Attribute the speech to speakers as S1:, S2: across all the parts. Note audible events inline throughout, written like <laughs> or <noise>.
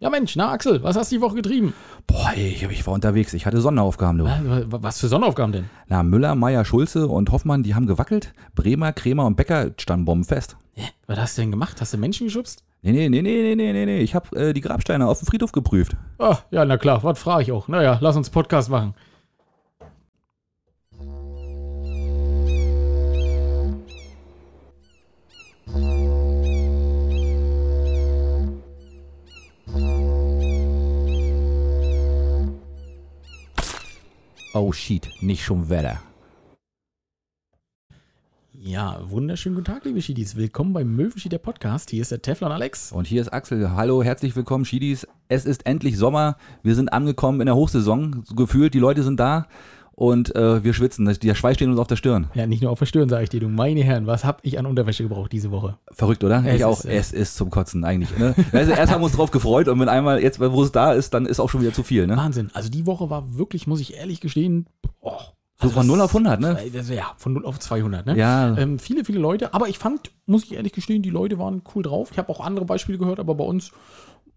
S1: Ja, Mensch, na, Axel, was hast du die Woche getrieben?
S2: Boah, ey, ich, ich war unterwegs. Ich hatte Sonderaufgaben, du.
S1: Äh, wa- Was für Sonnenaufgaben denn?
S2: Na, Müller, Meier, Schulze und Hoffmann, die haben gewackelt. Bremer, Krämer und Becker standen bombenfest.
S1: Hä, Was hast du denn gemacht? Hast du Menschen geschubst?
S2: Nee, nee, nee, nee, nee, nee, nee, nee. Ich habe äh, die Grabsteine auf dem Friedhof geprüft.
S1: Ah, ja, na klar, was frage ich auch. Naja, lass uns Podcast machen.
S2: Oh shit, nicht schon Wetter.
S1: Ja, wunderschönen guten Tag, liebe Schiedis. Willkommen beim Möwenschied der Podcast. Hier ist der Teflon Alex.
S2: Und hier ist Axel. Hallo, herzlich willkommen, Schiedis. Es ist endlich Sommer. Wir sind angekommen in der Hochsaison. So Gefühlt, die Leute sind da und äh, wir schwitzen. Das- Der Schweiß steht uns auf der Stirn.
S1: Ja, nicht nur auf Verstören, sage ich dir, du meine Herren, was hab ich an Unterwäsche gebraucht diese Woche?
S2: Verrückt, oder?
S1: Es
S2: ich auch.
S1: ist, äh,
S2: es ist zum Kotzen eigentlich. Ne? Also erst haben wir uns drauf gefreut und wenn einmal jetzt, wo es da ist, dann ist auch schon wieder zu viel. Ne?
S1: Wahnsinn. Also die Woche war wirklich, muss ich ehrlich gestehen, oh,
S2: So
S1: also
S2: von
S1: das-
S2: 0 auf 100, ne?
S1: Äh, das- Ja, von 0 auf 200, ne?
S2: Ja.
S1: Ähm, viele, viele Leute. Aber ich fand, muss ich ehrlich gestehen, die Leute waren cool drauf. Ich habe auch andere Beispiele gehört, aber bei uns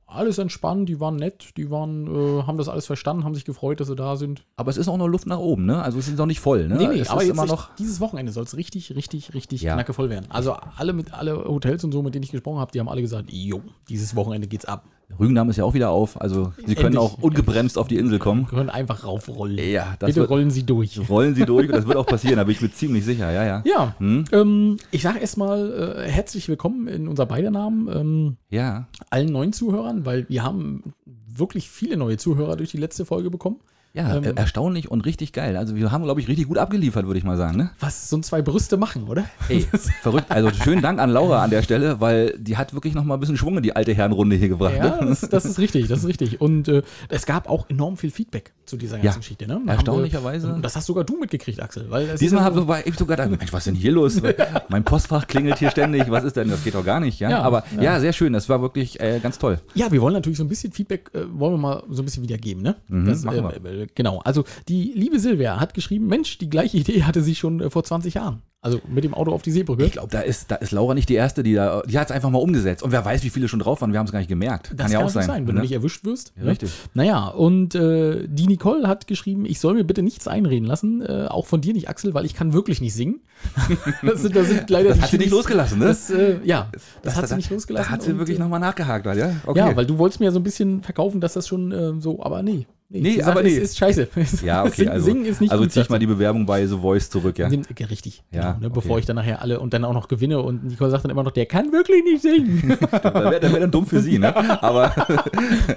S1: alles entspannt. Die waren nett, die waren, äh, haben das alles verstanden, haben sich gefreut, dass sie da sind.
S2: Aber es ist auch noch Luft nach oben, ne? Also es ist noch nicht voll, ne? es ist immer
S1: echt-
S2: noch.
S1: dieses Wochenende soll es richtig, richtig, richtig
S2: Ja.
S1: knackevoll werden. Also alle mit alle Hotels und so, mit denen ich gesprochen habe, die haben alle gesagt, jo, dieses Wochenende geht's ab.
S2: Rügendamm ist ja auch wieder auf. Also sie können
S1: Endlich.
S2: auch ungebremst auf die Insel kommen.
S1: Wir können einfach raufrollen.
S2: Ja, das
S1: Bitte
S2: wird-
S1: rollen Sie durch.
S2: Rollen sie durch und das wird auch passieren, da bin ich mir ziemlich sicher, ja, ja.
S1: Ja,
S2: Hm?
S1: ähm, ich sage erstmal äh, herzlich willkommen in unser beider Namen ähm,
S2: Ja.
S1: allen neuen Zuhörern, weil wir haben wirklich viele neue Zuhörer durch die letzte Folge bekommen.
S2: Ja,
S1: Ähm.
S2: er- erstaunlich und richtig geil. Also wir haben, glaube ich, richtig gut abgeliefert, würde ich mal sagen, ne?
S1: Was so ein zwei Brüste machen, oder?
S2: Ey, <laughs> verrückt. Also schönen Dank an Laura an der Stelle, weil die hat wirklich noch mal ein bisschen Schwung in die alte Herrenrunde hier gebracht.
S1: Ja,
S2: ne?
S1: das, das ist richtig, das ist richtig. Und äh, es gab auch enorm viel Feedback zu dieser ganzen
S2: Ja,
S1: Geschichte. Ne? Da haben
S2: erstaunlicherweise.
S1: Wir, und das hast sogar du mitgekriegt, Axel. Weil das
S2: Diesmal
S1: ist ja
S2: habe ich- ich sogar gedacht, Mensch, was ist denn hier
S1: <laughs>
S2: los? Mein Postfach klingelt hier ständig. Was ist denn? Das geht doch gar nicht, ja.
S1: Ja,
S2: Aber ja. sehr schön. Das war wirklich äh, ganz toll.
S1: Ja, wir wollen natürlich so ein bisschen Feedback, äh, wollen wir mal so ein bisschen wiedergeben, ne?
S2: Mhm, machen
S1: äh, äh, genau. Also die liebe Silvia hat geschrieben, Mensch, die gleiche Idee hatte sie schon äh, vor 20 Jahren. Also mit dem Auto auf die Seebrücke.
S2: Ich glaube, da ist, da ist Laura nicht die Erste, die da. Die hat es einfach mal umgesetzt. Und wer weiß, wie viele schon drauf waren. Wir haben es gar nicht gemerkt.
S1: Das kann, ja auch sein, wenn du
S2: ne?
S1: nicht erwischt wirst.
S2: Ja, richtig.
S1: Naja, und äh, die Nicole hat geschrieben, ich soll mir bitte nichts einreden lassen, äh, auch von dir nicht, Axel, weil ich kann wirklich nicht singen. <laughs> das, sind, das sind leider
S2: Das
S1: die
S2: hat sie nicht
S1: Schiedis.
S2: losgelassen, ne?
S1: Das, äh, ja, das, hat sie
S2: da-
S1: nicht losgelassen.
S2: Da hat sie
S1: und,
S2: wirklich
S1: äh,
S2: nochmal nachgehakt, weil, ja? Okay.
S1: Ja, weil du wolltest mir ja so ein bisschen verkaufen, dass das schon ähm, so, aber nee.
S2: Nee,
S1: die Sache
S2: aber nee.
S1: Ist, ist scheiße. <laughs>
S2: ja, okay.
S1: singen,
S2: also
S1: singen ist nicht
S2: also
S1: gut, Genau.
S2: ziehe ich mal
S1: sagt
S2: die Bewerbung bei The Voice zurück,
S1: <laughs>
S2: ja.
S1: sie. Nimm- ja, richtig.
S2: Ja,
S1: ne, bevor
S2: okay.
S1: ich dann nachher alle und dann auch noch gewinne und Nicole sagt dann immer noch, der kann wirklich nicht
S2: <laughs>
S1: singen. <laughs>
S2: Da wäre wär dann dumm für sie, ne? Aber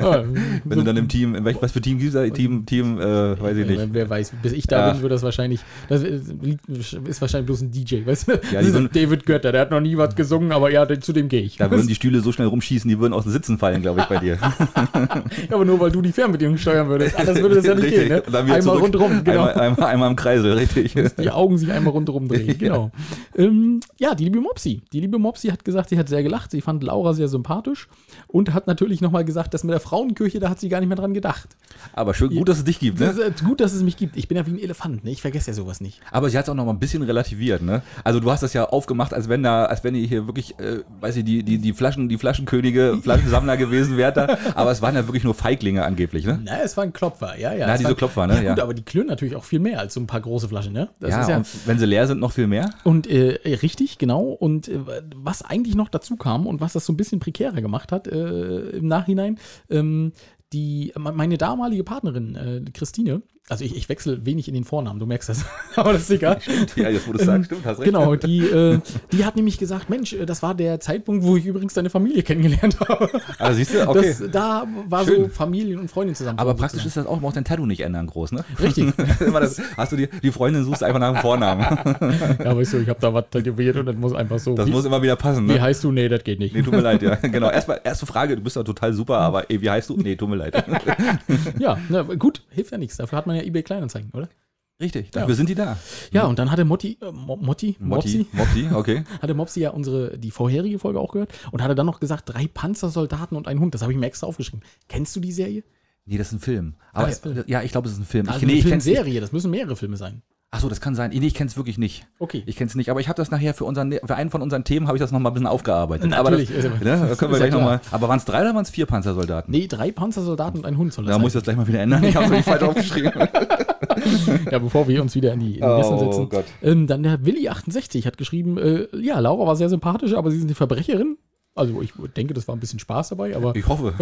S1: Ja,
S2: wenn du dann im Team, in welch, was für Team gibt es da? Team, Team, äh, weiß ich nicht.
S1: Wer- Wer weiß, bis ich da
S2: Ja.
S1: bin, wird das wahrscheinlich. Das liegt- ist wahrscheinlich bloß ein DJ, weißt du?
S2: Ja,
S1: das
S2: die
S1: ist
S2: sind-
S1: David Götter, der hat noch nie was gesungen, aber ja, den- zu dem gehe ich.
S2: Da würden die Stühle so schnell rumschießen, die würden aus den Sitzen fallen, glaube ich, bei dir.
S1: aber nur weil du die Fernbedienung steuern würdest. Anders würde <laughs> das ja nicht
S2: Richtig.
S1: gehen, ne?
S2: Und dann wieder
S1: Einmal
S2: zurück.
S1: rundrum, genau.
S2: Einmal, einmal, einmal im Kreisel, richtig.
S1: die Augen sich einmal rundherum
S2: <laughs>
S1: drehen. Genau. Ähm, ja, die liebe Mopsi. Die liebe Mopsi hat gesagt, sie hat sehr gelacht. Sie fand Laura sehr sympathisch und hat natürlich nochmal gesagt, dass mit der Frauenkirche, da hat sie gar nicht mehr dran gedacht.
S2: Aber schön, gut, dass es dich gibt,
S1: Das
S2: ne?
S1: ist äh, gut, dass es mich gibt. Ich bin ja wie ein Elefant. Ne? Ich vergesse ja sowas nicht.
S2: Aber sie hat es auch noch mal ein bisschen relativiert, ne? Also du hast das ja aufgemacht, als wenn da, als wenn ihr hier wirklich, äh, weiß ich, die, die, die Flaschen, die Flaschenkönige, Flaschensammler gewesen wärt da. Aber es waren ja wirklich nur Feiglinge angeblich, ne?
S1: Na, es war ein Klopfer. Ja, ja.
S2: Na,
S1: es
S2: diese
S1: war-
S2: Klopfer, ne?
S1: Ja, gut,
S2: Ja.
S1: aber die klönen natürlich auch viel mehr als so ein paar große Flaschen. Ne? Das
S2: ja, und wenn sie leer sind, noch viel mehr.
S1: Und äh, richtig, genau. Und äh, was eigentlich noch dazu kam und was das so ein bisschen prekärer gemacht hat äh, im Nachhinein, ähm, die, me- meine damalige Partnerin, äh, Christine, also ich, ich wechsle wenig in den Vornamen, du merkst das, <laughs> aber das ist
S2: <laughs>
S1: egal.
S2: Ja, jetzt wo du
S1: Ähm,
S2: hast
S1: Genau, die, äh, die hat nämlich gesagt, Mensch, äh, das war der Zeitpunkt, wo ich übrigens deine Familie <laughs> kennengelernt habe.
S2: Also siehst du, okay.
S1: Das, da war so
S2: Schön.
S1: Familien und Freundin zusammen.
S2: aber praktisch ist das auch, man braucht dein Tattoo nicht ändern groß, ne?
S1: Richtig.
S2: <laughs> Immer das, hast du die, die Freundin suchst einfach nach dem Vornamen.
S1: Ja, weißt du, ich habe da was tätowiert und das muss einfach so.
S2: Das
S1: wie,
S2: muss immer wieder passen,
S1: wie
S2: ne?
S1: heißt du? Nee, das geht nicht.
S2: Nee, tut mir leid, ja. <laughs> Genau. Erstmal, erste Frage, du bist ja total super, aber ey, wie heißt du? Nee, tut mir leid.
S1: Ja, na, gut, hilft ja nichts. Dafür hat man ja eBay Kleinanzeigen, oder?
S2: Richtig, dafür sind die da.
S1: Ja, und dann hatte Motti, äh, Mo- Motti, Mopsi,
S2: Mopsi, okay.
S1: hatte Mopsi ja unsere, die vorherige Folge auch gehört und hatte dann noch gesagt, drei Panzersoldaten und ein Hund. Das habe ich mir extra aufgeschrieben. Kennst du die Serie?
S2: Nee, das ist ein Film. Aber
S1: das ist ein Film.
S2: ja, ich glaube, es ist ein Film.
S1: Also
S2: ich, nee,
S1: eine
S2: ich kenn's-
S1: Filmserie, das müssen mehrere Filme sein.
S2: Achso, das kann sein. Nee, ich kenne es wirklich nicht.
S1: Okay.
S2: Ich kenne es nicht, aber ich habe das nachher für, unseren, für einen von unseren Themen habe ich das nochmal ein bisschen aufgearbeitet.
S1: Natürlich.
S2: Aber das, <laughs> ne, da können wir
S1: Ist ja
S2: gleich noch mal, aber waren es drei oder waren es vier Panzersoldaten?
S1: Nee, drei Panzersoldaten und ein Hund soll das
S2: Da muss ich
S1: sein.
S2: das gleich mal wieder ändern. Ich habe es nämlich
S1: <laughs>
S2: falsch aufgeschrieben.
S1: Ja, bevor wir uns wieder in die in die
S2: Oh
S1: Nesseln setzen.
S2: Gott.
S1: Ähm, dann der Willi68 hat geschrieben, äh, ja, Laura war sehr sympathisch, aber sie sind eine Verbrecherin. Also ich denke, das war ein bisschen Spaß dabei, aber
S2: Ich hoffe.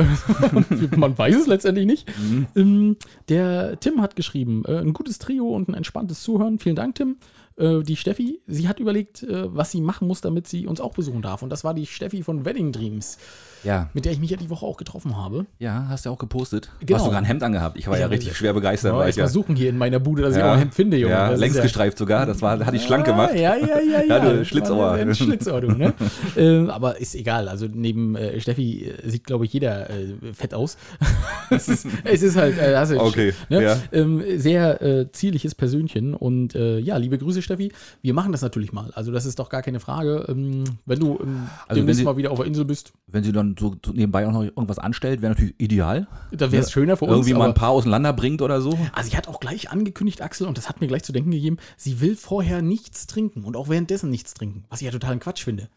S1: <laughs> man weiß es letztendlich nicht.
S2: Mhm.
S1: Ähm, der Tim hat geschrieben, äh, ein gutes Trio und ein entspanntes Zuhören. Vielen Dank, Tim. Äh, die Steffi, sie hat überlegt, äh, was sie machen muss, damit sie uns auch besuchen darf. Und das war die Steffi von Wedding Dreams,
S2: Ja.
S1: mit der ich mich ja die Woche auch getroffen habe.
S2: Ja, hast du auch gepostet. Du
S1: Genau.
S2: hast sogar ein Hemd angehabt. Ich war
S1: Ich
S2: ja
S1: hab-
S2: richtig schwer begeistert.
S1: Ja,
S2: war ich
S1: ich mal
S2: ja.
S1: suchen hier in meiner Bude, dass ich auch ein Hemd finde, Junge.
S2: Ja,
S1: Das ist
S2: längs
S1: ja- Ah,
S2: gestreift sogar. Das war, hatte ich schlank gemacht.
S1: Ja,
S2: <laughs>
S1: ja, ja, ja.
S2: Hatte
S1: Das war
S2: Schlitzohr.
S1: Ein Schlitzohr, du,
S2: <laughs>
S1: ne? ähm, aber ist egal. Also neben äh, Steffi äh, sieht, glaube ich, jeder äh, fett aus. <laughs> es, ist, es ist halt, äh, also,
S2: Okay,
S1: ne?
S2: ja.
S1: ähm, sehr äh, zierliches Persönchen. Und äh, ja, liebe Grüße, Steffi. Wir machen das natürlich mal. Also das ist doch gar keine Frage. Ähm, wenn du ähm,
S2: Also
S1: demnächst
S2: wenn sie-
S1: mal wieder auf der Insel bist,
S2: Wenn sie dann so so nebenbei auch noch irgendwas anstellt, wäre natürlich ideal.
S1: dann wäre es schöner für uns.
S2: Irgendwie mal
S1: aber-
S2: ein paar auseinander bringt oder so.
S1: Also sie hat auch gleich angekündigt, Axel, und das hat mir gleich zu denken gegeben, sie will vorher nichts trinken und auch währenddessen nichts trinken, was ich ja totalen Quatsch finde.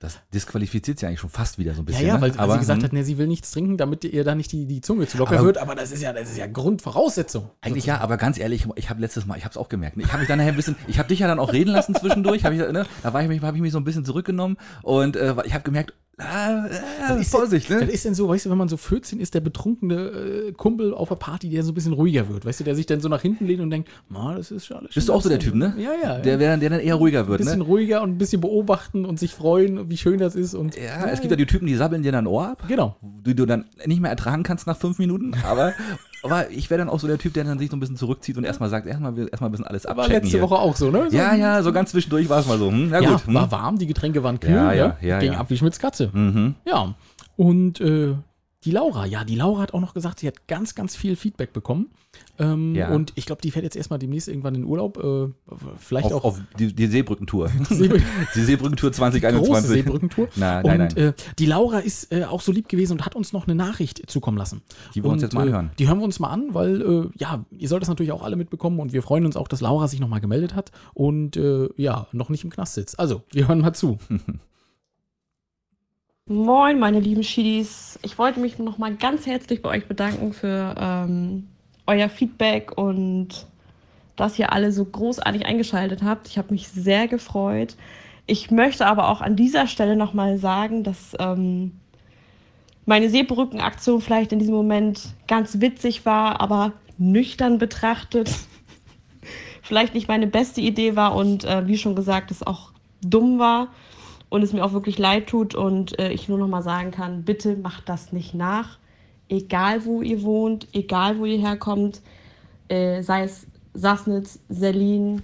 S2: Das disqualifiziert sie eigentlich schon fast wieder so ein bisschen.
S1: ja, ja,
S2: ne?
S1: weil
S2: aber,
S1: sie gesagt
S2: hm,
S1: hat, ne, sie will nichts trinken, damit ihr da nicht die, die Zunge zu locker
S2: Aber-
S1: wird, aber das ist ja, das ist ja Grundvoraussetzung.
S2: Eigentlich ja, aber ganz ehrlich, ich habe letztes Mal, ich habe es auch gemerkt. ne? Ich habe mich dann nachher ein bisschen, ich habe dich ja dann auch reden lassen zwischendurch. Hab ich, ne, da war ich, mich- hab ich mich so ein bisschen zurückgenommen und äh, ich habe gemerkt, ah, äh,
S1: ist-
S2: Vorsicht,
S1: Das
S2: ne?
S1: ist denn so, weißt du, wenn man so 14 ist, der betrunkene äh, Kumpel auf der Party, der so ein bisschen ruhiger wird, weißt du, der sich dann so nach hinten lehnt und denkt, ma, das ist ja alles
S2: Bist
S1: schon
S2: du auch so der
S1: ganz
S2: Typ, ne?
S1: Ja, ja.
S2: Der,
S1: ja.
S2: der, der dann eher ruhiger wird,
S1: Ein bisschen
S2: ne?
S1: ruhiger und ein bisschen beobachten und sich freuen, wie schön das ist und
S2: ne? Ja, es gibt ja die Typen, die sabbeln dir dann ein Ohr ab.
S1: genau.
S2: die du dann nicht mehr ertragen kannst nach fünf Minuten. Aber, aber ich wäre dann auch so der Typ, der dann sich so ein bisschen zurückzieht und erstmal sagt, erstmal erstmal ein bisschen alles
S1: War
S2: abchecken
S1: letzte
S2: hier.
S1: Woche auch so, ne? So
S2: Ja, ja, so ganz zwischendurch war es mal so. Hm, na
S1: ja,
S2: gut. Hm.
S1: war warm, die Getränke waren kühl,
S2: Ja, ja,
S1: ne?
S2: ja,
S1: ging
S2: ja.
S1: ab wie Schmitz Katze.
S2: Mhm.
S1: Ja, und äh, die Laura, ja, die Laura hat auch noch gesagt, sie hat ganz, ganz viel Feedback bekommen. Ähm,
S2: Ja.
S1: Und ich glaube, die fährt jetzt erstmal demnächst irgendwann in Urlaub. Äh, vielleicht auch <laughs>
S2: Auf, auf die, die Seebrückentour.
S1: See-
S2: die Seebrückentour
S1: große
S2: 2021.
S1: Seebrückentour.
S2: Na,
S1: und
S2: <laughs> nein, nein.
S1: Äh, die Laura ist äh, auch so lieb gewesen und hat uns noch eine Nachricht zukommen lassen.
S2: Die wollen wir uns
S1: Und,
S2: jetzt mal
S1: äh,
S2: anhören.
S1: Die hören wir uns mal an, weil äh, ja, ihr sollt das natürlich auch alle mitbekommen und wir freuen uns auch, dass Laura sich nochmal gemeldet hat und äh, ja, noch nicht im Knast sitzt. Also, wir hören mal zu.
S3: Moin, meine lieben Schiedis. Ich wollte mich nochmal ganz herzlich bei euch bedanken für ähm, euer Feedback und dass ihr alle so großartig eingeschaltet habt. Ich habe mich sehr gefreut. Ich möchte aber auch an dieser Stelle nochmal sagen, dass ähm, meine Seebrückenaktion vielleicht in diesem Moment ganz witzig war, aber nüchtern betrachtet vielleicht nicht meine beste Idee war und äh, wie schon gesagt, es auch dumm war und es mir auch wirklich leid tut und äh, ich nur noch mal sagen kann, bitte macht das nicht nach. Egal wo ihr wohnt, egal wo ihr herkommt, äh, sei es Sassnitz, Selin,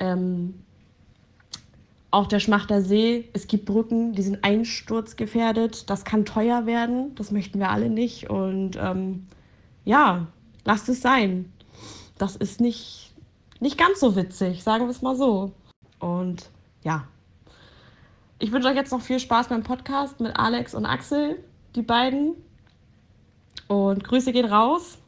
S3: ähm, auch der Schmachter See. Es gibt Brücken, die sind einsturzgefährdet. Das kann teuer werden, das möchten wir alle nicht. Und ähm, ja, lasst es sein. Das ist nicht, nicht ganz so witzig, sagen wir es mal so. Und ja, ich wünsche euch jetzt noch viel Spaß beim Podcast mit Alex und Axel, die beiden. Und Grüße gehen raus.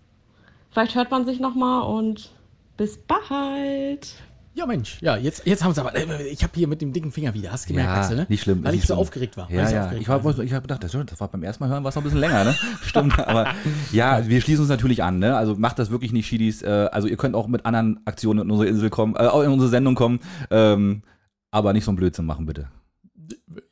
S3: Vielleicht hört man sich nochmal und bis bald.
S1: Ja, Mensch, ja, jetzt, jetzt haben sie aber. äh, Ich habe hier mit dem dicken Finger wieder, hast du gemerkt,
S2: Ja,
S1: Axel, ne?
S2: nicht schlimm,
S1: Weil
S2: nicht
S1: ich so
S2: schlimm.
S1: aufgeregt war. weil
S2: Ja,
S1: so
S2: ja.
S1: aufgeregt
S2: Ich, hab-
S1: war. ne?
S2: ich habe gedacht, das, das war beim ersten Mal hören, war es noch ein bisschen
S1: <laughs>
S2: länger, ne? Stimmt, aber ja, wir schließen uns natürlich an, ne? Also macht das wirklich nicht, Schiedis. Äh, also ihr könnt auch mit anderen Aktionen in unsere Insel kommen, äh, auch in unsere Sendung kommen, ähm, aber nicht so einen Blödsinn machen, bitte.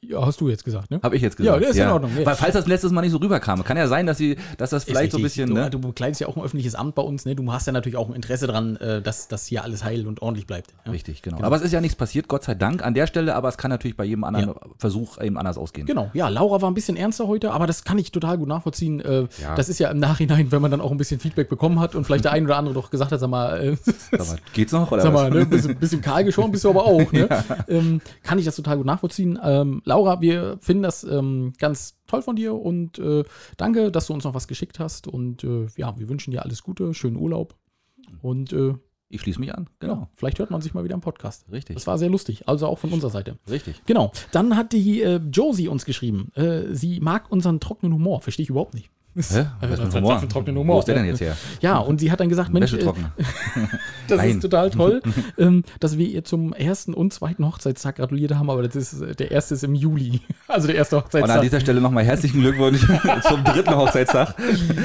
S1: Ja, hast du jetzt gesagt, ne?
S2: Habe ich jetzt gesagt.
S1: Ja, ist in Ordnung, ja.
S2: Weil, falls das letztes Mal nicht so rüberkam, kann ja sein, dass, sie, dass das
S1: Ist
S2: vielleicht so ein
S1: richtig.
S2: bisschen.
S1: Du,
S2: ne?
S1: du bekleidest ja auch ein öffentliches Amt bei uns, ne? Du hast ja natürlich auch ein Interesse daran, äh, dass, dass hier alles heil und ordentlich bleibt. Ja?
S2: Richtig, genau. Aber es ist ja nichts passiert, Gott sei Dank, an der Stelle, aber es kann natürlich bei jedem anderen Versuch eben anders ausgehen.
S1: Genau, ja, Laura war ein bisschen ernster heute, aber das kann ich total gut nachvollziehen. Äh,
S2: Ja.
S1: Das ist ja im Nachhinein, wenn man dann auch ein bisschen Feedback bekommen hat und vielleicht der ein oder andere doch gesagt hat, sag mal, äh, <laughs>
S2: Sag mal, geht's noch? Oder
S1: Sag mal,
S2: was?
S1: ne, bisschen, bisschen kahl geschoren bist du aber auch.
S2: <laughs>
S1: Ne? ähm, kann ich das total gut nachvollziehen. Ähm, Laura, wir finden das ähm, ganz toll von dir und äh, danke, dass du uns noch was geschickt hast. Und äh, ja, wir wünschen dir alles Gute, schönen Urlaub. Und äh,
S2: Ich schließe mich an.
S1: ja,
S2: Genau.
S1: vielleicht hört man sich mal wieder im Podcast.
S2: Richtig.
S1: Das war sehr lustig, also auch von unserer Seite.
S2: Richtig.
S1: Genau, dann hat die äh, Josie uns geschrieben, äh, sie mag unseren trockenen Humor, verstehe ich überhaupt nicht.
S2: Hä? Was ist mit Humor?
S1: Waffentrockenen
S2: Wo
S1: Humor.
S2: ist der denn
S1: <laughs>
S2: jetzt her? <laughs>
S1: Ja, und sie hat dann gesagt, Mensch, äh, <laughs>
S2: Wäschetrockner.
S1: das
S2: Nein.
S1: ist total
S2: <laughs>
S1: toll, ähm, dass wir ihr zum ersten und zweiten Hochzeitstag gratuliert haben, aber das ist, äh, der erste ist im Juli. <laughs> Also der erste
S2: Und an
S1: Hochzeitstag.
S2: dieser Stelle nochmal herzlichen Glückwunsch <laughs> zum dritten Hochzeitstag.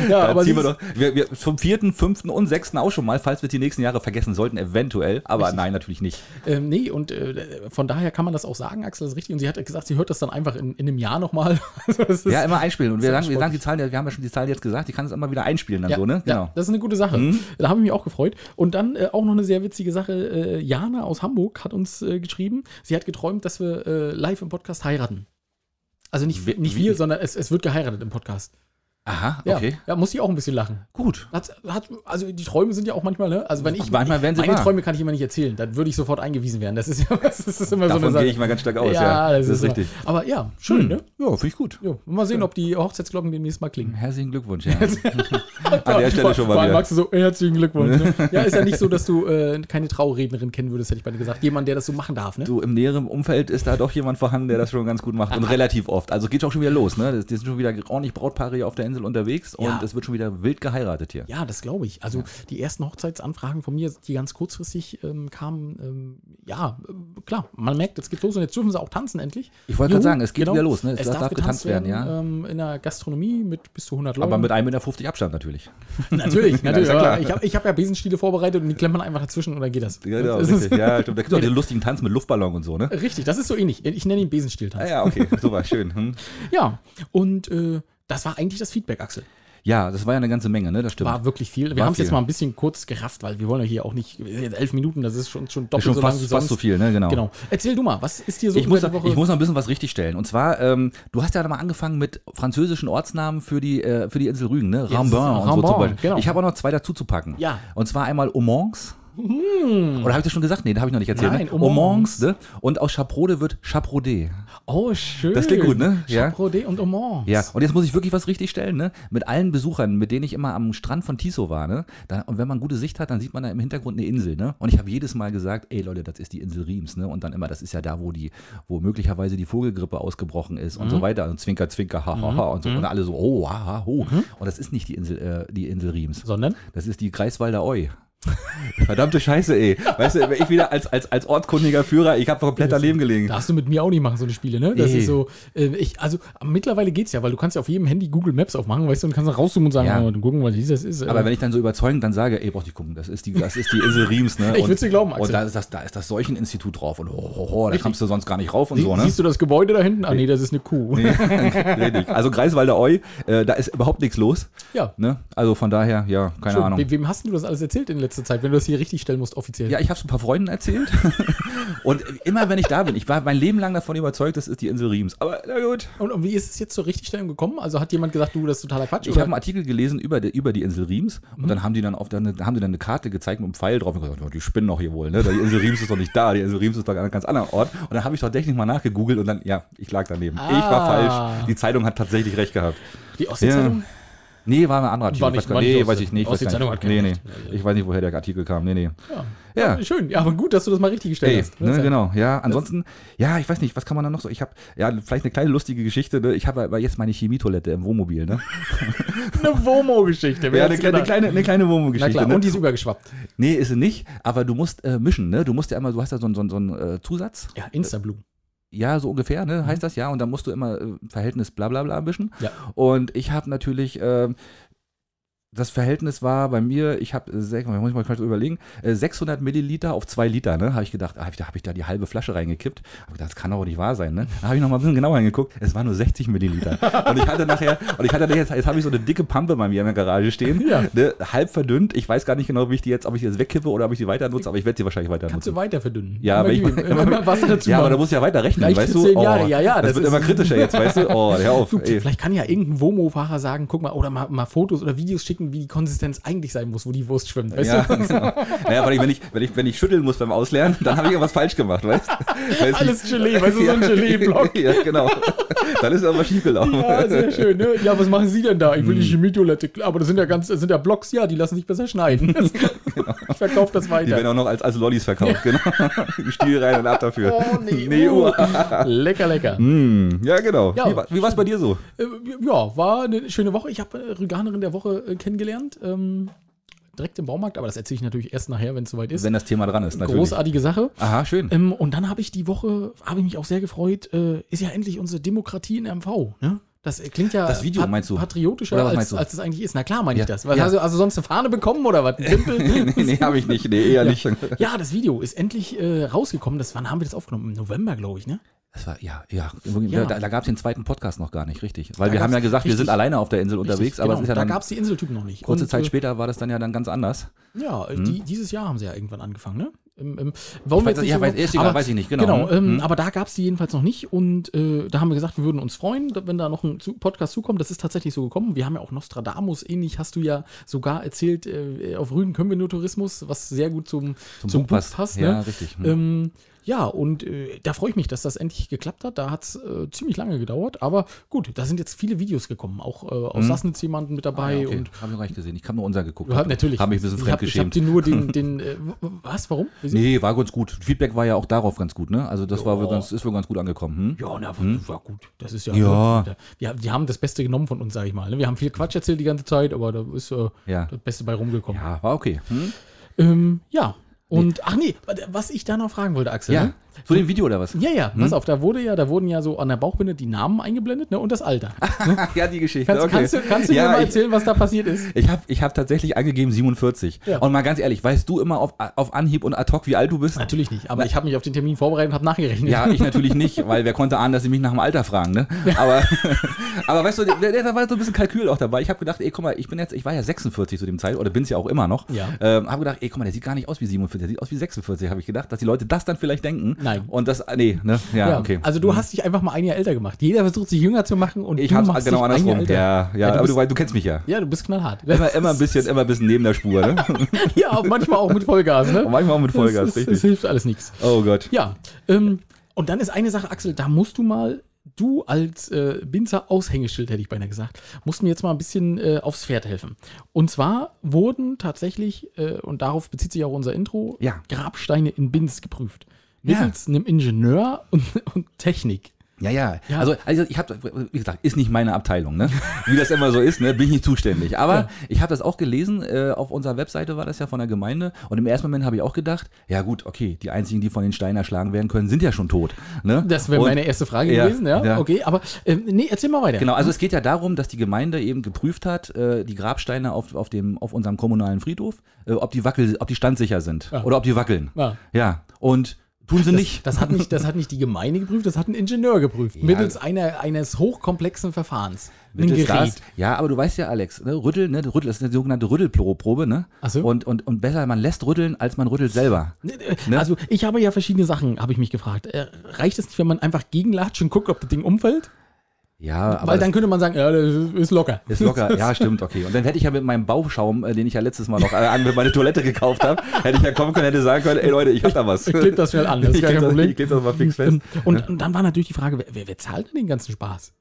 S1: Ja,
S2: Da
S1: aber
S2: ziehen wir
S1: sie
S2: doch, wir, wir vom vierten, fünften und sechsten auch schon mal, falls wir die nächsten Jahre vergessen sollten, eventuell. Aber nein, natürlich nicht.
S1: Ähm, nee, und äh, von daher kann man das auch sagen, Axel, das ist richtig. Und sie hat gesagt, sie hört das dann einfach in, in einem Jahr nochmal. <laughs> Also das ist-
S2: Ja, immer einspielen. Und wir
S1: ist
S2: sagen, wir
S1: sportlich.
S2: sagen die Zahlen, wir haben ja schon die Zahlen jetzt gesagt, die kann es immer wieder einspielen dann
S1: ja,
S2: so, ne? Mhm.
S1: ja, das ist eine gute Sache. Da habe ich mich auch gefreut. Und dann äh, auch noch eine sehr witzige Sache. Äh, Jana aus Hamburg hat uns äh, geschrieben, sie hat geträumt, dass wir äh, live im Podcast heiraten. Also nicht,
S2: Wie-
S1: nicht
S2: wie?
S1: wir, sondern es, es wird geheiratet im Podcast.
S2: Aha,
S1: Ja,
S2: okay.
S1: ja, muss ich auch ein bisschen lachen.
S2: Gut.
S1: Hat, hat, also die Träume sind ja auch manchmal, ne? Also wenn ich
S2: Manchmal werden sie
S1: meine
S2: wahr.
S1: Träume kann ich immer nicht erzählen, dann würde ich sofort eingewiesen werden. Das ist ja <laughs> das ist immer so
S2: Davon
S1: eine Sache.
S2: gehe ich mal ganz stark aus, ja.
S1: ja, das, ist,
S2: richtig. Hm.
S1: wahr. Aber ja, schön, ne?
S2: Ja, finde ich gut.
S1: Jo, mal sehen, ob die Hochzeitsglocken demnächst mal klingen.
S2: Herzlichen
S1: <laughs>
S2: Glückwunsch, ja. <laughs> An der Stelle schon
S1: Vor
S2: mal
S1: allem
S2: wieder.
S1: magst du so, äh, herzlichen Glückwunsch.
S2: <laughs>
S1: Ne? Ja, ist ja nicht so, dass du äh, keine Traurednerin kennen würdest, hätte ich beinahe gesagt. Jemand, der das so machen darf, ne?
S2: Du, im näheren Umfeld ist da doch jemand vorhanden, der das schon ganz gut macht.
S1: Ah.
S2: Und relativ oft. Also geht auch schon wieder los, ne? Das- Die sind schon wieder ordentlich Brautpaare hier auf der Insel unterwegs und
S1: Ja.
S2: es wird schon wieder wild geheiratet hier.
S1: Ja, das glaube ich. Also die ersten Hochzeitsanfragen von mir, die ganz kurzfristig ähm, kamen, ähm, ja, äh, klar, man merkt, es geht los und jetzt dürfen sie auch tanzen endlich.
S2: Ich wollte
S1: Jo,
S2: gerade sagen, es geht wieder los, ne?
S1: Es, darf, getanzt werden,
S2: ja.
S1: ähm, in der Gastronomie mit bis zu 100 Leuten.
S2: Aber mit 1,50 Meter Abstand natürlich.
S1: natürlich,
S2: <laughs> Ja, ist
S1: natürlich.
S2: ja
S1: aber
S2: klar.
S1: ich habe ich hab ja Besenstiele vorbereitet und die klemmt man einfach dazwischen und dann geht das. das ist,
S2: Genau, richtig. Ja, stimmt. Da gibt es auch den lustigen Tanz mit Luftballon und so, ne?
S1: <laughs> richtig, das ist so ähnlich. Ich nenne ihn Besenstieltanz.
S2: Ah, ja, okay. Super, schön. Hm.
S1: Ja, und äh, das war eigentlich das Feedback, Axel.
S2: Ja, das war ja eine ganze Menge, ne? Das stimmt.
S1: War wirklich viel. Wir
S2: War
S1: haben es jetzt
S2: viel.
S1: mal ein bisschen kurz gerafft, weil wir wollen ja hier auch nicht. Jetzt elf Minuten, das ist schon, schon
S2: Das ist
S1: doppelt
S2: schon
S1: so lang
S2: fast,
S1: wie sonst.
S2: fast so viel, ne? Genau.
S1: Genau. Erzähl du mal, was ist dir so
S2: ich
S1: über
S2: muss,
S1: die Woche?
S2: ich muss noch ein bisschen was richtigstellen. Und zwar, ähm, du hast ja da mal angefangen mit französischen Ortsnamen für die, äh, für die Insel Rügen, ne? Rambin und so
S1: Rambin,
S2: zum Beispiel.
S1: genau.
S2: Ich habe auch noch zwei dazu zu packen.
S1: Ja. Mhm.
S2: Und zwar einmal Omons. Oder habe ich das schon gesagt? Nee, da habe ich noch nicht erzählt.
S1: Nein,
S2: ne?
S1: Aumons.
S2: Aumons, ne? Und aus Chaprode wird Chaprode.
S1: oh, schön.
S2: Das klingt gut, ne? Ja.
S1: Chaprode und Aumont.
S2: Ja, und jetzt muss ich wirklich was richtigstellen, ne? Mit allen Besuchern, mit denen ich immer am Strand von Tiso war, ne? Da, und wenn man gute Sicht hat, dann sieht man da im Hintergrund eine Insel, ne? Und ich habe jedes Mal gesagt, ey Leute, das ist die Insel Riems, ne? Und dann immer, das ist ja da, wo die, wo möglicherweise die Vogelgrippe ausgebrochen ist und so weiter. Und Zwinker, Zwinker, ha, ha, ha und so. Und alle so, oh, ha, ha, ho. Und das ist nicht die Insel, äh, die Insel Riems.
S1: Sondern?
S2: Das ist die Greifswalder Eu. <laughs> Verdammte Scheiße, ey. Weißt du, ich wieder als, als, als ortskundiger Führer, ich habe komplett daneben gelegen.
S1: Darfst du mit mir auch nicht machen, so eine Spiele, ne? Das
S2: Nee.
S1: ist so, äh, ich, also äh, mittlerweile geht's ja, weil du kannst ja auf jedem Handy Google Maps aufmachen, weißt du, und kannst dann rauszoomen und sagen,
S2: Ja.
S1: oh, dann gucken, was dieses ist. äh.
S2: Aber wenn ich dann so überzeugend dann sage, ey, brauch nicht gucken, das ist die, das ist die Insel
S1: <laughs>
S2: Riems, ne?
S1: Ich
S2: Und-
S1: würd's dir glauben,
S2: Und
S1: Axel.
S2: da ist das, da ist das Seucheninstitut drauf und ho, ho, ho, da
S1: Richtig.
S2: kommst du sonst gar nicht rauf und
S1: Sie,
S2: so, ne?
S1: Siehst du das Gebäude da hinten? Ah, nee, das ist eine Kuh.
S2: Richtig. Also Greifswalder Eu, äh, da ist überhaupt nichts los.
S1: Ja.
S2: Ne? Also von daher, ja,
S1: <laughs>
S2: keine
S1: Schön.
S2: Ahnung.
S1: We- Wem hast denn du das alles erzählt in letzter Zeit, wenn du das hier richtig stellen musst, offiziell?
S2: Ja, ich habe es ein paar Freunden erzählt. <laughs> und immer wenn ich da bin, ich war mein Leben lang davon überzeugt, das ist die Insel Riems. Aber na gut.
S1: Und, und wie ist es jetzt zur Richtigstellung gekommen? Also hat jemand gesagt, du, das ist totaler Quatsch?
S2: Ich habe einen Artikel gelesen über die, über die Insel Riems
S1: Mhm.
S2: und dann haben die dann auf dann, haben die dann eine Karte gezeigt mit einem Pfeil drauf und gesagt, "Oh, die spinnen doch hier wohl, ne? Die Insel Riems ist doch nicht da, die Insel Riems ist doch an einem ganz anderen Ort. Und dann habe ich tatsächlich mal nachgegoogelt und dann, ja, ich lag daneben. Ich
S1: Ah.
S2: war falsch. Die Zeitung hat tatsächlich recht gehabt.
S1: die Ostsee-Zeitung?
S2: Nee, war ein anderer Artikel.
S1: War
S2: Ich
S1: nicht-
S2: weiß gar-
S1: war nicht
S2: nee,
S1: aus-
S2: weiß ich nicht.
S1: aus
S2: weiß
S1: der
S2: gar
S1: Zeitung hat
S2: nicht.
S1: keiner
S2: Nee, nee.
S1: recht.
S2: Ich weiß nicht, woher der Artikel kam. Nee, nee.
S1: Ja.
S2: Ja.
S1: Schön, ja, aber gut, dass du das mal richtig gestellt
S2: Ey,
S1: hast.
S2: ne, genau, ja. Ansonsten, ja, ich weiß nicht, was kann man da noch so? Ich habe, ja, vielleicht eine kleine lustige Geschichte. Ne? Ich habe aber jetzt meine Chemietoilette im Wohnmobil, ne?
S1: Eine WOMO-Geschichte. wer
S2: genau.
S1: hat's
S2: Ja, eine, kleine- eine
S1: gedacht?
S2: kleine, eine kleine
S1: Na
S2: Wohnmobilgeschichte.
S1: klar,
S2: ne?
S1: und die ist übergeschwappt.
S2: Nee, ist sie nicht, aber du musst äh, mischen, ne? Du musst ja immer, du hast ja so einen so einen- so einen, äh, Zusatz.
S1: Ja, Instablue.
S2: Ja, so ungefähr, ne? Heißt das ja. Und dann musst du immer äh, Verhältnis bla bla bla mischen.
S1: Ja.
S2: Und ich habe natürlich, ähm, das Verhältnis war bei mir, ich habe, muss ich mal kurz überlegen, äh, 600 Milliliter auf 2 Liter, ne? Habe ich gedacht, habe ich, da- hab ich da die halbe Flasche reingekippt. Habe gedacht, das kann doch nicht wahr sein, ne? Da habe ich noch mal ein bisschen genauer hingeguckt, es waren nur 60 Milliliter. und ich hatte nachher, und ich hatte nachher, jetzt, jetzt habe ich so eine dicke Pampe bei mir in der Garage stehen,
S1: Ja.
S2: ne? halb verdünnt. Ich weiß gar nicht genau, wie ich die jetzt, ob ich die jetzt wegkippe oder ob ich die weiter nutze, aber ich werde sie wahrscheinlich weiter
S1: Kannst du
S2: nutzen.
S1: weiter verdünnen.
S2: Ja, aber
S1: aber
S2: ich, <laughs>
S1: Wasser dazu
S2: ja, aber
S1: machen.
S2: da muss ich ja weiter rechnen,
S1: Vielleicht
S2: weißt
S1: für
S2: du? Oh,
S1: zehn Jahre, ja, ja,
S2: Das,
S1: das
S2: wird
S1: ist-
S2: immer kritischer jetzt, weißt du? Oh, hör auf.
S1: Du,
S2: ey.
S1: vielleicht kann ja irgendein WOMO-Fahrer sagen, guck mal, oder mal, mal Fotos oder Videos schicken, gucken, wie die Konsistenz eigentlich sein muss, wo die Wurst schwimmt. Weißt
S2: ja,
S1: du? <laughs>
S2: genau. Naja, weil ich, wenn, ich, wenn, ich, wenn ich schütteln muss beim Auslernen, dann habe ich irgendwas falsch gemacht, weißt
S1: <laughs>
S2: du? Weil es
S1: Alles
S2: nicht-
S1: Gelee, weißt du, so ein Gelee-Block.
S2: <laughs> Ja, genau. Dann ist aber schief gelaufen.
S1: Ja, sehr schön. Ne? Ja, was machen Sie denn da? Ich
S2: Hm.
S1: will die Chemietoilette. Aber das sind ja ganz, das sind ja Blocks, ja, die lassen sich besser schneiden. <laughs> Ich verkaufe das
S2: Genau. Die werden
S1: weiter.
S2: auch noch als, als Lollis verkauft, genau. <laughs> Stiel rein und ab dafür.
S1: uh.
S2: <laughs> Uhr.
S1: Lecker, lecker.
S2: Hm, ja, genau.
S1: Ja.
S2: Wie, war- wie war es bei dir so?
S1: Äh, ja, war eine schöne Woche. Ich habe äh, Rüganerin der Woche äh, kennengelernt. Ähm, direkt im Baumarkt, aber das erzähle ich natürlich erst nachher, wenn es soweit ist.
S2: Wenn das Thema dran ist, natürlich.
S1: Großartige Sache.
S2: Aha,
S1: <laughs>
S2: schön.
S1: Ähm, und dann habe ich die Woche, habe ich mich auch sehr gefreut, äh, ist ja endlich unsere Demokratie in MV. Ne? Das äh, klingt ja
S2: Das Video, meinst du?
S1: patriotischer,
S2: Oder was
S1: als,
S2: meinst du?
S1: als es eigentlich ist. Na klar meine ich
S2: Ja.
S1: das. Was,
S2: Ja.
S1: hast du also sonst eine Fahne bekommen oder was? Ein Tempel?
S2: <laughs> nee, nee, habe ich nicht. Nee, eher nicht.
S1: ja, das Video ist endlich äh, rausgekommen. Das, wann haben wir das aufgenommen? Im November, glaube ich, ne?
S2: Das war, ja, ja. Übrigens,
S1: Ja.
S2: Da, da gab es den zweiten Podcast noch gar nicht, richtig. Weil
S1: Da
S2: wir haben ja
S1: gab's-
S2: gesagt, wir sind
S1: richtig.
S2: alleine auf der Insel unterwegs,
S1: Richtig,
S2: aber
S1: genau.
S2: es ist ja
S1: da
S2: dann
S1: gab es die Inseltypen noch nicht.
S2: kurze
S1: Und,
S2: Zeit
S1: äh,
S2: später war das dann ja dann ganz anders.
S1: Ja, äh, die, dieses Jahr haben sie ja irgendwann angefangen, ne? Ähm, ähm,
S2: Hm? Ich
S1: warum
S2: weiß-
S1: jetzt nicht
S2: ja,
S1: so
S2: weiß-
S1: genau-
S2: ist egal, weiß ich nicht, genau.
S1: Genau, ähm,
S2: Mhm.
S1: aber da gab es die jedenfalls noch nicht und äh, da haben wir gesagt, wir würden uns freuen, da- wenn da noch ein zu Podcast zukommt. Das ist tatsächlich so gekommen. Wir haben ja auch Nostradamus, ähnlich hast du ja sogar erzählt, äh, auf Rügen können wir nur Tourismus, was sehr gut zum, zum, Buch passt. ne?
S2: Ja, richtig. Hm.
S1: Ähm, ja, und äh, da freue ich mich, dass das endlich geklappt hat. Da hat es äh, ziemlich lange gedauert, aber gut, da sind jetzt viele Videos gekommen. Auch äh, aus
S2: Mhm.
S1: Sassnitz jemanden mit
S2: Ah,
S1: dabei
S2: ja, okay.
S1: und
S2: Haben wir gar nicht gesehen. Ich habe nur unser geguckt.
S1: ja, natürlich.
S2: Habe mich ein bisschen
S1: ich hab, ich hab
S2: fremdgeschämt.
S1: dir nur
S2: <laughs>
S1: den, den äh, w- w- was, warum? Wieso?
S2: Nee, war ganz gut. Feedback war ja auch darauf ganz gut, ne? Also das war wohl
S1: Ja.
S2: ganz, ist wohl ganz gut angekommen. Hm?
S1: Ja, na, war gut. Das ist ja.
S2: Ja.
S1: Da- Wir, die haben das Beste genommen von uns, sag ich mal. ne? Wir haben viel Quatsch erzählt die ganze Zeit, aber da ist äh,
S2: Ja.
S1: das Beste bei rumgekommen. Ja.
S2: Ja, war okay. Hm?
S1: Ähm, ja. Und, ach nee, was ich da noch fragen wollte, Axel.
S2: Ja. Hm?
S1: Ne?
S2: Zu dem Video oder was?
S1: Ja, ja, pass auf, da wurde ja, da wurden ja so an der Bauchbinde die Namen eingeblendet, ne, und das Alter.
S2: <laughs> ja, die Geschichte.
S1: Kannst,
S2: Ah, okay.
S1: kannst du, kannst du
S2: ja,
S1: mir mal
S2: ich-
S1: erzählen, was da passiert ist?
S2: Ich habe ich hab tatsächlich angegeben 47.
S1: Ja.
S2: Und mal ganz ehrlich, weißt du immer auf, auf Anhieb und ad hoc, wie alt du bist?
S1: Natürlich nicht, aber ich habe mich auf den Termin vorbereitet und habe nachgerechnet.
S2: Ja, ich
S1: <laughs>
S2: natürlich nicht, weil wer konnte ahnen, dass sie mich nach dem Alter fragen, ne? Aber, <laughs> aber weißt du, da da war so ein bisschen Kalkül auch dabei. Ich habe gedacht, ey, guck mal, ich bin jetzt, ich war ja 46 zu dem Zeit oder bin's ja auch immer noch.
S1: Ja.
S2: Ähm, habe gedacht, ey, guck mal, der sieht gar nicht aus wie 47, der sieht aus wie 46, habe ich gedacht, dass die Leute das dann vielleicht denken.
S1: Nein.
S2: Und das, nee, ne? Ja,
S1: Ja,
S2: okay.
S1: Also du hast dich einfach mal ein Jahr älter gemacht. Jeder versucht sich jünger zu machen und
S2: ich
S1: du
S2: hab's
S1: machst
S2: genau
S1: dich ein Jahr
S2: andersrum.
S1: älter.
S2: Ja, ja,
S1: Ja, du
S2: aber du,
S1: bist-
S2: weißt, du kennst mich ja.
S1: Ja, du bist knallhart. <laughs>
S2: Immer, immer ein bisschen, immer ein bisschen neben der Spur, ne?
S1: ja, und manchmal auch mit Vollgas, ne?
S2: Und <laughs> manchmal auch mit Vollgas,
S1: das, das, das
S2: richtig.
S1: hilft alles nichts.
S2: Oh Gott.
S1: Ja, ähm, und dann ist eine Sache, Axel, da musst du mal, du als äh, Binzer Aushängeschild, hätte ich beinahe gesagt, musst mir jetzt mal ein bisschen äh, aufs Pferd helfen. Und zwar wurden tatsächlich, äh, und darauf bezieht sich auch unser Intro,
S2: Ja.
S1: Grabsteine in Binz geprüft.
S2: Ja.
S1: Mittels einem Ingenieur und, <laughs> und Technik.
S2: Ja, ja.
S1: Ja.
S2: Also, also ich habe, wie gesagt, ist nicht meine Abteilung, ne? Wie das immer so ist, ne? Bin ich nicht zuständig. Aber
S1: Ja.
S2: ich habe das auch gelesen, äh, auf unserer Webseite war das ja von der Gemeinde. Und im ersten Moment habe ich auch gedacht, ja gut, okay, die einzigen, die von den Steinen erschlagen werden können, sind ja schon tot. Ne?
S1: Das wäre
S2: Und-
S1: meine erste Frage
S2: Ja,
S1: gewesen, ja?
S2: ja.
S1: Okay, aber ähm, nee, erzähl mal weiter.
S2: Genau, also es geht ja darum, dass die Gemeinde eben geprüft hat, äh, die Grabsteine auf, auf, dem, auf unserem kommunalen Friedhof, äh, ob die wackel, ob die standsicher sind
S1: Ja.
S2: oder ob die wackeln.
S1: Ja.
S2: Ja. Und tun sie nicht. <laughs>
S1: Das hat, nicht, das hat nicht die Gemeinde geprüft, das hat ein Ingenieur geprüft. Mittels einer, eines hochkomplexen Verfahrens. Ein
S2: Mittels Das, ja, aber du weißt ja, Alex, ne, Rütteln, ne, Rüttel ist eine sogenannte Rüttelprobe, ne?
S1: Ach so.
S2: Und, und, und besser, man lässt rütteln, als man rüttelt selber. Ne?
S1: Also, ich habe ja verschiedene Sachen, habe ich mich gefragt. Äh, reicht es nicht, wenn man einfach gegenlatscht und guckt, ob das Ding umfällt?
S2: Ja, aber
S1: Weil dann
S2: das
S1: könnte man sagen, ja, das ist- ist locker.
S2: ist locker. Ja, stimmt, okay. Und dann hätte ich ja mit meinem Bauchschaum, äh, den ich ja letztes Mal noch äh, an meine Toilette gekauft habe, hätte ich ja kommen können, hätte sagen können, ey Leute, ich hab da was.
S1: Ich klebe das schnell an, das ist
S2: Ich
S1: gar
S2: kleb
S1: kein
S2: das-
S1: Problem. Ähm.
S2: ich kleb das mal fix fest.
S1: <laughs> Und, und dann war natürlich die Frage, wer, wer, wer zahlt denn den ganzen Spaß?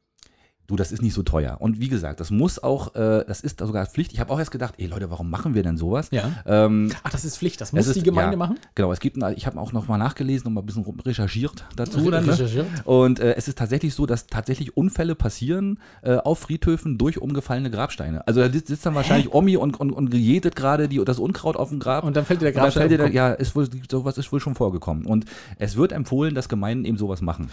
S2: du, das ist nicht so teuer. Und wie gesagt, das muss auch, äh, das ist sogar Pflicht. Ich habe auch erst gedacht, ey Leute, warum machen wir denn sowas?
S1: Ja.
S2: Ähm,
S1: Ach, das ist Pflicht, das
S2: Es
S1: muss die
S2: ist-
S1: Gemeinde
S2: ja,
S1: machen?
S2: Genau, es gibt, ich habe auch noch mal nachgelesen und mal ein bisschen rum- recherchiert dazu.
S1: Re-
S2: Dann, ne?
S1: recherchiert.
S2: Und äh, es ist tatsächlich so, dass tatsächlich Unfälle passieren äh, auf Friedhöfen durch umgefallene Grabsteine. Also da sitzt sitzt dann wahrscheinlich Omi und, und, und jätet gerade die, das Unkraut auf dem Grab.
S1: Und dann fällt dir der
S2: Und dann
S1: Grabstein
S2: fällt dir der,
S1: auf den
S2: ja, ist wohl, sowas ist wohl schon vorgekommen. Und es wird empfohlen, dass Gemeinden eben sowas machen.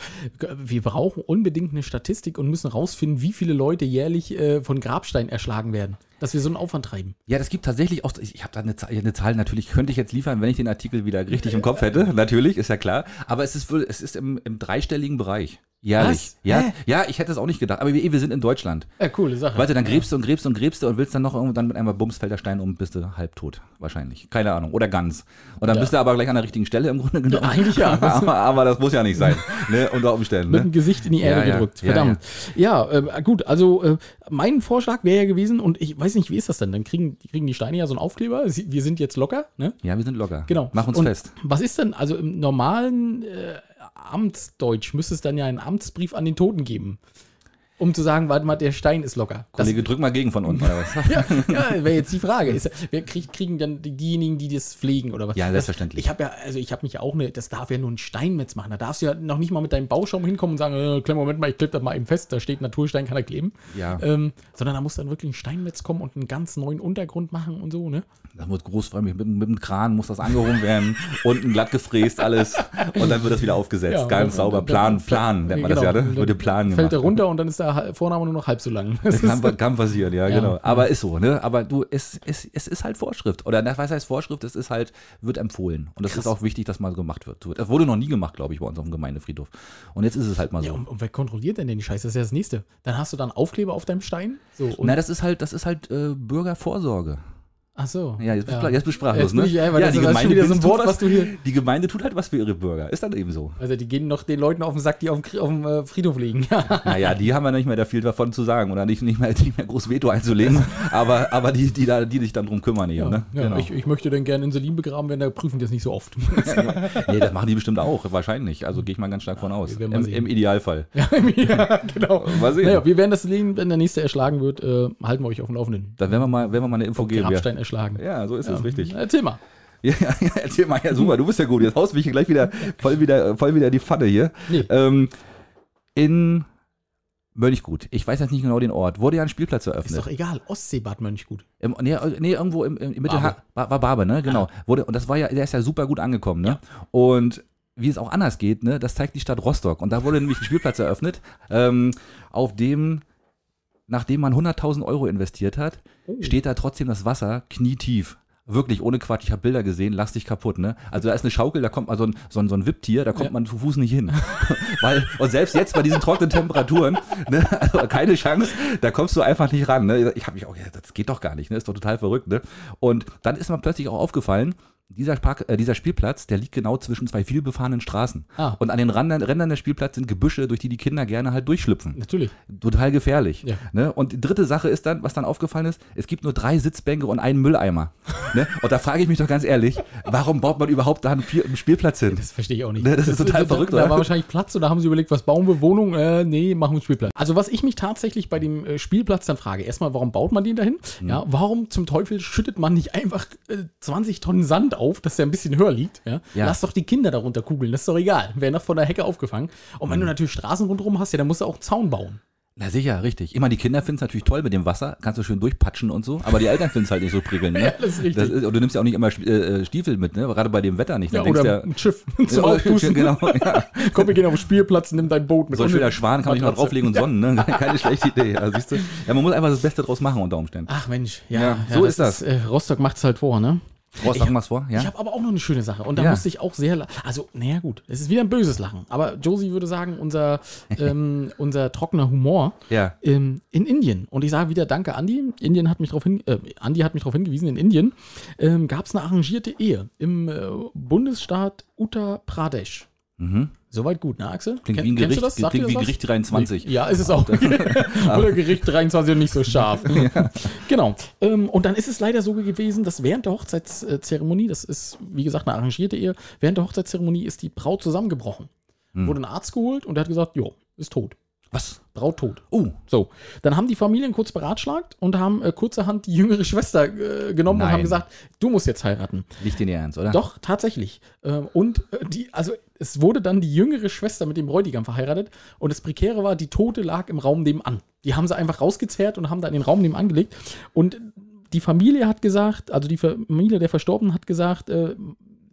S1: Wir brauchen unbedingt eine Statistik und müssen rausfinden, wie viele Leute jährlich äh, von Grabstein erschlagen werden. Dass wir so einen Aufwand treiben.
S2: Ja, das gibt tatsächlich auch, ich, ich habe da eine, Zahl- eine Zahl, natürlich könnte ich jetzt liefern, wenn ich <laughs> den Artikel wieder richtig im Kopf hätte, natürlich, ist ja klar. Aber es ist, wohl- es ist im, im dreistelligen Bereich. Jährlich.
S1: Was?
S2: Ja,
S1: Hä?
S2: ja, ich hätte es auch nicht gedacht. Aber wir, wir sind in Deutschland.
S1: Ja, coole Sache.
S2: Warte, dann gräbst du und gräbst und gräbst du und willst dann noch irgendwann mit einmal Bums fällt der Stein um und bist du halbtot. Wahrscheinlich. Keine Ahnung. Oder ganz. Und dann
S1: Ja.
S2: bist du aber gleich an der richtigen Stelle im Grunde genommen.
S1: Ja,
S2: <laughs>
S1: eigentlich ja.
S2: aber, aber das muss ja nicht sein. Ne? Unter Umständen.
S1: Mit dem
S2: Ne?
S1: Gesicht in die
S2: Ja,
S1: Erde
S2: ja,
S1: gedrückt.
S2: ja,
S1: Verdammt. Ja, äh, gut, also äh, mein Vorschlag wäre ja gewesen, und ich weiß nicht, wie ist das denn? Dann kriegen, die kriegen die Steine ja so einen Aufkleber. Sie, wir sind jetzt locker, ne?
S2: Ja, wir sind locker.
S1: Genau.
S2: Mach uns
S1: und
S2: fest.
S1: Was ist denn, also im normalen äh, Amtsdeutsch müsste es dann ja einen Amtsbrief an den Toten geben, um zu sagen, warte mal, der Stein ist locker. Das-
S2: Kollege, drück mal gegen von unten. Oder was?
S1: <laughs> ja, ja wäre jetzt die Frage. Ist, wer kriegt, kriegen dann die- diejenigen, die das pflegen oder was?
S2: Ja,
S1: Das,
S2: selbstverständlich.
S1: ich habe ja, also ich habe mich ja auch eine, das darf ja nur ein Steinmetz machen. Da darfst du ja noch nicht mal mit deinem Bauschaum hinkommen und sagen, äh, kleinen Moment mal, ich klebe das mal eben fest, da steht Naturstein, kann er kleben.
S2: Ja.
S1: Ähm, sondern da muss dann wirklich ein Steinmetz kommen und einen ganz neuen Untergrund machen und so, ne?
S2: Das wird großräumig. Mit, mit dem Kran muss das angehoben
S1: <laughs>
S2: werden. Unten glatt gefräst alles. Und dann wird das wieder aufgesetzt.
S1: Ja,
S2: Ganz
S1: und-
S2: sauber.
S1: und-
S2: Plan, Plan nennt man
S1: Genau.
S2: das ja. Ne? Wird der Plan
S1: Fällt
S2: gemacht.
S1: er runter und dann ist der Ha- Vorname nur noch halb so lang. Das
S2: Kann,
S1: ist-
S2: kann passieren, ja,
S1: Ja.
S2: genau. Aber ist so, ne? Aber du, es, es, es ist halt Vorschrift. Oder na, was heißt Vorschrift? Es ist halt, wird empfohlen. Und das ist auch wichtig, dass mal gemacht wird. Das wurde noch nie gemacht, glaube ich, bei uns auf dem Gemeindefriedhof. Und jetzt ist es halt
S1: <laughs>
S2: mal
S1: ja,
S2: so.
S1: und, und wer kontrolliert denn den Scheiß? Das ist ja das Nächste. Dann hast du dann Aufkleber auf deinem Stein. So, und,
S2: Na, das ist halt, das ist halt äh, Bürgervorsorge.
S1: ach so.
S2: Ja, jetzt, ja. jetzt
S1: Jetzt
S2: besprachlos,
S1: bin
S2: ne?
S1: ich- ey, weil das ist schon wieder
S2: tut
S1: so ein Wort,
S2: was-
S1: was du hier-
S2: Die Gemeinde tut halt was für ihre Bürger. Ist dann eben so.
S1: Also die gehen noch den Leuten auf den Sack, die auf dem, Krie- auf dem äh, Friedhof liegen. <laughs> Ja.
S2: Naja, die haben ja nicht mehr da viel davon zu sagen oder nicht, nicht, mehr, nicht mehr groß Veto einzulegen, aber, aber die, die, da, die sich dann drum kümmern eben, ne?
S1: Ja, ich, ich möchte dann gerne in Selin begraben werden, da prüfen die das nicht so oft. <laughs>
S2: Nee, das machen die bestimmt auch, wahrscheinlich. Also gehe ich mal ganz stark von aus.
S1: wir werden
S2: Im,
S1: mal sehen.
S2: Im Idealfall.
S1: ja, genau.
S2: Mal Äh, sehen.
S1: Naja, wir werden das Leben, wenn der nächste erschlagen wird, äh, halten wir euch auf dem Laufenden.
S2: Da werden wir mal, werden wir mal eine Info geben. Ja.
S1: Grabstein erschlagen.
S2: ja, so ist
S1: Ja.
S2: es richtig. <laughs>
S1: Erzähl mal.
S2: Ja, ja, ja, erzähl mal, ja super, du bist ja gut. Jetzt haust mich hier gleich wieder voll wieder, voll wieder in die Pfanne hier.
S1: Nee.
S2: Ähm, in Mönchgut, ich weiß jetzt nicht genau den Ort, wurde ja ein Spielplatz
S1: Ist doch
S2: eröffnet.
S1: egal. Ostseebad Mönchgut.
S2: Im, nee, äh, nee, irgendwo im, im Mittelhaar.
S1: Barbe.
S2: War, war Barbe, ne? Genau. Wurde, und das war ja, der ist ja super gut angekommen, ne? Und wie es auch anders geht, ne? Das zeigt die Stadt Rostock. Und da wurde nämlich ein Spielplatz <laughs> eröffnet, ähm, auf dem, nachdem man 100.000 Euro investiert hat, steht da trotzdem das Wasser knietief. Wirklich, ohne Quatsch, ich habe Bilder gesehen, lass dich kaputt, ne? Also da ist eine Schaukel, da kommt mal so ein, so ein, so ein Wipptier, da kommt
S1: Ja.
S2: man zu Fuß nicht hin. <laughs> Weil, und selbst jetzt bei diesen trockenen Temperaturen, ne, also keine Chance, da kommst du einfach nicht ran. Ne? Ich habe mich auch, ja, das geht doch gar nicht, ne? Ist doch total verrückt, ne? Und dann ist mir plötzlich auch aufgefallen, dieser, Park, äh, dieser Spielplatz, der liegt genau zwischen zwei vielbefahrenen Straßen.
S1: Ah.
S2: Und an den Rändern, Rändern des Spielplatzes sind Gebüsche, durch die die Kinder gerne halt durchschlüpfen
S1: Natürlich.
S2: total gefährlich.
S1: Ja.
S2: Ne? Und die dritte Sache ist dann, was dann aufgefallen ist, es gibt nur drei Sitzbänke und einen Mülleimer. ne? Und da frage ich mich doch ganz ehrlich, warum baut man überhaupt da einen, Vier- einen Spielplatz hin?
S1: Das verstehe ich auch nicht.
S2: Ne, das ist total verrückt,
S1: Da,
S2: oder?
S1: war wahrscheinlich Platz und da haben sie überlegt, was bauen wir, Wohnung? Äh, nee, machen wir einen Spielplatz. Also was ich mich tatsächlich bei dem äh, Spielplatz dann frage, erstmal, warum baut man den dahin?
S2: Mhm.
S1: Ja, warum zum Teufel schüttet man nicht einfach äh, 20 Tonnen Sand auf, dass der ein bisschen höher liegt? Ja?
S2: Ja.
S1: Lass doch die Kinder darunter kugeln, das ist doch egal. Wer noch von der Hecke aufgefangen. Und
S2: Mhm.
S1: wenn du natürlich Straßen rundherum hast, ja, dann musst du auch einen Zaun bauen.
S2: Na sicher, richtig. Immer die Kinder finden es natürlich toll mit dem Wasser, kannst du schön durchpatschen und so, aber die <laughs> Eltern finden es halt nicht so prickelnd. Ne?
S1: Ja, das ist richtig.
S2: und du nimmst ja auch nicht immer Sch- äh, äh, Stiefel mit, ne? gerade bei dem Wetter nicht. Dann
S1: Ja, oder
S2: denkst du
S1: ein
S2: <laughs>
S1: Schiff
S2: ja,
S1: zum Aufpusten.
S2: genau, ja.
S1: <laughs> Komm, wir gehen auf den Spielplatz, nimm dein Boot mit.
S2: So ein
S1: Und-
S2: schöner Schwan kann man nicht noch
S1: Matratze.
S2: drauflegen und sonnen. Ne? <laughs> Keine schlechte Idee. Also, siehst du? Ja, man muss einfach das Beste draus machen unter Umständen.
S1: Ach Mensch, ja.
S2: Ja, so ist das.
S1: äh, Rostock macht's halt vor, ne?
S2: Rostock, mach's vor. Ja?
S1: Ich habe aber auch noch eine schöne Sache. Und da
S2: Ja.
S1: musste ich auch sehr lachen. Also, naja, gut. Es ist wieder ein böses Lachen. Aber Josie würde sagen,
S2: <laughs>
S1: unser, ähm, unser trockener Humor
S2: ja.
S1: ähm, in Indien. Und ich sage wieder Danke, Andi. Indien hat mich darauf hin, äh, Andi hat mich darauf hingewiesen. In Indien ähm, gab es eine arrangierte Ehe im äh, Bundesstaat Uttar Pradesh.
S2: Mhm.
S1: Soweit gut, ne, Axel?
S2: Klingt
S1: Ken-
S2: wie ein
S1: kennst
S2: Gericht,
S1: du das? Sagt
S2: klingt
S1: dir
S2: wie
S1: das was?
S2: Gericht 23.
S1: Ja, ist es auch. <laughs> Oder Gericht 23 und nicht so scharf. Genau. Ähm, und dann ist es leider so gewesen, dass während der Hochzeitszeremonie, das ist wie gesagt eine arrangierte Ehe, während der Hochzeitszeremonie ist die Braut zusammengebrochen. Wurde ein Arzt geholt und der hat gesagt, jo, ist tot.
S2: Was?
S1: Braut tot.
S2: Oh,
S1: So, dann haben die Familien kurz beratschlagt und haben äh, kurzerhand die jüngere Schwester äh, genommen und
S2: Nein.
S1: haben gesagt, du musst jetzt heiraten.
S2: nicht den Ernst, oder?
S1: Doch, tatsächlich. Ähm, und äh, die, also es wurde dann die jüngere Schwester mit dem Bräutigam verheiratet und das Prekäre war, die Tote lag im Raum nebenan. Die haben sie einfach rausgezerrt und haben da in den Raum nebenan gelegt. Und die Familie hat gesagt, also die Familie der Verstorbenen hat gesagt, äh,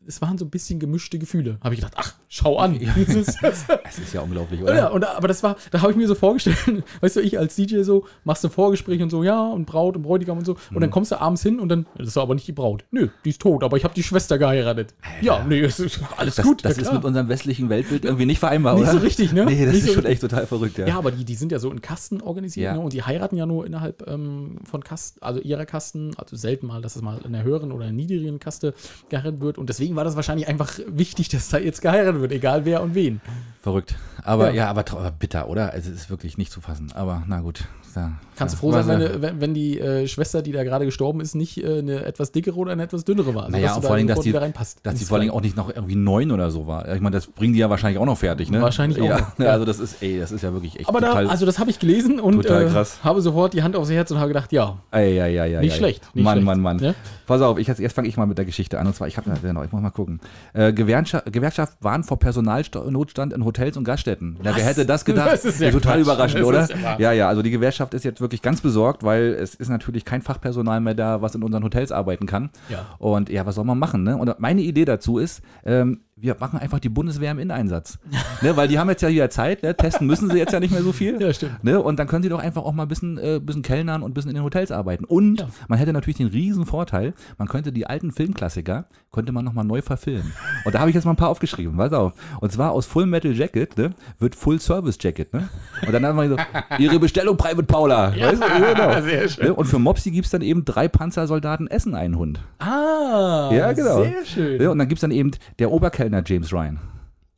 S1: es waren so ein bisschen gemischte Gefühle. Habe ich gedacht, ach, schau an.
S2: Ja.
S1: Das ist-
S2: Es ist ja unglaublich,
S1: Ja,
S2: oder?
S1: und, da- aber das war, da habe ich mir so vorgestellt, <laughs> weißt du, ich als DJ so, machst ein Vorgespräch und so, ja, und Braut und Bräutigam und so. Und
S2: Mhm.
S1: dann kommst du abends hin und dann, das ist aber nicht die Braut. Nö, die ist tot, aber ich habe die Schwester geheiratet. Ja, nee, es ist alles
S2: Das,
S1: gut.
S2: das
S1: ja,
S2: ist
S1: klar.
S2: mit unserem westlichen Weltbild irgendwie nicht vereinbar,
S1: Nicht
S2: oder?
S1: so richtig, ne?
S2: Nee, das
S1: Nicht
S2: ist
S1: so
S2: schon echt total verrückt, ja.
S1: ja, aber die, die sind ja so in Kasten organisiert
S2: Ja.
S1: ne? und die heiraten ja nur innerhalb ähm, von Kasten, also ihrer Kasten, also selten mal, dass es mal in einer höheren oder einer niedrigeren Kaste geheiratet wird und deswegen war das wahrscheinlich einfach wichtig, dass da jetzt geheiratet wird, egal wer und wen.
S2: Verrückt. Aber
S1: Ja.
S2: ja, aber trau- aber bitter, oder? Also, Es ist wirklich nicht zu fassen. Aber na gut. Da,
S1: Kannst du
S2: ja,
S1: froh sein,
S2: was,
S1: wenn,
S2: äh,
S1: äh, wenn, wenn die äh, Schwester, die da gerade gestorben ist, nicht äh, eine etwas dickere oder eine etwas dünnere war. Also
S2: naja,
S1: du
S2: und
S1: da
S2: vor allem,
S1: sofort
S2: dass die,
S1: wieder reinpasst.
S2: dass die vor allem auch nicht noch irgendwie neun oder so war. Ich meine, das bringen die ja wahrscheinlich auch noch fertig, ne?
S1: Wahrscheinlich auch
S2: Ja,
S1: noch, ja.
S2: Also das ist, ey, das ist ja wirklich echt
S1: Aber da,
S2: total.
S1: also das habe ich gelesen und
S2: total
S1: äh,
S2: krass.
S1: habe sofort die Hand aufs Herz und habe gedacht, ja,
S2: Ei, ei, ei, ei,
S1: Nicht
S2: ei.
S1: schlecht, nicht
S2: Mann,
S1: schlecht.
S2: Mann, Mann.
S1: Ne?
S2: Pass auf, ich, jetzt, jetzt fange ich mal mit der Geschichte an. Und zwar, ich habe, genau, ich muss mal gucken. Äh, Gewerkschaft, Gewerkschaft warnt vor Personalnotstand in Hotels und Gaststätten. Na, wer
S1: Was?
S2: hätte das gedacht?
S1: Das ist ja
S2: Ey, total
S1: Quatsch.
S2: überraschend,
S1: Das
S2: oder?
S1: ist ja Wahnsinn.
S2: ja, ja, also die Gewerkschaft ist jetzt wirklich ganz besorgt, weil es ist natürlich kein Fachpersonal mehr da, was in unseren Hotels arbeiten kann.
S1: Ja.
S2: Und ja, was soll man machen? Ne? Und meine Idee dazu ist, ähm, wir machen einfach die Bundeswehr
S1: <laughs>
S2: im Inneinsatz. ne? Weil die haben jetzt ja wieder Zeit, ne? testen müssen sie jetzt ja nicht mehr so viel.
S1: Ja, stimmt.
S2: Ne? Und dann können sie doch einfach auch mal ein bisschen, äh, bisschen kellnern und ein bisschen in den Hotels arbeiten. Und
S1: Ja.
S2: man hätte natürlich den riesen Vorteil, man könnte die alten Filmklassiker, könnte man nochmal neu
S1: <laughs>
S2: verfilmen. Und da habe ich jetzt mal ein paar aufgeschrieben, pass auf. Und zwar aus Full Metal Jacket ne, wird Full Service Jacket. Ne? Und dann haben wir so,
S1: <laughs>
S2: ihre Bestellung Private Paula. weißt du? Ja, genau.
S1: sehr schön.
S2: Ne? Und für Mopsi gibt es dann eben drei Panzersoldaten Essen einen Hund.
S1: Ah,
S2: Ja, genau.
S1: sehr schön.
S2: Ne? Und dann gibt es dann eben der Oberkellner James Ryan.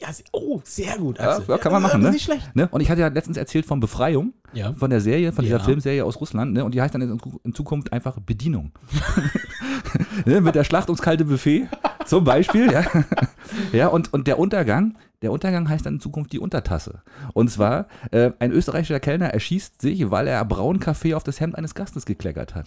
S1: Ja, se- oh, sehr gut.
S2: Ja,
S1: Axel.
S2: ja, kann man
S1: Ja,
S2: machen,
S1: das
S2: ne?
S1: ist nicht schlecht.
S2: Ne? Und ich hatte ja letztens erzählt von Befreiung,
S1: Ja.
S2: von der Serie, von dieser
S1: Ja.
S2: Filmserie aus Russland, ne? Und die heißt dann in, in Zukunft einfach Bedienung. <laughs> ne? Mit der Schlacht ums kalte Buffet zum Beispiel, ja. <laughs> ja und, und der Untergang, der Untergang heißt dann in Zukunft die Untertasse. Und zwar, äh, ein österreichischer Kellner erschießt sich, weil er braunen Kaffee auf das Hemd eines Gastes gekleckert hat.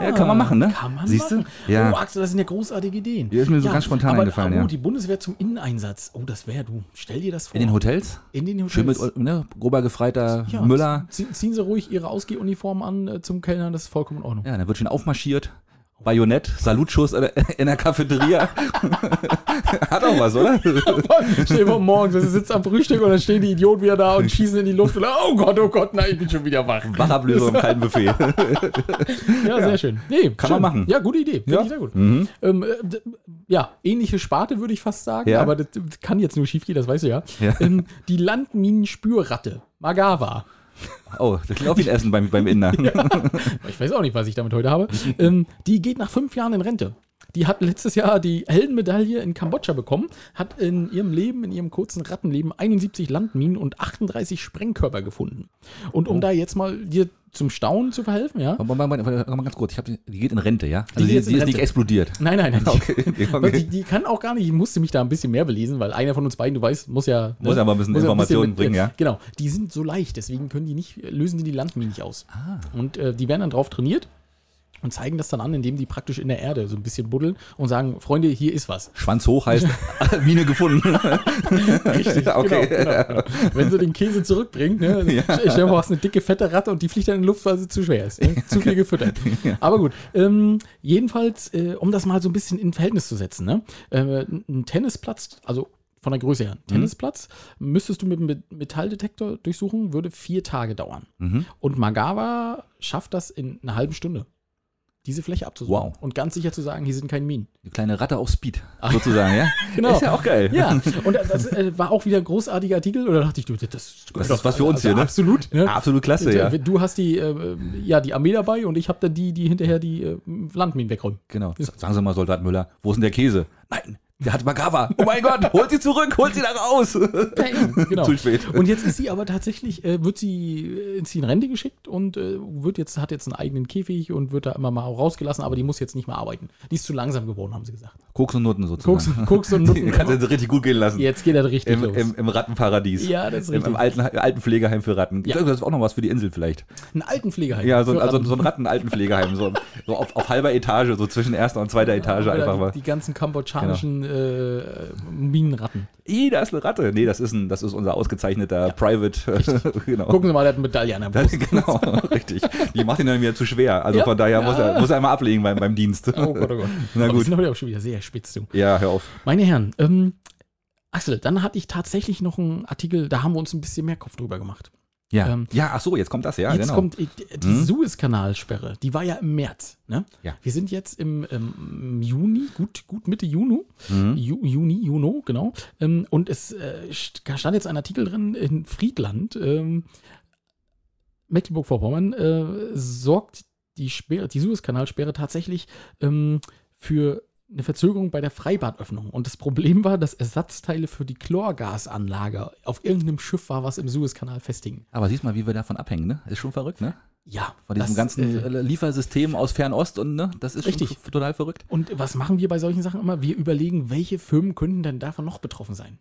S2: Ja, kann man machen, ne?
S1: Kann man
S2: Siehst du?
S1: machen.
S2: Ja.
S1: Oh, Axel, das sind ja großartige Ideen.
S2: Die ist mir so ganz spontan
S1: aber,
S2: eingefallen,
S1: Oh,
S2: ja.
S1: die Bundeswehr zum Inneneinsatz. Oh, das wäre du. Stell dir das vor.
S2: in den Hotels?
S1: In den Hotels.
S2: Schön mit ne, grober Gefreiter
S1: Ja,
S2: Müller.
S1: zie- Ziehen Sie ruhig Ihre Ausgehuniform an äh, zum Kellnern, das ist vollkommen in Ordnung.
S2: Ja, dann wird schon aufmarschiert. Bajonett, Salutschuss in der- <laughs> in der Cafeteria.
S1: <laughs>
S2: Hat auch was, oder?
S1: Stell dir vor, morgens, also sitzt am Frühstück und dann stehen die Idioten wieder da und schießen in die Luft und oh Gott, oh Gott, nein, ich bin schon wieder wach.
S2: Wachablösung im kalten Buffet.
S1: Ja, sehr schön. Nee,
S2: Kann
S1: schön.
S2: man machen.
S1: Ja, gute Idee. Finde
S2: Ja.
S1: ich sehr gut. Ähm, äh, d- ja, ähnliche Sparte würde ich fast sagen,
S2: Ja.
S1: aber das, das kann jetzt nur schief gehen, das weißt du ja.
S2: Ja.
S1: Ähm, die Landminenspürratte, Magawa.
S2: Oh, das klingt auch wie ein Essen beim, beim Inder.
S1: Ich weiß auch nicht, was ich damit heute habe. ähm, die geht nach fünf Jahren in Rente. Die hat letztes Jahr die Heldenmedaille in Kambodscha bekommen, hat in ihrem Leben, in ihrem kurzen Rattenleben 71 Landminen und 38 Sprengkörper gefunden. Und um da jetzt mal dir zum Staunen zu verhelfen, ja?
S2: Aber mal, mal, mal mal ganz kurz, ich hab, die die geht in Rente, ja?
S1: geht
S2: Also die,
S1: jetzt in
S2: die ist
S1: Rente.
S2: nicht explodiert.
S1: Nein,
S2: <laughs>
S1: nein, nein. <laughs>
S2: Okay,
S1: Aber Die, die kann auch gar nicht, ich musste mich da ein bisschen mehr belesen, weil einer von uns beiden, du weißt, muss ja.
S2: Muss ja mal ein bisschen Informationen bringen, ja.
S1: Genau. Die sind so leicht, deswegen können die nicht, lösen die die Landminen nicht aus.
S2: Ah.
S1: Und äh, die werden dann drauf trainiert und zeigen das dann an, indem die praktisch in der Erde so ein bisschen buddeln und sagen, Freunde, hier ist was.
S2: Schwanz
S1: <laughs>
S2: hoch heißt Mine gefunden. Richtig, okay.
S1: Genau, genau, genau. Wenn sie den Käse zurückbringt, ne,
S2: <laughs>
S1: ja. stell dir vor, hast eine dicke, fette Ratte und die fliegt dann in die Luft, weil sie zu schwer ist. Ne? Zu viel gefüttert. Aber gut, ähm, jedenfalls, äh, um das mal so ein bisschen in Verhältnis zu setzen, ne? äh, ein Tennisplatz, also von der Größe her, ein
S2: Mhm.
S1: Tennisplatz, müsstest du mit einem Met- Metalldetektor durchsuchen, würde vier Tage dauern.
S2: Mhm.
S1: Und Magawa schafft das in einer halben Stunde, diese Fläche abzusuchen.
S2: Wow.
S1: Und ganz sicher zu sagen, hier sind keine Minen.
S2: Eine kleine Ratte auf Speed, sozusagen, ja?
S1: <laughs> Genau.
S2: Ist ja auch geil.
S1: Ja,
S2: <laughs>
S1: und das äh, war auch wieder ein großartiger Artikel. Oder dachte ich, du, das, also
S2: Das ist was für uns hier, ne?
S1: Absolut. Ne?
S2: Absolut klasse, ja.
S1: Du hast die, äh, ja, die Armee dabei und ich habe dann die, die hinterher die äh, Landminen wegräumen.
S2: Genau. S- Sagen Sie mal, Soldat Müller, wo ist denn der Käse? Nein, der
S1: <laughs>
S2: hat Magawa. Oh mein Gott, holt sie zurück, holt sie da raus.
S1: Genau.
S2: <laughs> Zu spät.
S1: Und jetzt ist sie aber tatsächlich, äh, wird sie, äh, ist sie in Rente geschickt und äh, wird jetzt, hat jetzt einen eigenen Käfig und wird da immer mal auch rausgelassen, aber die muss jetzt nicht mehr arbeiten. Die ist zu langsam geworden, haben sie gesagt.
S2: Koks und Nutten sozusagen.
S1: Guckst, guckst
S2: <laughs>
S1: und
S2: Du
S1: Nutten. genau.
S2: kannst jetzt richtig gut gehen lassen.
S1: Jetzt geht das richtig
S2: Im,
S1: los.
S2: im, Im Rattenparadies.
S1: Ja, das ist
S2: Im, im
S1: richtig.
S2: alten, alten Pflegeheim für Ratten. Ich
S1: Ja.
S2: glaube, das ist auch noch was für die Insel vielleicht.
S1: Ein Altenpflegeheim.
S2: Ja, so ein,
S1: Für
S2: also
S1: Ratten.
S2: so ein Ratten-Altenpflegeheim. So, so auf, auf halber Etage, so zwischen erster und zweiter Etage
S1: Oder
S2: einfach
S1: die,
S2: mal.
S1: die ganzen kambodschanischen äh, Minenratten.
S2: Ih, da ist eine Ratte. Nee, das ist, ein, das ist unser ausgezeichneter Private. <laughs> genau.
S1: Gucken Sie mal, der hat eine Medaille an der
S2: Das,
S1: Brust.
S2: <laughs> genau, richtig. Die macht ihn dann wieder zu schwer. Also
S1: Ja.
S2: von daher muss
S1: Ja.
S2: er, muss er mal ablegen beim, beim Dienst.
S1: Oh Gott, oh Gott.
S2: <laughs> Na
S1: Aber
S2: gut.
S1: Die sind heute auch schon wieder sehr spitz, du.
S2: Ja, hör auf.
S1: Meine Herren, ähm, Axel, dann hatte ich tatsächlich noch einen Artikel, da haben wir uns ein bisschen mehr Kopf drüber gemacht.
S2: Ja.
S1: Ähm,
S2: ja, ach so, jetzt kommt das, ja,
S1: jetzt
S2: genau.
S1: kommt äh, die
S2: Hm?
S1: Suezkanalsperre, die war ja im März. Ne?
S2: Ja.
S1: Wir sind jetzt im, ähm, Juni, gut, gut Mitte Juni.
S2: mhm.
S1: Ju, Juni, Juno, genau. Ähm, und es äh, st- stand jetzt ein Artikel drin in Friedland. Ähm, Mecklenburg-Vorpommern äh, sorgt die, Sperre, die Suezkanalsperre tatsächlich ähm, für eine Verzögerung bei der Freibadöffnung. Und das Problem war, dass Ersatzteile für die Chlorgasanlage auf irgendeinem Schiff war, was im Suezkanal festhing.
S2: Aber siehst mal, wie wir davon abhängen, ne? Ist schon verrückt, ne?
S1: Ja,
S2: Von diesem
S1: das,
S2: ganzen
S1: äh,
S2: äh, Liefersystem aus Fernost und ne, das ist
S1: Richtig.
S2: schon f- total verrückt.
S1: und was machen wir bei solchen Sachen immer? Wir überlegen, welche Firmen könnten denn davon noch betroffen sein?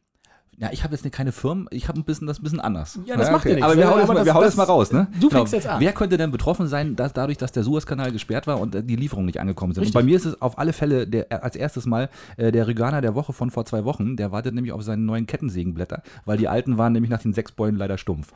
S2: Ja, ich habe jetzt ne, keine Firmen, ich habe ein bisschen das ein bisschen anders.
S1: Ja, das macht ja nichts,
S2: Aber
S1: ne?
S2: wir hauen das,
S1: Aber
S2: mal-
S1: das-
S2: wir hauen
S1: das-
S2: das mal raus, ne?
S1: du fängst jetzt an.
S2: Wer könnte denn betroffen sein, dass dadurch, dass der Suezkanal gesperrt war und äh, die Lieferungen nicht angekommen sind? Und
S1: Richtig.
S2: bei mir ist es auf alle Fälle der, als erstes Mal äh, der Reganer der Woche von vor zwei Wochen, der wartet nämlich auf seine neuen Kettensägenblätter, weil die alten waren nämlich nach den sechs Bäumen leider stumpf.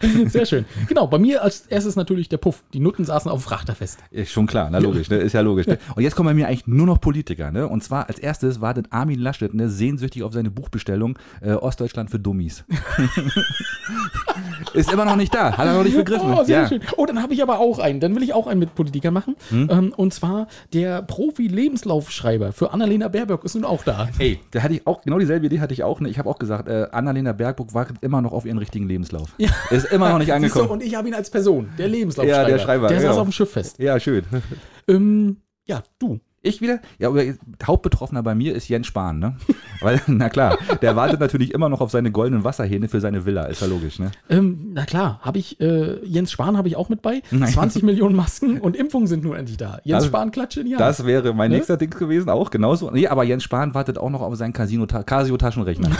S1: <laughs> Sehr schön. Genau, bei mir als erstes natürlich der Puff. Die Nutten saßen auf dem Frachter fest.
S2: Ist schon klar, na logisch, ne? ist ja logisch. Ne? Und jetzt kommen bei mir eigentlich nur noch Politiker. Ne? Und zwar als erstes wartet Armin Laschet ne, sehnsüchtig auf seine Buchbestellung äh, Ostdeutschland
S1: <laughs>
S2: für Dummies. ist immer noch nicht da, hat er noch nicht begriffen.
S1: Oh, sehr
S2: ja.
S1: schön. Oh, dann habe ich aber auch einen. Dann will ich auch einen mit Politikern machen.
S2: Hm?
S1: Ähm, und zwar der Profi-Lebenslaufschreiber für Annalena Baerbock ist nun auch da.
S2: Ey, da hatte ich auch, genau dieselbe Idee hatte ich auch. Ne? Ich habe auch gesagt, äh, Annalena Bergburg wartet immer noch auf ihren richtigen Lebenslauf.
S1: Ja.
S2: Ist immer
S1: <laughs>
S2: noch nicht
S1: Siehst du,
S2: angekommen.
S1: und ich habe ihn als Person, der Lebenslaufschreiber.
S2: Ja, der Schreiber,
S1: Der saß
S2: genau.
S1: auf dem Schiff fest.
S2: Ja, schön.
S1: Ähm, ja, du.
S2: Ich wieder? Ja, aber jetzt- Hauptbetroffener bei mir ist Jens Spahn, ne? Weil, <laughs> na klar, der wartet natürlich immer noch auf seine goldenen Wasserhähne für seine Villa, ist ja logisch, ne?
S1: Ähm, na klar, habe ich, äh, Jens Spahn habe ich auch mit bei.
S2: Nein.
S1: 20 Millionen Masken und Impfungen sind nun endlich da. Jens
S2: Das-
S1: Spahn klatscht in die Hand.
S2: Das wäre mein
S1: Ne?
S2: nächster Ding gewesen, auch genauso. Nee, aber Jens Spahn wartet auch noch auf seinen Casino -Ta
S1: <laughs>
S2: Casio Taschenrechner.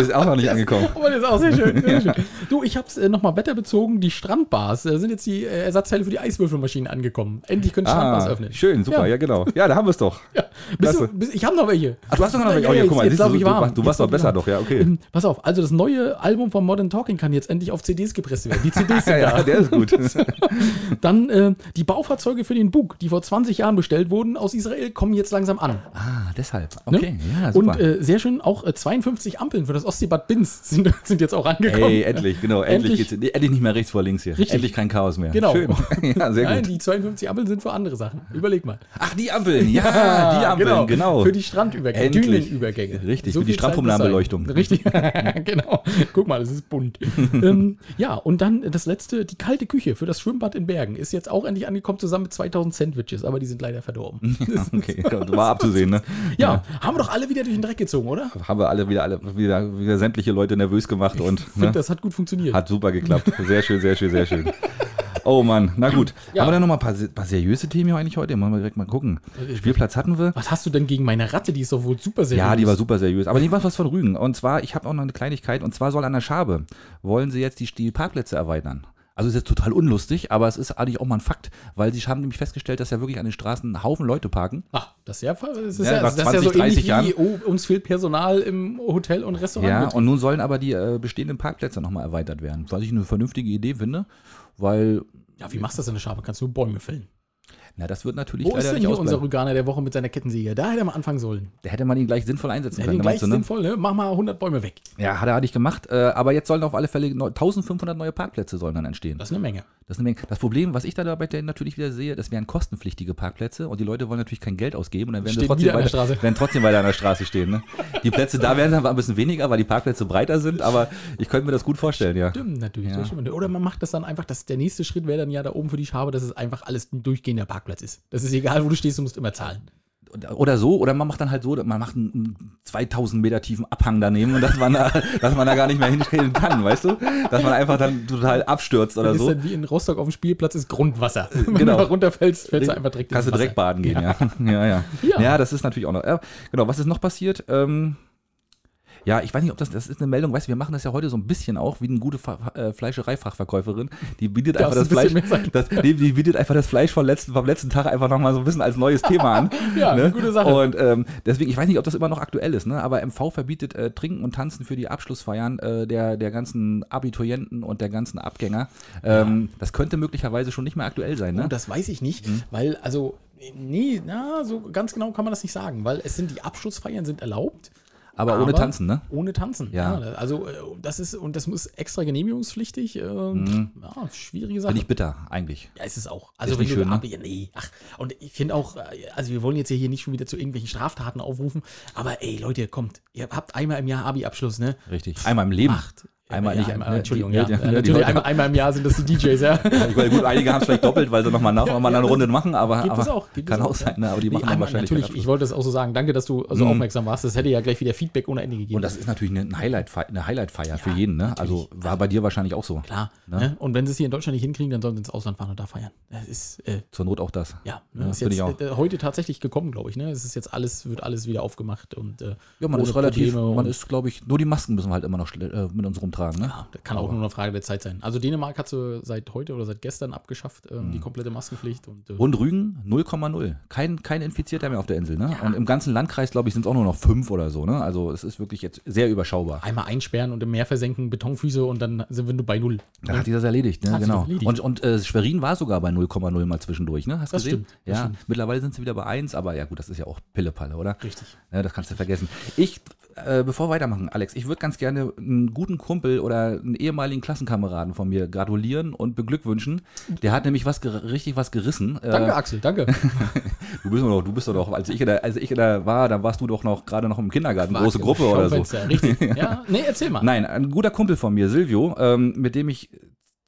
S2: ist auch noch nicht angekommen.
S1: Aber das ist auch sehr schön.
S2: <laughs>
S1: Sehr schön. Du, ich hab's äh, nochmal wetterbezogen. Die Strandbars, da sind jetzt die äh, Ersatzteile für die Eiswürfelmaschinen angekommen. Endlich können Strandbars
S2: Ah,
S1: öffnen.
S2: schön, super, ja.
S1: Ja.
S2: genau. Ja, da haben wir es doch.
S1: Ja. Bist du,
S2: Klasse.
S1: bist, ich habe noch welche.
S2: Ach, du hast doch noch
S1: Ja,
S2: welche. Oh,
S1: ja,
S2: hier, guck mal,
S1: jetzt- jetzt
S2: siehst du,
S1: lauf ich
S2: du
S1: warm.
S2: warst- du
S1: Jetzt
S2: warst
S1: lauf ich
S2: doch besser
S1: warm.
S2: doch, ja, okay.
S1: Ähm, <laughs> pass auf, also das neue Album von Modern Talking kann jetzt endlich auf CDs gepresst werden. Die CDs
S2: <laughs>
S1: sind
S2: Ja,
S1: da.
S2: der
S1: <laughs>
S2: ist gut.
S1: Dann äh, die Baufahrzeuge für den Bug, die vor 20 Jahren bestellt wurden aus Israel, kommen jetzt langsam an.
S2: ah, deshalb.
S1: Ne?
S2: Okay, ja, super.
S1: Und äh, sehr schön, auch äh, 52 Ampeln für das Ostseebad Binz sind, <laughs> sind jetzt auch angekommen.
S2: Ey, endlich, genau, endlich,
S1: Endlich.
S2: geht's, nee, endlich nicht mehr rechts vor links hier.
S1: Richtig.
S2: Endlich kein Chaos mehr.
S1: Genau.
S2: Schön. <laughs> Ja, sehr
S1: Nein,
S2: gut.
S1: die 52 Ampeln sind für andere Sachen. Überleg
S2: <laughs>
S1: mal.
S2: Ach, die Ampeln, ja, die Ampeln, genau.
S1: Für
S2: <laughs>
S1: die Strandübergänge,
S2: Endlich.
S1: Dünenübergänge.
S2: Richtig, für die
S1: viel Zeit muss
S2: Strandpromenadenbeleuchtung.
S1: sein. Richtig, <laughs> genau. Guck mal, es ist
S2: <laughs>
S1: bunt. ähm, ja, und dann das letzte, die kalte Küche für das Schwimmbad in Bergen ist jetzt auch endlich angekommen, zusammen mit 2000 Sandwiches, aber die sind leider
S2: <laughs>
S1: verdorben.
S2: okay, war abzusehen, ne?
S1: ja, haben wir doch alle wieder durch den Dreck gezogen, oder?
S2: Haben wir alle wieder, alle wieder, wieder sämtliche Leute nervös gemacht und ne?
S1: Ich finde, das hat gut funktioniert.
S2: Hat super geklappt. Sehr schön, sehr schön, sehr schön. Oh Mann, na gut.
S1: Ja.
S2: Haben wir da nochmal ein paar, se- paar seriöse Themen hier eigentlich heute? Wollen wir direkt mal gucken. Spielplatz hatten wir.
S1: Was hast du denn gegen meine Ratte? Die ist doch wohl super seriös.
S2: Ja, die war super seriös. Aber die war was von Rügen. Und zwar, ich habe auch noch eine Kleinigkeit. Und zwar soll an der Schabe, wollen sie jetzt die, die Parkplätze erweitern. Also ist jetzt total unlustig, aber es ist eigentlich auch mal ein Fakt, weil sie haben nämlich festgestellt, dass ja wirklich an den Straßen einen Haufen Leute parken.
S1: Ah, das ist ja, das ist
S2: Ja,
S1: ja,
S2: nach
S1: das ist ja so
S2: 20, 30
S1: ähnlich
S2: Jahren.
S1: wie, oh, uns fehlt Personal im Hotel und Restaurant.
S2: Ja, und nun sollen aber die äh, bestehenden Parkplätze nochmal erweitert werden. Was ich eine vernünftige Idee finde, weil,
S1: ja, wie machst du das in der Schabe? Kannst du Bäume fällen?
S2: na, das wird natürlich
S1: Wo ist denn hier
S2: ausbleiben.
S1: unser Rüganer der Woche mit seiner Kettensäge? Da hätte er mal anfangen sollen.
S2: Da hätte man ihn gleich sinnvoll einsetzen
S1: Der hätte
S2: können.
S1: ihn gleich
S2: meinst du, ne?
S1: sinnvoll, ne? Mach mal 100 Bäume weg.
S2: Ja, hat er eigentlich gemacht. Äh, aber jetzt sollen auf alle Fälle neu- 1500 neue Parkplätze sollen dann entstehen.
S1: Das ist eine Menge.
S2: Das, ist eine Menge. das Problem, was ich da dabei denn natürlich wieder sehe, das wären kostenpflichtige Parkplätze und die Leute wollen natürlich kein Geld ausgeben und dann werden sie
S1: Stehen
S2: trotzdem
S1: wieder an der
S2: weiter,
S1: Straße.
S2: werden trotzdem weiter an der Straße stehen. Ne? Die Plätze da werden dann aber ein bisschen weniger, weil die Parkplätze breiter sind, aber ich könnte mir das gut vorstellen, ja.
S1: Stimmt natürlich.
S2: Ja.
S1: das stimmt. Oder man macht das dann einfach, dass der nächste Schritt wäre dann ja da oben für die Schabe, dass es einfach alles ein durchgehender Parkplatz ist. Das ist egal, wo du stehst, du musst immer zahlen.
S2: Oder so, oder man macht dann halt so, man macht einen- einen 2000 Meter tiefen Abhang daneben und dass man da, <laughs> dass man da gar nicht mehr hinstellen kann, weißt du? Dass man einfach dann total abstürzt oder
S1: Das ist
S2: so.
S1: dann wie in Rostock auf dem Spielplatz ist Grundwasser. <laughs> Wenn
S2: Also? Genau.
S1: du da runterfällst, fällst du einfach direkt
S2: Kannst du
S1: ins Wasser.
S2: direkt baden gehen, ja. <laughs> Ja, ja.
S1: <laughs>
S2: ja.
S1: Ja.
S2: das ist natürlich auch noch. Ja, genau, was ist noch passiert? Ähm, Ja, ich weiß nicht, ob das, das ist eine Meldung, weißt du, wir machen das ja heute so ein bisschen auch, wie eine gute Fa äh, Fleischereifachverkäuferin. Die
S1: <laughs>
S2: bietet einfach
S1: Darfst
S2: das
S1: ein bisschen
S2: Fleisch,
S1: mehr sagen.
S2: das, nee, die bietet einfach das Fleisch vom letzten, vom letzten Tag einfach nochmal so ein bisschen als neues Thema an.
S1: <laughs>
S2: ne?
S1: Ja, eine gute Sache.
S2: Und ähm, deswegen, ich weiß nicht, ob das immer noch aktuell ist, ne? aber MV verbietet äh, Trinken und Tanzen für die Abschlussfeiern äh, der, der ganzen Abiturienten und der ganzen Abgänger. Ähm, Das könnte möglicherweise schon nicht mehr aktuell sein. Ne?
S1: Oh, das weiß ich nicht, weil, also, nee, na, so ganz genau kann man das nicht sagen, weil es sind die Abschlussfeiern sind erlaubt.
S2: aber, ohne Tanzen, ne?
S1: Ohne Tanzen,
S2: Ja.
S1: also, äh, das ist, und das muss extra genehmigungspflichtig. Äh, Ja, schwierige Sache.
S2: Bin Mhm. ich bitter, eigentlich.
S1: Ja, ist es auch. Also
S2: Ist
S1: wenn
S2: nicht
S1: du
S2: schön, ne?
S1: ab, nee, ach, und ich finde auch, äh, also wir wollen jetzt hier nicht schon wieder zu irgendwelchen Straftaten aufrufen, aber ey, Leute, kommt, ihr habt einmal im Jahr Abi-Abschluss, ne?
S2: Richtig. Einmal im Leben.
S1: Macht.
S2: Einmal
S1: ja,
S2: nicht
S1: einmal,
S2: ne,
S1: Entschuldigung,
S2: die-
S1: ja.
S2: die-
S1: Äh,
S2: <laughs> die- die
S1: natürlich,
S2: Leute-
S1: einmal, einmal im Jahr sind das die DJs, ja.
S2: <laughs> Ich meine, gut, einige haben es vielleicht doppelt, weil sie nochmal nach, noch mal eine Runde machen, aber,
S1: Gibt
S2: aber
S1: es auch. Gibt
S2: kann
S1: es
S2: auch sein,
S1: ja.
S2: ne? aber die
S1: Nee,
S2: machen dann
S1: einmal,
S2: wahrscheinlich
S1: natürlich,
S2: keinen
S1: ich
S2: Abschluss.
S1: wollte das auch so sagen. Danke, dass du so
S2: Mhm.
S1: aufmerksam warst. Das hätte ja gleich wieder Feedback ohne Ende gegeben.
S2: Und das ist natürlich eine, ein Highlight, eine Highlightfeier für jeden, ne? Also
S1: natürlich.
S2: war bei dir wahrscheinlich auch so.
S1: Klar.
S2: Ne?
S1: Ne? Und wenn sie es hier in Deutschland nicht hinkriegen, dann sollen sie ins Ausland fahren und da feiern. Das ist, äh,
S2: Zur Not auch das.
S1: ja, ne,
S2: Ja,
S1: ist
S2: bin
S1: jetzt
S2: ich auch.
S1: äh, heute tatsächlich gekommen, glaube ich. Ne? Es ist jetzt alles, wird alles wieder aufgemacht und äh,
S2: Ja, man
S1: ohne
S2: ist relativ,
S1: Probleme
S2: man
S1: und-
S2: ist, glaube ich, nur die Masken müssen wir halt immer noch schle- äh, mit uns rumtragen, ne?
S1: Ja, das kann auch nur eine Frage der Zeit sein. Also Dänemark hat sie seit heute oder seit gestern abgeschafft, ähm, die komplette Maskenpflicht. Und, äh,
S2: Mhm. Und Rügen 0,0. Kein, kein Infizierter mehr auf der Insel, ne? Und im ganzen Landkreis, glaube ich, sind es auch nur noch fünf oder so, ne? Also es ist wirklich jetzt sehr überschaubar.
S1: einmal einsperren und im Meer versenken, Betonfüße und dann sind wir nur bei null.
S2: Dann hat die das erledigt, ne?
S1: Hat sie
S2: genau.
S1: das erledigt.
S2: Und, und äh, Schwerin war sogar bei 0,0 mal zwischendurch, ne? Hast du
S1: Das
S2: gesehen?
S1: stimmt, das
S2: ja,
S1: stimmt.
S2: mittlerweile sind sie wieder bei 1, aber ja gut, das ist ja auch Pillepalle, oder?
S1: Richtig.
S2: Ja, das kannst du vergessen. Ich, äh, bevor wir weitermachen, Alex, ich würde ganz gerne einen guten Kumpel oder einen ehemaligen Klassenkameraden von mir gratulieren und beglückwünschen. Der hat nämlich was ger- richtig was gerissen.
S1: Danke,
S2: Äh,
S1: Axel,
S2: <laughs>
S1: danke.
S2: du bist doch noch, du bist doch noch, als ich in der, als ich in der war, da warst du doch noch gerade noch im Kindergarten, große
S1: Wag-
S2: Gruppe oder so.
S1: Schaufenster, Richtig.
S2: <laughs>
S1: Ja, nee, erzähl mal.
S2: Nein, ein guter Kumpel von mir, Silvio, ähm, mit dem ich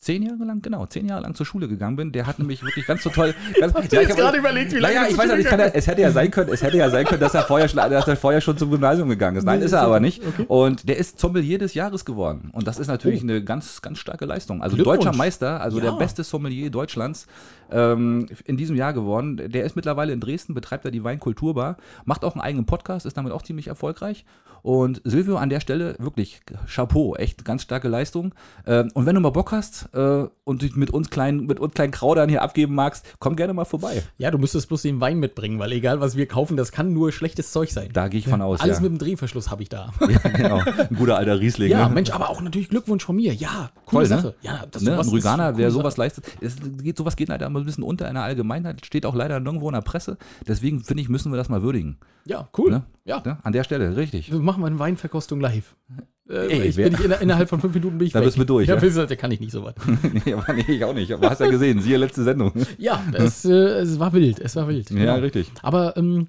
S2: zehn Jahre lang, genau, zehn Jahre lang zur Schule gegangen bin, der hat nämlich wirklich ganz
S1: <laughs>
S2: so toll. Ganz,
S1: du jetzt
S2: hab-
S1: gerade überlegt, wie lange
S2: Naja,
S1: du
S2: ich
S1: zur
S2: weiß
S1: Schule
S2: nicht, kann er, es hätte ja sein können, es hätte ja sein können, dass er vorher schon, dass er vorher schon zum Gymnasium gegangen ist. Nein,
S1: Nee,
S2: ist er
S1: ist er
S2: aber
S1: nicht.
S2: nicht. Und der ist Zombel jedes Jahres geworden. Und das ist natürlich
S1: Oh.
S2: eine ganz, ganz starke Leistung. Also
S1: Glückwunsch.
S2: deutscher Meister, also
S1: Ja.
S2: der beste Sommelier Deutschlands ähm, in diesem Jahr geworden. Der ist mittlerweile in Dresden, betreibt da die Weinkulturbar, macht auch einen eigenen Podcast, ist damit auch ziemlich erfolgreich. Und Silvio an der Stelle wirklich Chapeau, echt ganz starke Leistung. Ähm, und wenn du mal Bock hast äh, und dich mit uns kleinen, mit uns kleinen Kraudern hier abgeben magst, komm gerne mal vorbei.
S1: Ja, du müsstest bloß den Wein mitbringen, weil egal was wir kaufen, das kann nur schlechtes Zeug sein.
S2: Da gehe ich von aus.
S1: Alles
S2: ja.
S1: mit dem Drehverschluss habe ich da.
S2: ja, <laughs> genau. Ein guter alter Riesling.
S1: Ja,
S2: ne?
S1: Mensch, aber auch natürlich Glückwunsch von mir. Ja, coole
S2: Toll, ne?
S1: Sache. Ja, das
S2: ne?
S1: sowas
S2: Ein
S1: ist eine
S2: Rüganer,
S1: coole
S2: wer
S1: Sache.
S2: sowas leistet, es geht, sowas geht leider immer ein bisschen unter in der Allgemeinheit, steht auch leider nirgendwo in der Presse. Deswegen finde ich, müssen wir das mal würdigen.
S1: Ja, cool.
S2: Ne?
S1: Ja.
S2: Ne? An der Stelle, <laughs> richtig.
S1: Wir machen mal eine Weinverkostung live. Äh,
S2: Ey,
S1: ich
S2: wer-
S1: bin ich inner- innerhalb von fünf Minuten bin ich
S2: <laughs> Da
S1: weg.
S2: bist du durch,
S1: Ja,
S2: ja?
S1: bist du- da kann ich nicht so weit.
S2: nee, aber nee, ich auch nicht. Aber hast ja gesehen, siehe letzte Sendung.
S1: Ja, es, äh, es war wild, es war wild. Genau.
S2: Ja, richtig.
S1: Aber ähm,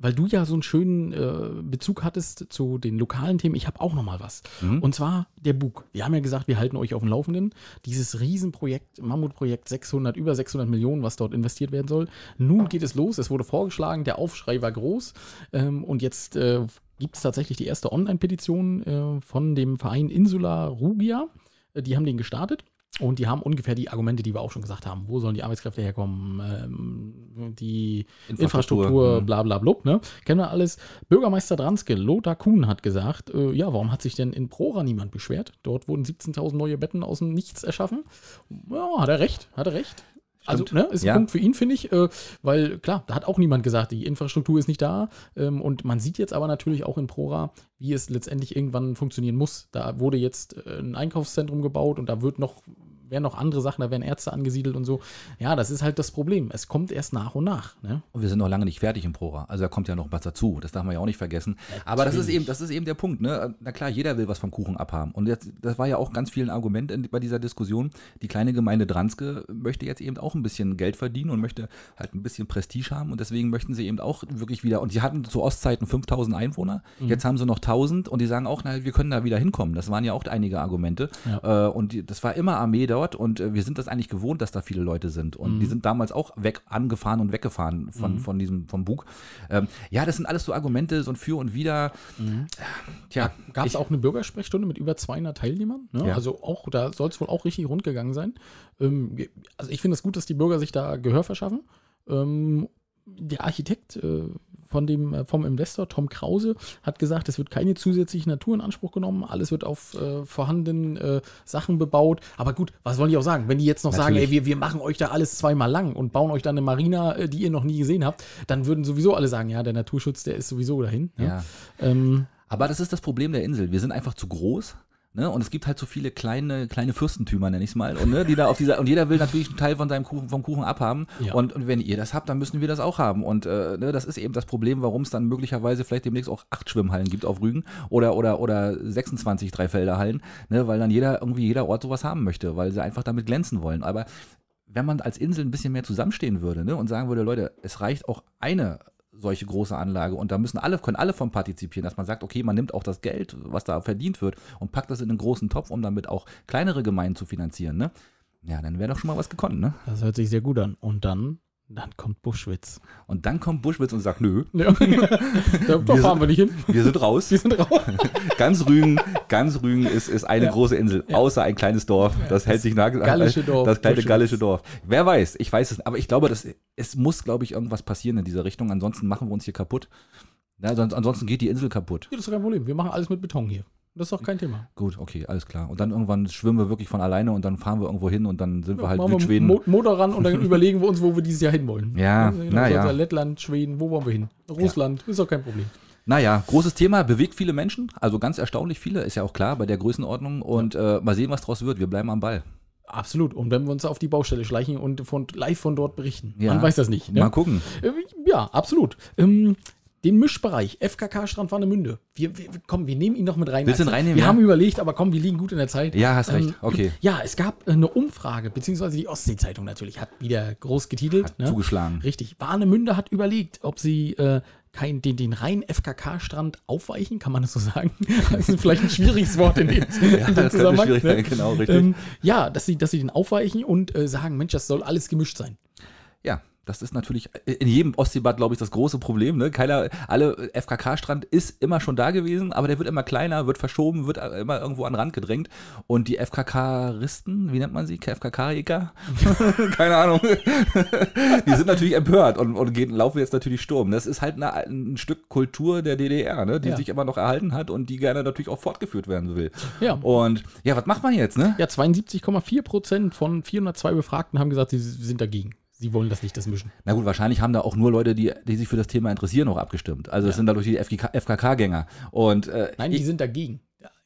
S1: weil du ja so einen schönen äh, Bezug hattest zu den lokalen Themen, ich habe auch noch mal was. Und zwar der Bug. Wir haben ja gesagt, wir halten euch auf dem Laufenden. Dieses Riesenprojekt, Mammutprojekt, 600, über 600 Millionen, was dort investiert werden soll. Nun geht es los. Es wurde vorgeschlagen, der Aufschrei war groß. Ähm, und jetzt äh, gibt es tatsächlich die erste Online-Petition äh, von dem Verein Insula Rugia. Äh, Die haben den gestartet. Und die haben ungefähr die Argumente, die wir auch schon gesagt haben. Wo sollen die Arbeitskräfte herkommen? Ähm, die Infrastruktur,
S2: Mhm.
S1: bla bla blub, ne? Kennen wir alles. Bürgermeister Dranske, Lothar Kuhn hat gesagt, äh, ja, warum hat sich denn in Prora niemand beschwert? Dort wurden 17.000 neue Betten aus dem Nichts erschaffen. Ja, hat er recht, hat er recht. Also,
S2: Stimmt.
S1: ne, ist
S2: Ja.
S1: ein Punkt für ihn, finde ich, äh, weil klar, da hat auch niemand gesagt, die Infrastruktur ist nicht da. Ähm, und man sieht jetzt aber natürlich auch in Prora, wie es letztendlich irgendwann funktionieren muss. Da wurde jetzt äh, ein Einkaufszentrum gebaut und da wird noch, werden noch andere Sachen, da werden Ärzte angesiedelt und so. Ja, das ist halt das Problem. Es kommt erst nach und nach. Ne?
S2: <laughs> Und wir sind noch lange nicht fertig im Prora. Also da kommt ja noch was dazu. Das darf man ja auch nicht vergessen. Aber das ist eben, das ist eben der Punkt. Ne? Na klar, jeder will was vom Kuchen abhaben. Und jetzt, das war ja auch ganz viel ein Argument in, bei dieser Diskussion. Die kleine Gemeinde Dranske möchte jetzt eben auch ein bisschen Geld verdienen und möchte halt ein bisschen Prestige haben. Und deswegen möchten sie eben auch wirklich wieder. Und sie hatten zu Ostzeiten 5000 Einwohner.
S1: Mhm.
S2: Jetzt haben sie noch 1000 und die sagen auch, na, wir können da wieder hinkommen. Das waren ja auch einige Argumente. Äh, und die, das war immer Armee dort. Und äh, wir sind das eigentlich gewohnt, dass da viele Leute sind. Und
S1: Mhm.
S2: die sind damals auch weg angefahren und weggefahren von, von diesem vom Bug. Ähm, ja, das sind alles so Argumente, so ein Für und Wider. Tja,
S1: Gab es
S2: ich-
S1: Mhm. auch eine Bürgersprechstunde mit über 200 Teilnehmern. Ne?
S2: Ja.
S1: Also auch, da soll es wohl auch richtig rund gegangen sein. Ähm, also ich finde es gut, dass die Bürger sich da Gehör verschaffen. Ähm, der Architekt äh, von dem, äh, vom Investor Tom Krause hat gesagt, es wird keine zusätzliche Natur in Anspruch genommen, alles wird auf äh, vorhandenen äh, Sachen bebaut. Aber gut, was wollen die auch sagen? Wenn die jetzt noch sagen,
S2: Natürlich.
S1: ey, wir, wir machen euch da alles zweimal lang und bauen euch dann eine Marina, äh, die ihr noch nie gesehen habt, dann würden sowieso alle sagen, ja, der Naturschutz, der ist sowieso dahin. ne?
S2: Ja.
S1: Ähm,
S2: Aber das ist das Problem der Insel. Wir sind einfach zu groß. Ne? Und es gibt halt so viele kleine, kleine Fürstentümer, nenne ich es mal. Und, ne, die da auf dieser, und jeder will natürlich einen Teil von seinem Kuchen, vom Kuchen abhaben.
S1: Ja.
S2: Und, und wenn ihr das habt, dann müssen wir das auch haben. Und äh, ne, das ist eben das Problem, warum es dann möglicherweise vielleicht demnächst auch acht Schwimmhallen gibt auf Rügen oder, oder, oder 26 Dreifelderhallen, ne, weil dann jeder irgendwie jeder Ort sowas haben möchte, weil sie einfach damit glänzen wollen. Aber wenn man als Insel ein bisschen mehr zusammenstehen würde ne, und sagen würde, Leute, es reicht auch eine solche große Anlage und da müssen alle, können alle von partizipieren, dass man sagt, okay, man nimmt auch das Geld, was da verdient wird und packt das in einen großen Topf, um damit auch kleinere Gemeinden zu finanzieren, ne? Ja, dann wäre doch schon mal was gekonnt, ne?
S1: das hört sich sehr gut an. Und dann, dann kommt Buschwitz.
S2: Und dann kommt Buschwitz und sagt, nö,
S1: <laughs> Ja. da da
S2: Wir
S1: fahren wir nicht hin.
S2: wir sind
S1: <laughs>
S2: raus.
S1: Wir sind raus.
S2: ganz Rügen, ganz Rügen ist, ist eine
S1: Ja.
S2: große Insel, außer ein kleines Dorf. Das hält sich nach.
S1: gallische Dorf,
S2: Das kleine
S1: Buschwitz.
S2: gallische Dorf. Wer weiß, ich weiß es, aber ich glaube, das, es muss, glaube ich, irgendwas passieren in dieser Richtung. Ansonsten machen wir uns hier kaputt. Ja, sonst, ansonsten geht die Insel kaputt.
S1: Ja, das ist doch kein Problem. Wir machen alles mit Beton hier. Das ist doch kein Thema.
S2: Gut, okay, alles klar. Und dann irgendwann schwimmen wir wirklich von alleine und dann fahren wir irgendwo hin und dann sind wir halt
S1: Machen wir
S2: Südschweden.
S1: Mo- Motor ran und
S2: <laughs>
S1: dann überlegen wir uns, wo wir dieses Jahr hinwollen.
S2: Ja,
S1: genau,
S2: na ja.
S1: sonst Lettland, Schweden, wo wollen wir hin? Russland, ist doch kein Problem.
S2: Naja, großes Thema, bewegt viele Menschen, also ganz erstaunlich viele, ist ja auch klar bei der Größenordnung. Und äh, mal sehen, was draus wird. Wir bleiben am Ball.
S1: Absolut. Und wenn wir uns auf die Baustelle schleichen und von, live von dort berichten.
S2: Ja.
S1: Man weiß das nicht.
S2: Mal
S1: Ne?
S2: gucken.
S1: Äh, Ja, absolut. Ähm, den Mischbereich, FKK Strand Warnemünde. Wir, wir, komm, wir nehmen ihn noch mit rein.
S2: Willst du ihn
S1: Axel.
S2: reinnehmen,
S1: Wir
S2: ja?
S1: haben überlegt, aber komm, wir liegen gut in der Zeit.
S2: Ja, hast recht.
S1: Ähm,
S2: Okay.
S1: <clears throat> Ja, es gab äh, eine Umfrage, beziehungsweise die Ostsee-Zeitung natürlich hat wieder groß getitelt. ne?
S2: Hat zugeschlagen.
S1: Richtig. Warnemünde hat überlegt, ob sie äh, kein, den, den reinen FKK-Strand aufweichen, kann man das so sagen? <laughs> Das ist vielleicht ein schwieriges Wort in dem,
S2: <laughs> Ja,
S1: in
S2: das
S1: dem
S2: könnte
S1: Zusammenhang.
S2: schwierig
S1: ne?
S2: sein, genau, richtig.
S1: Ähm, ja, dass sie, dass sie den aufweichen und äh, sagen, Mensch, das soll alles gemischt sein.
S2: Ja, das ist natürlich äh, in jedem Ostseebad, glaube ich, das große Problem. Ne? Keiner, alle FKK-Strand ist immer schon da gewesen, aber der wird immer kleiner, wird verschoben, wird immer irgendwo an den Rand gedrängt. Und die FKK-Risten, wie nennt man sie? FKK-Jäger? <laughs> Keine Ahnung. <laughs> die sind natürlich empört und, und gehen, laufen jetzt natürlich Sturm. Das ist halt eine, ein Stück Kultur der DDR, ne? die
S1: Ja.
S2: sich immer noch erhalten hat und die gerne natürlich auch fortgeführt werden will.
S1: Ja.
S2: Und ja, was macht man jetzt? Ne?
S1: Ja, 72,4 Prozent von 402 Befragten haben gesagt, sie sind dagegen. Sie wollen das nicht, das Mischen.
S2: Na gut, wahrscheinlich haben da auch nur Leute, die, die sich für das Thema interessieren, auch abgestimmt. Also es
S1: Ja.
S2: sind dadurch die FKK FKK-Gänger. Und äh,
S1: Nein, die sind dagegen.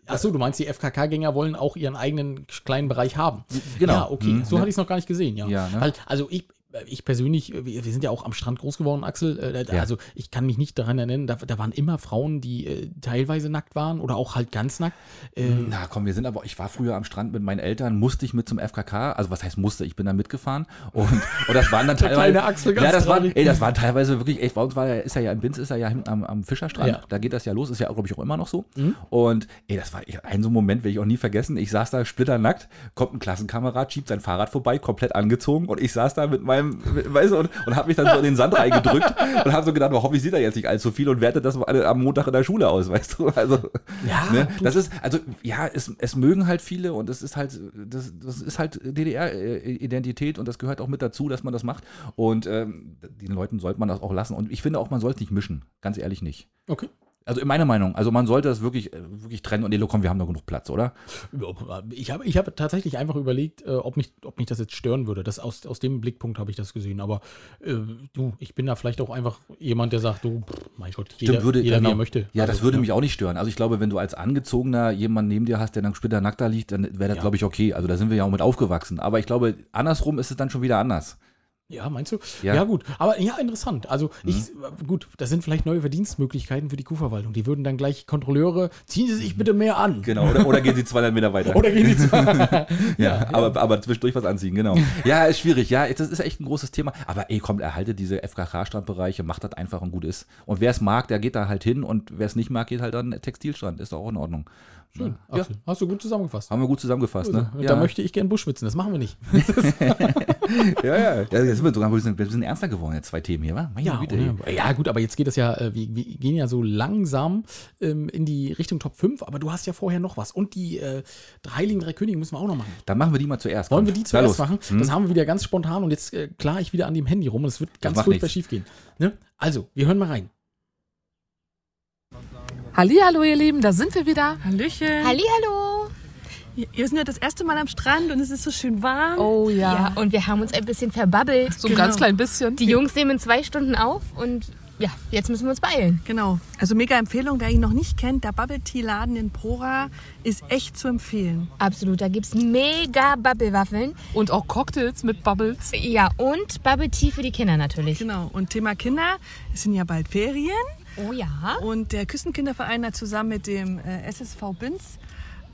S1: Achso, du meinst, die FKK-Gänger wollen auch ihren eigenen kleinen Bereich haben.
S2: genau.
S1: Ja, okay.
S2: Mhm.
S1: So hatte ich es noch gar nicht gesehen, ja.
S2: Ja, ne?
S1: Weil, also ich, ich persönlich, wir wir sind ja auch am Strand groß geworden, Axel. Äh, da-
S2: Ja.
S1: Also ich kann mich nicht daran erinnern, da, da waren immer Frauen, die äh, teilweise nackt waren oder auch halt ganz nackt. Äh,
S2: na komm, wir sind aber, ich war früher am Strand mit meinen Eltern, musste ich mit zum FKK, also was heißt musste, ich bin da mitgefahren und, und das waren dann
S1: <laughs> Der
S2: teilweise,
S1: kleine Axel, ganz
S2: ja, das waren,
S1: traurig.
S2: ey, das waren teilweise wirklich, echt, bei uns war, ja- ist er ja in Binz, ist er ja hinten am, am Fischerstrand,
S1: Ja. Mhm.
S2: da geht das ja los, ist ja, glaube ich, auch immer noch so und ey, das war ich- ein so ein Moment, werde ich auch nie vergessen, ich saß da splitternackt, kommt ein Klassenkamerad, schiebt sein Fahrrad vorbei, komplett angezogen und ich saß da mit meinem, mit- weißt du, und, und habe mich dann so in den Sand
S1: <laughs>
S2: reingedrückt und habe so gedacht, oh, hoffentlich sieht er jetzt nicht allzu viel und wertet das alle am Montag in der Schule aus, weißt du, also
S1: Ja,
S2: ne?
S1: du-
S2: das ist, also ja, es, es mögen halt viele und das ist halt, das, das ist halt DDR-Identität und das gehört auch mit dazu, dass man das macht. Und ähm, den Leuten sollte man das auch lassen. Und ich finde auch, man sollte es nicht mischen, ganz ehrlich nicht.
S1: okay.
S2: Also in meiner Meinung, also man sollte das wirklich, äh, wirklich trennen und Elo, komm, wir haben doch genug Platz, oder?
S1: Ja, Ich habe ich hab tatsächlich einfach überlegt, äh, ob, mich, ob mich das jetzt stören würde. Das aus, aus dem Blickpunkt habe ich das gesehen. Aber äh, du, ich bin da vielleicht auch einfach jemand, der sagt, du, pff, mein Gott, jeder,
S2: Stimmt, würde,
S1: jeder wie
S2: genau.
S1: er möchte.
S2: Ja, das
S1: Also,
S2: würde mich auch nicht stören. Also ich glaube, wenn du als Angezogener jemanden neben dir hast, der dann später nackt da liegt, dann wäre das,
S1: Ja.
S2: glaube ich, okay. Also da sind wir ja auch mit aufgewachsen. Aber ich glaube, andersrum ist es dann schon wieder anders.
S1: Ja, meinst du?
S2: Ja. Mhm.
S1: Ja, gut. Aber ja, interessant. Also ich, gut, das sind vielleicht neue Verdienstmöglichkeiten für die Kuhverwaltung. Die würden dann gleich Kontrolleure, ziehen Sie sich bitte mehr an.
S2: Genau, oder, oder gehen sie 200 Meter <laughs>
S1: <laughs>
S2: weiter.
S1: Oder gehen Sie zu. <laughs> ja,
S2: Ja, aber, aber zwischendurch was
S1: <laughs>
S2: anziehen, genau. Ja, ist schwierig, ja, das ist echt ein großes Thema. Aber ey, kommt, erhaltet diese FKK-Strandbereiche, macht das einfach und gut ist. Und wer es mag, der geht da halt hin und wer es nicht mag, geht halt an den Textilstrand. Ist doch auch in Ordnung.
S1: Schön.
S2: Ja,
S1: Axel, Hast du gut zusammengefasst.
S2: haben wir gut zusammengefasst, ne?
S1: Also, Da möchte ich gern Buschwitzen. Das machen wir
S2: <laughs>
S1: nicht.
S2: ja, ja. ja. Jetzt sind wir sogar ein bisschen, wir sind ernster geworden, jetzt zwei Themen hier, wa? Meine
S1: Ja,
S2: Güte,
S1: ohne, ja, gut, aber jetzt geht es ja, äh, wir, wir gehen ja so langsam ähm, in die Richtung Top 5, aber du hast ja vorher noch was. Und die äh, drei Heiligen Drei Könige müssen wir auch noch machen.
S2: Dann machen wir die mal zuerst.
S1: Wollen
S2: Komm,
S1: wir die
S2: na
S1: zuerst
S2: los.
S1: machen?
S2: Hm?
S1: Das haben wir wieder ganz spontan und jetzt äh, klar ich wieder an dem Handy rum und es wird ganz
S2: macht
S1: furchtbar
S2: nichts.
S1: schief gehen. Ne? Also, wir hören mal rein.
S4: Hallihallo, ihr Lieben, da sind wir wieder.
S5: Hallöchen.
S6: Hallihallo.
S5: Wir sind ja das erste Mal am Strand und es ist so schön warm.
S4: Oh ja.
S6: Ja, und wir haben uns ein bisschen verbabbelt.
S4: So ein ganz klein bisschen.
S6: Die Jungs nehmen in zwei Stunden auf und ja, jetzt müssen wir uns beeilen.
S5: Genau. Also mega Empfehlung, wer ihn noch nicht kennt, der Bubble Tea Laden in Prora ist echt zu empfehlen.
S6: Absolut, da gibt es mega Bubblewaffeln.
S4: Und auch Cocktails mit Bubbles.
S6: Ja, und Bubble Tea für die Kinder natürlich.
S5: Genau. Und Thema Kinder, es sind ja bald Ferien
S6: Oh ja.
S5: und der Küstenkinderverein hat zusammen mit dem äh, SSV Binz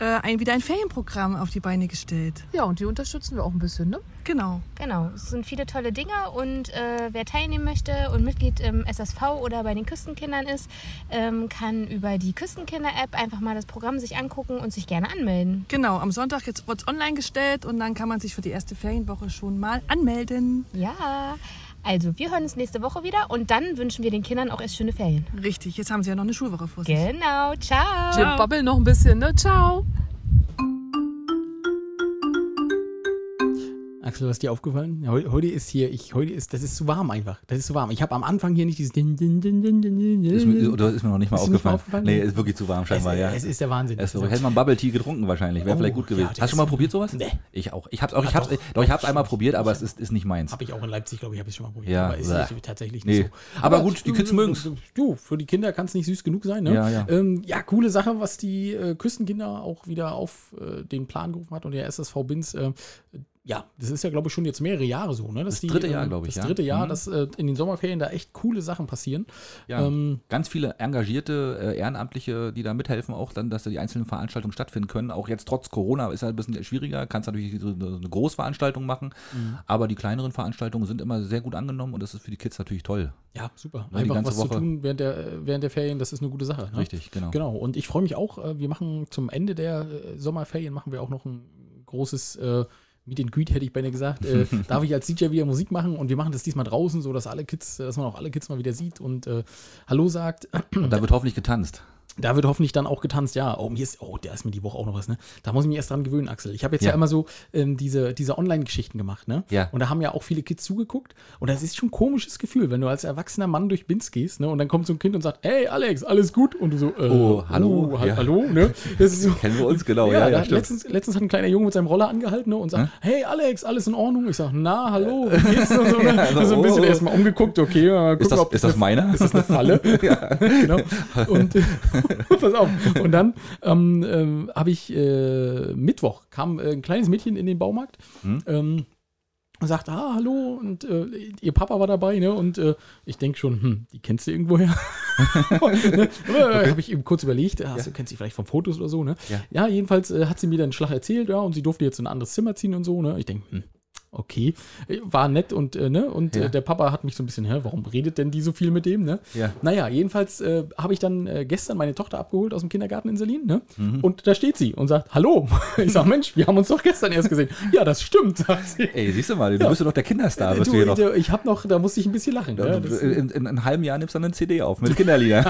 S5: äh, ein, wieder ein Ferienprogramm auf die Beine gestellt.
S4: Ja, und die unterstützen wir auch ein bisschen, ne?
S5: Genau.
S6: Genau, es sind viele tolle Dinge und äh, wer teilnehmen möchte und Mitglied im SSV oder bei den Küstenkindern ist, ähm, kann über die Küstenkinder-App einfach mal das Programm sich angucken und sich gerne anmelden.
S5: Genau. Am Sonntag jetzt wird es online gestellt und dann kann man sich für die erste Ferienwoche schon mal anmelden.
S6: Ja, also wir hören uns nächste Woche wieder und dann wünschen wir den Kindern auch erst schöne Ferien.
S5: Richtig. Jetzt haben sie ja noch eine Schulwoche vor sich.
S6: Genau, ciao.
S4: Wir babbeln noch ein bisschen, ne? Ciao.
S1: Axel, was ist dir aufgefallen? Ja, heu- heute ist hier, ich, heute ist, das ist zu warm einfach. Das ist zu warm. Ich habe am Anfang hier nicht dieses. Din, din, din, din, din, din,
S2: Ist, mir- oder ist mir noch nicht mal
S1: Ist dir nicht mal
S2: aufgefallen.
S1: aufgefallen?
S2: Nee, ist wirklich zu warm
S1: es,
S2: scheinbar, ja.
S1: es ist der Wahnsinn.
S2: Es Also, hätte man Bubble Tea getrunken wahrscheinlich, wäre
S1: Oh,
S2: vielleicht gut
S1: ja,
S2: gewesen.
S1: das
S2: Hast du schon mal
S1: ist-
S2: probiert sowas?
S1: Nee.
S2: Ich auch. Ich hab's auch, ich
S1: Ah,
S2: hab's,
S1: doch.
S2: doch, ich hab's einmal probiert, aber es ist, ist nicht meins.
S1: Habe ich auch in Leipzig, glaube ich, habe ich schon mal probiert.
S2: Ja,
S1: aber es
S2: bäh.
S1: ist tatsächlich nicht
S2: Nee.
S1: so.
S2: Aber gut, die Kids
S1: äh,
S2: mögen's.
S1: Du, für die Kinder kann es nicht süß genug sein. Ne?
S2: Ja, ja.
S1: Ähm, ja, coole Sache, was die äh, Küstenkinder auch wieder auf äh, den Plan gerufen hat und der SSV Binz. Äh, ja, das ist ja, glaube ich, schon jetzt mehrere Jahre so. Ne? Dass
S2: Das dritte
S1: die,
S2: Jahr,
S1: ähm,
S2: glaube ich,
S1: Das
S2: ja.
S1: dritte Jahr,
S2: Mhm.
S1: dass äh, in den Sommerferien da echt coole Sachen passieren.
S2: Ja.
S1: Ähm,
S2: Ganz viele engagierte äh, Ehrenamtliche, die da mithelfen, auch dann, dass da die einzelnen Veranstaltungen stattfinden können. Auch jetzt trotz Corona ist halt ein bisschen schwieriger, kannst natürlich so eine eine Großveranstaltung machen,
S1: Mhm.
S2: aber die kleineren Veranstaltungen sind immer sehr gut angenommen und das ist für die Kids natürlich toll.
S1: ja, super.
S2: Ja, Ne, die
S1: Einfach
S2: ganze
S1: was zu
S2: Woche.
S1: tun während der, äh, während der Ferien, das ist eine gute Sache. Ne?
S2: Richtig, genau.
S1: Genau, und ich freue mich auch, äh, wir machen zum Ende der äh, Sommerferien machen wir auch noch ein großes äh, Meet and Greet, hätte ich beinahe gesagt.
S2: <laughs>
S1: Äh, darf ich als DJ wieder Musik machen und wir machen das diesmal draußen, so dass alle Kids, äh, dass man auch alle Kids mal wieder sieht und äh, Hallo sagt.
S2: Und da wird hoffentlich getanzt.
S1: Da wird hoffentlich dann auch getanzt, ja. Oh, mir ist, oh, da ist mir die Woche auch noch was, ne? Da muss ich mich erst dran gewöhnen, Axel. Ich habe jetzt ja.
S2: Ja.
S1: immer so ähm, diese, diese Online-Geschichten gemacht, ne?
S2: Ja.
S1: Und da haben ja auch viele Kids zugeguckt. Und das ist schon ein komisches Gefühl, wenn du als erwachsener Mann durch Binz gehst, ne? Und dann kommt so ein Kind und sagt, hey, Alex, alles gut? Und du so, äh,
S2: Oh, hallo,
S1: oh, ha
S2: ja.
S1: hallo, ne? Das ist so.
S2: Kennen wir uns
S1: <laughs>
S2: genau,
S1: ja, ja, letztens, letztens hat ein kleiner Junge mit seinem Roller angehalten ne, und
S2: Hm?
S1: sagt, hey Alex, alles in Ordnung? Ich sag, na, hallo,
S2: <laughs>
S1: wie geht's? Und so, ne?
S2: also,
S1: so ein bisschen
S2: oh.
S1: erstmal umgeguckt, okay, mal gucken,
S2: Ist das,
S1: ob
S2: ist das meiner?
S1: ist das eine Falle? genau. Und <laughs> äh, pass auf. Und dann ähm, ähm, habe ich äh, Mittwoch kam äh, ein kleines Mädchen in den Baumarkt. Ähm, und sagt, ah, hallo, und äh, ihr Papa war dabei, ne? Und äh, ich denke schon, hm, die kennst du
S2: <laughs>
S1: irgendwoher. <laughs> ne? Habe ich eben kurz überlegt, ah, so, kennst du vielleicht von Fotos oder so, ne?
S2: Ja.
S1: jedenfalls äh, hat sie mir dann einen Schlag erzählt, ja, und sie durfte jetzt in ein anderes Zimmer ziehen und so, ne? Ich denke, hm, okay. Äh, War nett und, äh, ne? Und
S2: Ja.
S1: äh, der Papa hat mich so ein bisschen, hä, warum redet denn die so viel mit dem, ne?
S2: Ja.
S1: Naja, jedenfalls äh, habe ich dann äh, gestern meine Tochter abgeholt aus dem Kindergarten in Selin, ne?
S2: Mhm.
S1: Und da steht sie und sagt, hallo. <laughs> Ich sage, Mensch, wir haben uns doch gestern erst gesehen. Ja, das stimmt, sagt sie.
S2: Ey, siehst du mal, du bist ja doch der Kinderstar, bist
S1: du,
S2: du hier noch.
S1: du, ich habe noch, da musste ich ein bisschen lachen. Ja,
S2: Du- äh,
S1: das,
S2: in, in einem halben Jahr nimmst du dann eine CD auf
S1: <laughs>
S2: mit Kinderliedern.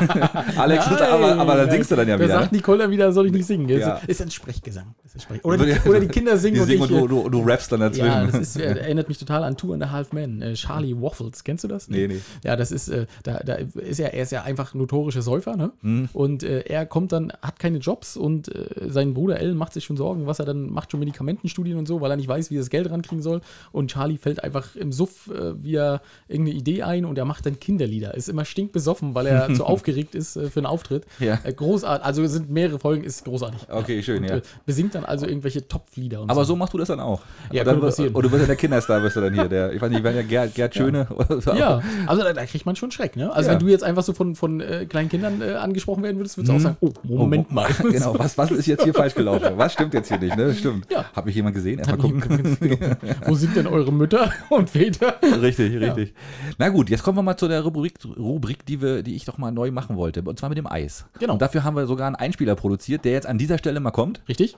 S2: Alex, und, aber, aber dann singst du dann ja
S1: Da
S2: wieder. ne?
S1: sagt Nicole dann wieder, soll ich nicht singen. gell?
S2: Ja.
S1: Ist ein Sprechgesang. Ist ein Sprech oder,
S2: <laughs>
S1: die, oder die Kinder singen
S2: Die singen und,
S1: ich, äh,
S2: du, du, du rappst dann dazwischen.
S1: Ja, das ist,
S2: <laughs>
S1: äh, erinnert mich total an Two and a Half Men. Äh, Charlie Waffles, kennst du das?
S2: Nee, nee.
S1: Ja, das ist, äh, da, da ist ja, er ist ja einfach notorischer Säufer, ne?
S2: Mhm.
S1: Und äh, er kommt dann, hat keine Jobs und äh, sein Bruder Alan macht sich schon Sorgen, was er dann macht, schon Medikamentenstudien und so, weil er nicht weiß, wie er das Geld rankriegen soll. Und Charlie fällt einfach im Suff äh, wieder irgendeine Idee ein und er macht dann Kinderlieder. Ist immer stinkbesoffen, weil
S2: <laughs>
S1: er zu aufgeregt ist äh, für einen Auftritt.
S2: Ja.
S1: Äh, großartig, also es sind mehrere Folgen, ist großartig.
S2: Okay, schön,
S1: Und,
S2: ja.
S1: äh, besingt dann also irgendwelche Topflieder und
S2: Aber so machst du das dann auch.
S1: Ja,
S2: Und dann,
S1: könnte passieren.
S2: Und du bist ja der Kinderstar, bist du dann hier. Der, ich weiß nicht, wenn der Gerd, Gerd Schöne <laughs> oder so.
S1: Ja, also da, da kriegt man schon Schreck, ne? Also
S2: Ja.
S1: wenn du jetzt einfach so von, von äh, kleinen Kindern äh, angesprochen werden würdest,
S2: Mhm.
S1: würdest du auch sagen, oh, Moment mal.
S2: <laughs> Genau, was, was ist jetzt hier falsch gelaufen? Was stimmt jetzt hier nicht? Ne? Stimmt.
S1: Ja.
S2: Hab ich jemand gesehen? Erstmal
S1: Hab <laughs> ich
S2: gucken.
S1: eben geguckt. Genau. Wo sind denn eure Mütter <laughs> und Väter?
S2: Richtig, richtig. Na gut, jetzt kommen wir mal zu der Rubrik, Rubrik die, wir, die ich doch mal neu machen wollte. Und zwar mit dem Eis.
S1: Genau.
S2: Und dafür haben wir sogar einen Einspieler produziert, der jetzt an dieser Stelle mal kommt.
S1: Richtig?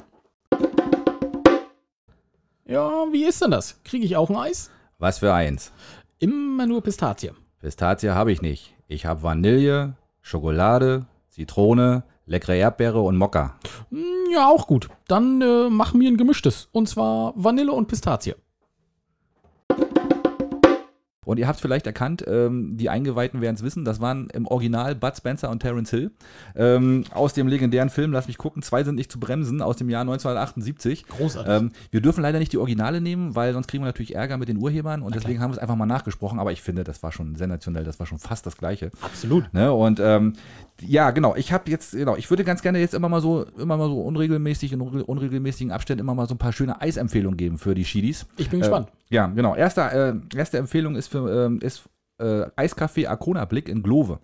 S1: Ja, wie ist denn das? Kriege ich auch ein Eis?
S2: Was für eins?
S1: Immer nur Pistazie.
S2: Pistazie habe ich nicht. Ich habe Vanille, Schokolade, Zitrone, leckere Erdbeere und Mokka.
S1: Hm, Ja, auch gut. Dann äh, mach mir ein gemischtes. Und zwar Vanille und Pistazie.
S2: Und ihr habt es vielleicht erkannt, ähm, die Eingeweihten werden es wissen, das waren im Original Bud Spencer und Terence Hill ähm, aus dem legendären Film, lass mich gucken, zwei sind nicht zu bremsen, aus dem Jahr 1978.
S1: Großartig.
S2: Ähm, wir dürfen leider nicht die Originale nehmen, weil sonst kriegen wir natürlich Ärger mit den Urhebern
S1: Na
S2: und
S1: klar.
S2: deswegen haben wir es einfach mal nachgesprochen, aber ich finde, das war schon sensationell, das war schon fast das Gleiche.
S1: Absolut.
S2: Ne? Und ähm, ja, genau, ich habe jetzt, genau, ich würde ganz gerne jetzt immer mal so, immer mal so unregelmäßig, in unre- unregelmäßigen Abständen immer mal so ein paar schöne Eisempfehlungen geben für die Schiedis.
S1: Ich bin gespannt.
S2: Äh, ja, genau. Erste, äh, erste Empfehlung ist für ähm, ist, äh, Eiscafé Arcona Blick in Glove.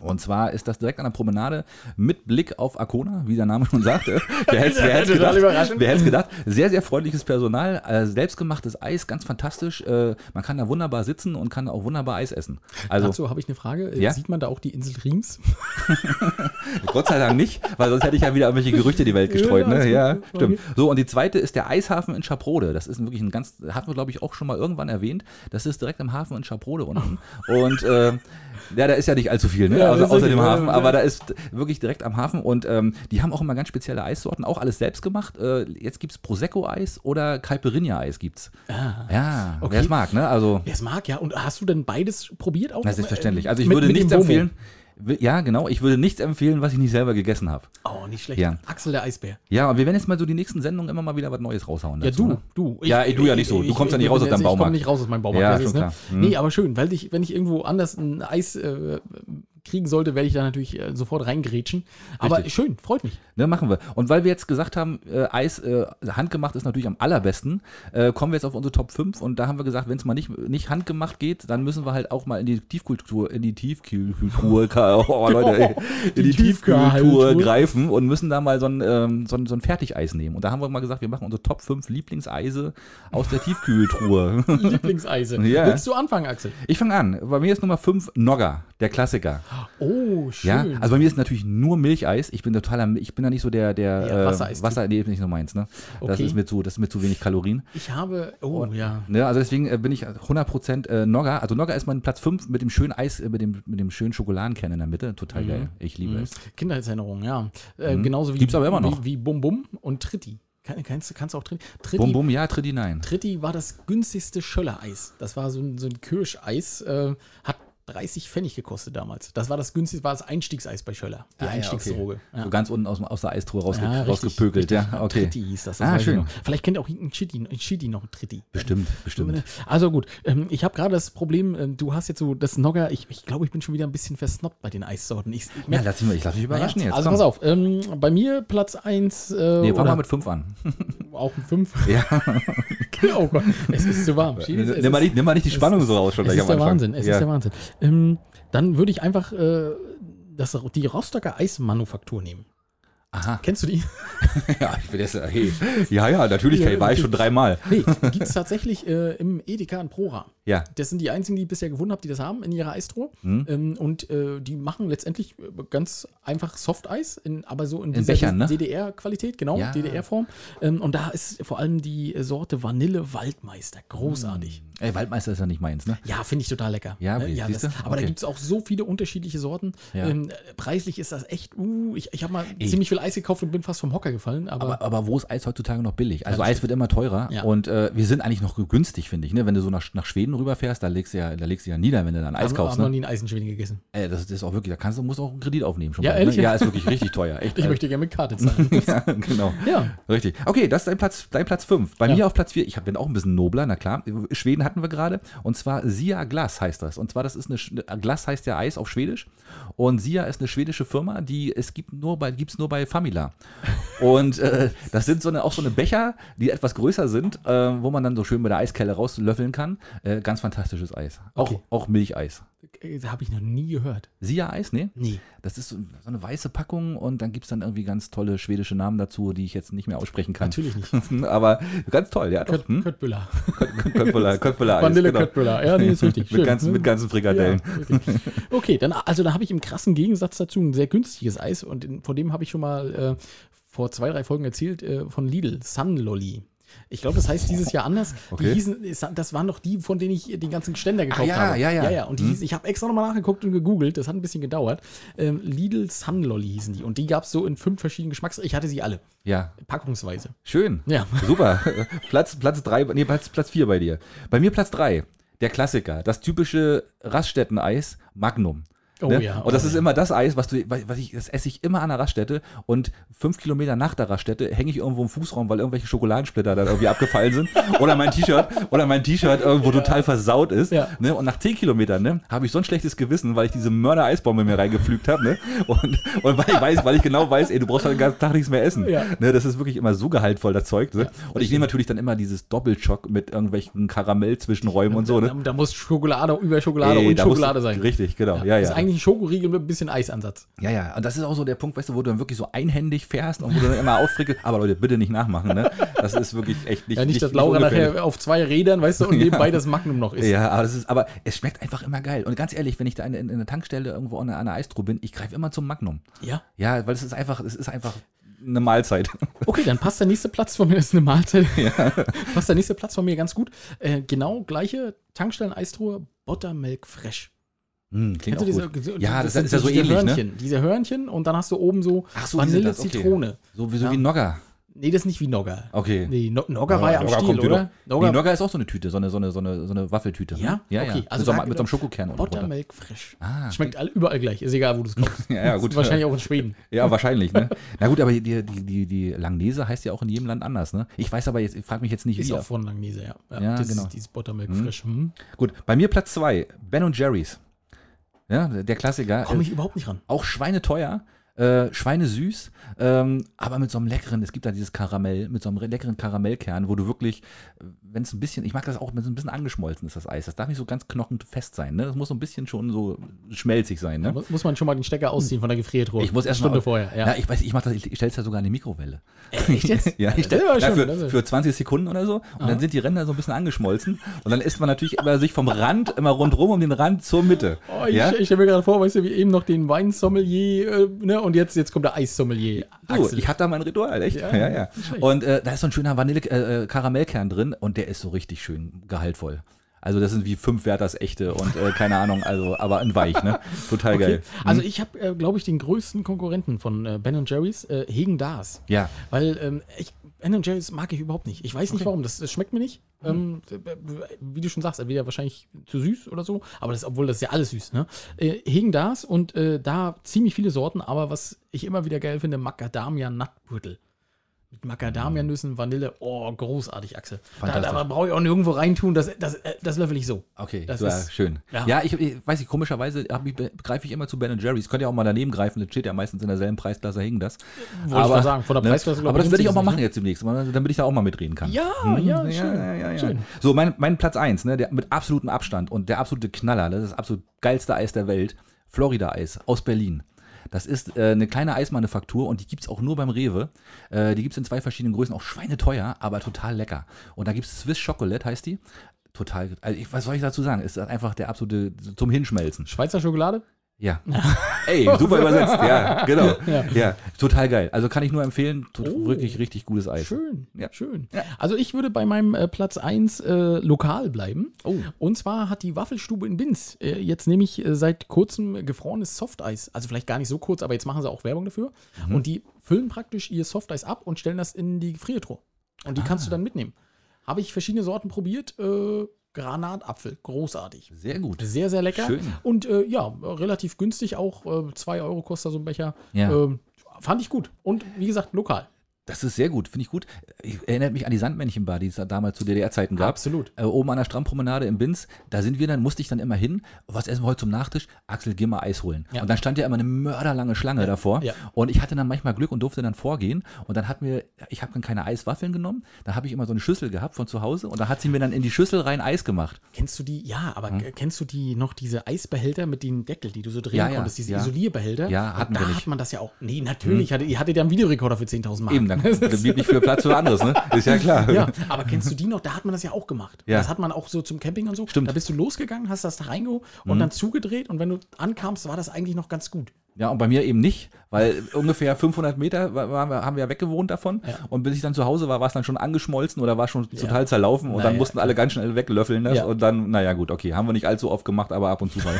S2: Und zwar ist das direkt an der Promenade mit Blick auf Arcona, wie der Name schon sagte.
S1: <laughs>
S2: Wer hätte wer hätt's
S1: Total
S2: gedacht?
S1: überraschend.
S2: Wer hätte es gedacht? Sehr, sehr freundliches Personal, äh, selbstgemachtes Eis, ganz fantastisch. Äh, man kann da wunderbar sitzen und kann auch wunderbar Eis essen. Also
S1: Dazu habe ich eine Frage. Äh,
S2: Ja?
S1: Sieht man da auch die Insel Riems?
S2: Gott sei Dank nicht, weil sonst hätte ich ja wieder irgendwelche Gerüchte in die Welt gestreut.
S1: Ja,
S2: Ne? Ja,
S1: alles gut.
S2: stimmt. So, und die zweite ist der Eishafen in Schaprode. Das ist wirklich ein ganz, hatten wir glaube ich auch schon mal irgendwann erwähnt. Das ist direkt am Hafen in Schaprode unten. Und äh, ja, da ist ja nicht allzu viel, ne?
S1: Ja,
S2: also,
S1: das ist
S2: außer dem
S1: richtig,
S2: Hafen.
S1: ja, ja.
S2: Aber da ist wirklich direkt am Hafen. Und ähm, die haben auch immer ganz spezielle Eissorten, auch alles selbst gemacht. Äh, jetzt gibt es Prosecco-Eis oder Caipirinha-Eis gibt's. Ja,
S1: Ah, Okay.
S2: wer es mag, ne? Also.
S1: Wer es mag, ja. Und hast du denn beides probiert? Auch
S2: Na, selbstverständlich.
S1: äh,
S2: Also ich
S1: mit-
S2: würde
S1: mit dem
S2: nichts
S1: Bomo?
S2: empfehlen. Ja, genau. Ich würde nichts empfehlen, was ich nicht selber gegessen habe.
S1: Oh, nicht schlecht.
S2: Ja.
S1: Axel der Eisbär.
S2: Ja, und wir werden jetzt mal so die nächsten Sendungen immer mal wieder was Neues raushauen.
S1: Ja,
S2: dazu,
S1: du,
S2: ne?
S1: du.
S2: Ja, ich- du ja nicht so. Du kommst ja nicht raus aus deinem
S1: Ich komme
S2: Baumarkt.
S1: nicht raus aus meinem Baumarkt.
S2: Ja,
S1: das ist,
S2: schon
S1: ne?
S2: klar. Mhm.
S1: Nee, aber schön, weil ich, wenn ich irgendwo anders ein Eis äh, kriegen sollte, werde ich da natürlich äh, sofort reingrätschen. Aber
S2: Richtig.
S1: schön, freut
S2: <laughs>
S1: mich.
S2: Ne, machen wir. Und weil wir jetzt gesagt haben, äh, Eis äh, handgemacht ist natürlich am allerbesten, äh, kommen wir jetzt auf unsere Top 5 und da haben wir gesagt, wenn es mal nicht, nicht handgemacht geht, dann müssen wir halt auch mal in die Tiefkultur, in die <laughs> Tiefkultur, oh, Leute,
S1: <laughs>
S2: ey, in die,
S1: Die
S2: Tiefkultur
S1: Tiefkultur.
S2: greifen und müssen da mal so ein, ähm, so, ein, so ein Fertigeis nehmen. Und da haben wir mal gesagt, wir machen unsere Top 5 Lieblingseise aus der
S1: <laughs>
S2: Tiefkühltruhe.
S1: Lieblingseise.
S2: Ja.
S1: Willst du anfangen, Axel?
S2: Ich fange an. Bei mir ist Nummer 5 Nogger, der Klassiker.
S1: Oh, schön.
S2: Ja, also bei mir ist natürlich nur Milcheis. Ich bin totaler, Mil- ich bin da nicht so der, der
S1: Ja,
S2: äh,
S1: Wassereis-Typ.
S2: Wasser, nee, ist nicht so meins. Ne? Das
S1: Okay.
S2: ist mir zu, das ist mir zu wenig Kalorien.
S1: ich habe. Oh, ja.
S2: Ne? Also deswegen äh, bin ich 100% äh, Nogger. Also Nogger ist mein Platz 5 mit dem schönen Eis, äh, mit dem, mit dem schönen Schokoladenkern in der Mitte.
S1: Mhm.
S2: Total geil. Ich liebe es.
S1: Kindheitserinnerungen, ja. Äh, Genauso wie,
S2: Mhm. Gibt's aber immer noch.
S1: wie, wie Bum Bum und Tritti. Kann, kannst, kannst du auch Tritti. Tritti,
S2: Bum bum, ja, tritt die nein.
S1: Tritti war das günstigste Schöllereis. Das war so ein, so ein Kirscheis. Äh, hat 30 Pfennig gekostet damals. Das war das günstigste, war das Einstiegseis bei Schöller. Die
S2: Ah,
S1: Einstiegsdroge.
S2: So ganz unten aus, dem- aus der Eistruhe rausge
S1: Ja, richtig,
S2: rausgepökelt.
S1: richtig.
S2: Ja, okay.
S1: Tritti hieß das. das
S2: Ah,
S1: weiß ich
S2: schön.
S1: noch. Vielleicht kennt auch ein Chidi, ein Chidi noch ein Tritti.
S2: Bestimmt, bestimmt.
S1: Also gut, ähm, ich habe gerade das Problem, ähm, du hast jetzt so das Nogger, ich, ich glaube, ich bin schon wieder ein bisschen versnobbt bei den Eissorten. Ich, ich
S2: Ja,
S1: merk-
S2: lass mich, ich lass mich überraschen
S1: Naja,
S2: jetzt.
S1: Also
S2: komm.
S1: pass auf, ähm, bei mir Platz 1 äh,
S2: Nee, fangen wir
S1: oder
S2: mit 5 an.
S1: auch ein 5. <laughs>
S2: Ja.
S1: oh Gott, es ist zu
S2: <laughs>
S1: warm. Schiebes, es
S2: nimm, mal
S1: ist-
S2: nicht, nimm mal nicht die
S1: es
S2: Spannung
S1: ist-
S2: so raus schon
S1: Es
S2: gleich
S1: ist der
S2: am Anfang.
S1: Wahnsinn, es
S2: ja.
S1: ist der Wahnsinn. Ähm, dann würde ich einfach äh, das, die Rostocker Eismanufaktur nehmen.
S2: Aha.
S1: Kennst du die? <laughs>
S2: Ja, ich will jetzt, hey. ja, ja, natürlich,
S1: äh, Ja,
S2: Kay, war ich
S1: natürlich.
S2: schon dreimal.
S1: Nee,
S2: <laughs>
S1: gibt es tatsächlich äh, im Edeka in Prora.
S2: Ja,
S1: Das sind die einzigen, die ich bisher gefunden habe, die das haben in ihrer Eistruhe.
S2: Mhm.
S1: Ähm, und äh, die machen letztendlich äh, ganz einfach Softeis, in, aber so in,
S2: Bechern, ne?
S1: DDR-Qualität, genau,
S2: Ja.
S1: DDR-Form. Ähm, und da ist vor allem die Sorte Vanille Waldmeister großartig.
S2: Ey, Waldmeister ist ja nicht meins, ne?
S1: Ja, finde ich total lecker.
S2: Ja,
S1: Ne? ja das,
S2: siehste?
S1: aber da
S2: Okay.
S1: gibt es auch so viele unterschiedliche Sorten.
S2: Ja.
S1: Ähm, äh, preislich ist das echt, uh, ich, ich habe mal
S2: Ey.
S1: ziemlich viel Eis gekauft und bin fast vom Hocker gefallen, aber,
S2: Aber, aber wo ist Eis heutzutage noch billig? Also
S1: das
S2: Eis wird immer teurer
S1: Ja.
S2: und äh, wir sind eigentlich noch günstig, finde ich. Ne? Wenn du so nach, nach Schweden rüberfährst, da legst du ja, da legst du ja nieder, wenn du dann Eis
S1: haben,
S2: kaufst.
S1: haben noch
S2: Ne?
S1: nie ein Eisenschwein gegessen.
S2: Ey, das ist auch wirklich, da kannst du musst auch einen Kredit aufnehmen schon.
S1: Ja,
S2: bald,
S1: ehrlich?
S2: Ne? Ja, ist wirklich richtig teuer. Echt,
S1: Ich
S2: äh,
S1: möchte gerne mit Karte
S2: <laughs>
S1: zahlen. <laughs>
S2: ja, genau.
S1: Ja.
S2: Richtig. Okay, das ist dein Platz, dein Platz 5. Bei
S1: Ja.
S2: mir auf Platz 4, ich hab- bin auch ein bisschen nobler, na klar. Schweden hatten wir gerade. Und zwar Sia Glass heißt das. Und zwar, das ist eine, Sch- eine- Glass heißt ja Eis auf Schwedisch. Und Sia ist eine schwedische Firma, die es gibt nur bei, gibt's nur bei Famila. Und äh, das sind so eine, auch so eine Becher, die etwas größer sind, äh, wo man dann so schön mit der Eiskelle rauslöffeln kann. Äh, ganz fantastisches Eis. Auch,
S1: Okay.
S2: auch Milcheis.
S1: Äh, Habe ich noch nie gehört.
S2: Sia-Eis, nee?
S1: Nee.
S2: Das ist so so eine weiße Packung und dann gibt's dann irgendwie ganz tolle schwedische Namen dazu, die ich jetzt nicht mehr aussprechen kann.
S1: Natürlich nicht.
S2: <laughs> Aber ganz toll, ja. Doch,
S1: Kött,
S2: hm?
S1: Köttbullar.
S2: Köttbullar, Köttbullar Eis,
S1: Vanille
S2: genau.
S1: Köttbullar. Ja, nee, ist richtig.
S2: <laughs>
S1: hm?
S2: Mit ganzen, mit ganzen Frikadellen.
S1: Ja, richtig.
S2: <laughs>
S1: okay, dann, also da habe ich im krassen Gegensatz dazu ein sehr günstiges Eis und in, von dem habe ich schon mal äh, vor zwei, drei Folgen erzählt, äh, von Lidl, Sun Lolly. Ich glaube, das heißt dieses Jahr anders.
S2: Okay. Ah,
S1: Die hießen, es- das waren doch die, von denen ich den ganzen Ständer gekauft
S2: ja,
S1: habe.
S2: ja, ja. Mhm.
S1: ja, ja. Und die hießen, ich habe extra nochmal nachgeguckt und gegoogelt, das hat ein bisschen gedauert. Ähm, Lidl Sun Lolly hießen die. Und die gab es so in fünf verschiedenen Geschmacks. Ich hatte sie alle,
S2: Ja,
S1: packungsweise.
S2: schön.
S1: Ja.
S2: <laughs> Super. Platz, Platz drei, nee, Platz, Platz vier bei dir. Bei mir Platz drei. der Klassiker, das typische Raststätteneis Magnum.
S1: Oh
S2: ne?
S1: ja.
S2: Und das
S1: oh
S2: ist
S1: ja.
S2: immer das Eis, was du, was was ich, das esse ich immer an der Raststätte und fünf Kilometer nach der Raststätte hänge ich irgendwo im Fußraum, weil irgendwelche Schokoladensplitter da irgendwie <laughs> abgefallen sind oder mein T-Shirt oder mein T-Shirt irgendwo total versaut ist.
S1: Ja.
S2: Ne? Und nach zehn Kilometern ne, habe ich so ein schlechtes Gewissen, weil ich diese Mörder-Eisbombe mir reingepflügt habe ne? und, und weil ich weiß, weil ich genau weiß, ey, du brauchst halt den ganzen Tag nichts mehr essen.
S1: Ja.
S2: <laughs> Ne? Das ist wirklich immer so gehaltvoll das Zeug. Ne? und ich nehme natürlich dann immer dieses Doppelschock mit irgendwelchen Karamell-Zwischenräumen und so.
S1: Da,
S2: Ne?
S1: da muss Schokolade über Schokolade
S2: Ey,
S1: und
S2: da musst du-
S1: Schokolade sein.
S2: Richtig, genau. Ja, ja.
S1: Ja, Das ist eigentlich ein Schokoriegel mit ein bisschen Eisansatz.
S2: Ja, ja, und das ist auch so der Punkt, weißt du, wo du dann wirklich so einhändig fährst und wo du dann immer auffrickelst. Aber Leute, bitte nicht nachmachen, ne? Das ist wirklich echt nicht
S1: Ja, nicht, dass Laura <laughs>
S2: ungefährlich.
S1: nachher auf zwei Rädern, weißt
S2: <laughs>
S1: du, und nebenbei das Magnum noch ist.
S2: Ja, aber, das ist, aber es schmeckt einfach immer geil. Und ganz ehrlich, wenn ich da in, in, in der Tankstelle irgendwo an einer, an einer Eistruhe bin, ich greife immer zum Magnum.
S1: ja.
S2: Ja, weil es ist einfach, es ist einfach eine Mahlzeit.
S1: Okay, dann passt der nächste Platz von mir, das ist eine Mahlzeit. <laughs> Passt der nächste Platz von mir ganz gut. Äh, genau gleiche Tankstellen-Eistruhe, Buttermilk Fresh.
S2: Hm, klingt
S1: Kennst du diese,
S2: gut.
S1: diese-
S2: Ja, das,
S1: sind
S2: ist ja so
S1: diese
S2: ähnlich, ne?
S1: Hörnchen, Diese Hörnchen und dann hast du oben so,
S2: Ach so, wie sind
S1: Vanille,
S2: das? Okay.
S1: Zitrone.
S2: So, wie, so
S1: Ja.
S2: wie Nogger.
S1: Nee, das ist nicht wie Nogger.
S2: Okay.
S1: Nee, no Nogger war ja am Stiel,
S2: kommt
S1: oder?
S2: Wieder. Nee, Nogger ist auch so eine Tüte, so eine, so eine, so eine, so eine Waffeltüte.
S1: Ja?
S2: ne? ja,
S1: Okay,
S2: ja.
S1: also
S2: mit, so,
S1: da-
S2: einem- mit so einem Schokokern unten drunter.
S1: Buttermilk Fresh.
S2: Ah.
S1: Schmeckt all, überall gleich, ist egal, wo du es kaufst.
S2: <laughs> Ja, ja, gut.
S1: Wahrscheinlich auch in Schweden.
S2: Ja, wahrscheinlich, ne? Na gut, aber die, die, die, die Langnese heißt ja auch in jedem Land anders, ne? Ich weiß aber jetzt, ich frage mich jetzt nicht,
S1: Ist
S2: wie.
S1: auch von Langnese, ja.
S2: Ja,
S1: dieses,
S2: genau.
S1: Dieses Buttermilk Fresh. Hm.
S2: Gut, bei mir Platz zwei Ben und Jerry's. Ja, der Klassiker.
S1: Komme
S2: Äh,
S1: ich überhaupt nicht ran.
S2: auch schweineteuer, äh, schweinesüß, ähm, aber mit so einem leckeren, es gibt da dieses Karamell, mit so einem leckeren Karamellkern, wo du wirklich, wenn es ein bisschen, ich mag das auch, wenn es ein bisschen angeschmolzen ist, das Eis. Das darf nicht so ganz knochenfest sein, ne? Das muss so ein bisschen schon so schmelzig sein, ne?
S1: Muss, muss man schon mal den Stecker ausziehen von der Gefriertruhe.
S2: Ich muss erst
S1: eine Stunde
S2: mal,
S1: vorher. Ja.
S2: Ja. ich weiß, ich mach das, ich stell's ja sogar in die Mikrowelle.
S1: Echt jetzt?
S2: <laughs> Ja, ich
S1: das
S2: stell,
S1: ist aber
S2: na,
S1: schon- also
S2: für,
S1: das ist-
S2: für 20 Sekunden oder so. Und dann sind die Ränder so ein bisschen angeschmolzen. Und dann isst man natürlich immer sich vom Rand immer rundrum um den Rand zur Mitte.
S1: Oh, ich
S2: ja?
S1: ich stelle mir gerade vor, weißt du, wie eben noch den Weinsommelier äh, ne? und jetzt, jetzt kommt der Eissommelier.
S2: Du, ich hab da mein Ritual, echt?
S1: Ja,
S2: Ja, ja. Und äh, da ist so ein schöner Vanille-Karamellkern drin und der ist so richtig schön gehaltvoll. Also das sind wie fünf Werthers echte und äh, keine Ahnung, also aber in weich, ne? Total
S1: Okay.
S2: geil. Mhm.
S1: Also ich habe, äh, glaube ich, den größten Konkurrenten von äh, Ben Jerry's, äh, Hegen Dars.
S2: Ja.
S1: Weil ähm, ich, Ben Jerry's mag ich überhaupt nicht. Ich weiß nicht warum, das, das schmeckt mir nicht.
S2: Mhm.
S1: Ähm, d- b- b- wie du schon sagst, entweder wahrscheinlich zu süß oder so, aber das, obwohl das ist ja alles süß, ne? Äh, Hegen Dars und äh, da ziemlich viele Sorten, aber was ich immer wieder geil finde, Macadamia-Nattbrüttel. Mit Macadamia-Nüssen, Vanille, oh, großartig, Axel. Da,
S2: Mhm. Fantastisch.
S1: da brauche ich auch nirgendwo reintun, das, das, äh, das löffel ich so.
S2: Okay,
S1: Das
S2: das war
S1: ist-
S2: schön.
S1: ja.
S2: Ja, ich, ich weiß nicht, komischerweise hab ich, greife ich immer zu Ben Jerry's. Könnt ihr auch mal daneben greifen, das steht ja meistens in derselben Preisklasse, hängen das. ne,
S1: Wollte ich mal sagen, von der Preisklasse, glaub
S2: Aber
S1: ich,
S2: das werde ich auch
S1: nimmt sie
S2: mal
S1: sich
S2: machen jetzt demnächst, mal, damit ich da auch mal mitreden kann.
S1: Ja,
S2: Hm,
S1: ja, schön, schön.
S2: So, mein, mein Platz 1, ne, der mit absolutem Abstand und der absolute Knaller, ne, das ist das absolut geilste Eis der Welt, Florida-Eis aus Berlin. Das ist äh, eine kleine Eismanufaktur und die gibt es auch nur beim Rewe. Äh, die gibt es in zwei verschiedenen Größen, auch schweineteuer, aber total lecker. Und da gibt es Swiss Chocolate, heißt die. Total, also ich, was soll ich dazu sagen? Ist das einfach der absolute, zum Hinschmelzen.
S1: Schweizer Schokolade? <laughs>
S2: Ja. Ey, super übersetzt. Ja, genau. Ja. total geil. Also kann ich nur empfehlen, tut
S1: Oh.
S2: wirklich richtig gutes Eis.
S1: Schön,
S2: Ja.
S1: schön. Also ich würde bei meinem äh, Platz 1 äh, lokal bleiben.
S2: Oh.
S1: Und zwar hat die Waffelstube in Binz äh, jetzt nämlich äh, seit kurzem gefrorenes Softeis. Also vielleicht gar nicht so kurz, aber jetzt machen sie auch Werbung dafür.
S2: Mhm.
S1: Und die füllen praktisch ihr Softeis ab und stellen das in die Gefriertruhe. Und die
S2: Ah.
S1: kannst du dann mitnehmen. Habe ich verschiedene Sorten probiert. Äh, Granatapfel, großartig.
S2: Sehr gut.
S1: Sehr, sehr lecker.
S2: Schön.
S1: Und äh, ja, relativ günstig auch. 2 Euro kostet da so ein Becher.
S2: Ja.
S1: Ähm, fand ich gut. Und wie gesagt, lokal.
S2: Das ist sehr gut, finde ich gut. Ich, erinnert mich an die Sandmännchenbar, die es da damals zu DDR-Zeiten gab.
S1: Absolut.
S2: Äh, oben an der Strandpromenade im Binz, da sind wir dann, musste ich dann immer hin. Was essen wir heute zum Nachtisch? Axel, geh mal Eis holen.
S1: Ja.
S2: Und dann stand ja immer eine mörderlange Schlange davor.
S1: Ja.
S2: Und ich hatte dann manchmal Glück und durfte dann vorgehen. Und dann hat mir, ich habe dann keine Eiswaffeln genommen. Da habe ich immer so eine Schüssel gehabt von zu Hause. Und da hat sie mir dann in die Schüssel rein Eis gemacht.
S1: Kennst du die, ja,
S2: Hm?
S1: aber k- kennst du die noch diese Eisbehälter mit dem Deckel, die du so drehen
S2: Ja, ja,
S1: konntest, diese
S2: ja.
S1: Isolierbehälter?
S2: Ja, hatten
S1: Und da
S2: wir nicht. Hm.
S1: hat man das ja auch. Nee, natürlich, hatte, ihr hattet ja einen Videorekorder für 10.000 Mark. <laughs>
S2: Eben, dann blieb nicht viel Platz für anderes, ne? Ist ja klar.
S1: Ja, aber kennst du die noch? Da hat man das ja auch gemacht.
S2: Ja.
S1: Das hat man auch so zum Camping und so.
S2: Stimmt. Hm.
S1: Da bist du losgegangen, hast das da reingeholt und dann zugedreht und wenn du ankamst, war das eigentlich noch ganz gut.
S2: Ja, und bei mir eben nicht, weil ungefähr 500 Meter wa- waren wir, haben wir ja weggewohnt davon. Und bis ich dann zu Hause war, war es dann schon angeschmolzen oder war schon total zerlaufen. Und dann
S1: Naja.
S2: mussten alle ganz schnell weglöffeln. Das.
S1: Ja.
S2: Und dann, naja, gut, okay, haben wir nicht allzu oft gemacht, aber ab und zu
S1: <laughs>
S2: mal.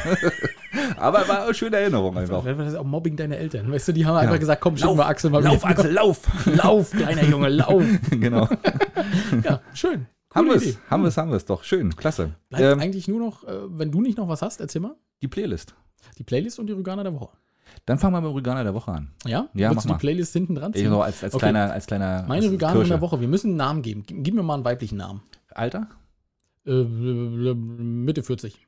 S2: aber war eine schöne Erinnerung einfach.
S1: Vielleicht war das auch Mobbing deiner Eltern. Weißt du, die haben einfach gesagt, komm, schick
S2: Lauf,
S1: mal Axel mal <laughs>
S2: lauf,
S1: Axel, lauf! Lauf, kleiner Junge, lauf!
S2: genau.
S1: ja, schön.
S2: Haben wir
S1: Coole
S2: es,
S1: Idee.
S2: haben wir es, haben wir es doch. Schön, klasse.
S1: Bleibt
S2: Ähm,
S1: eigentlich nur noch, äh, wenn du nicht noch was hast, erzähl mal,
S2: die Playlist.
S1: die Playlist und die Rügana der Woche.
S2: Dann fangen wir mit dem Organer der Woche an.
S1: Ja?
S2: Ja,
S1: Willst
S2: mach
S1: du
S2: mal.
S1: die Playlist hinten dran
S2: Ich
S1: ziehen?
S2: so als, als
S1: Okay.
S2: kleiner, als kleiner.
S1: Meine
S2: als
S1: Rügana
S2: Kirsche.
S1: der Woche, wir müssen einen Namen geben. Gib, gib mir mal einen weiblichen Namen.
S2: Alter?
S1: Äh, Mitte 40.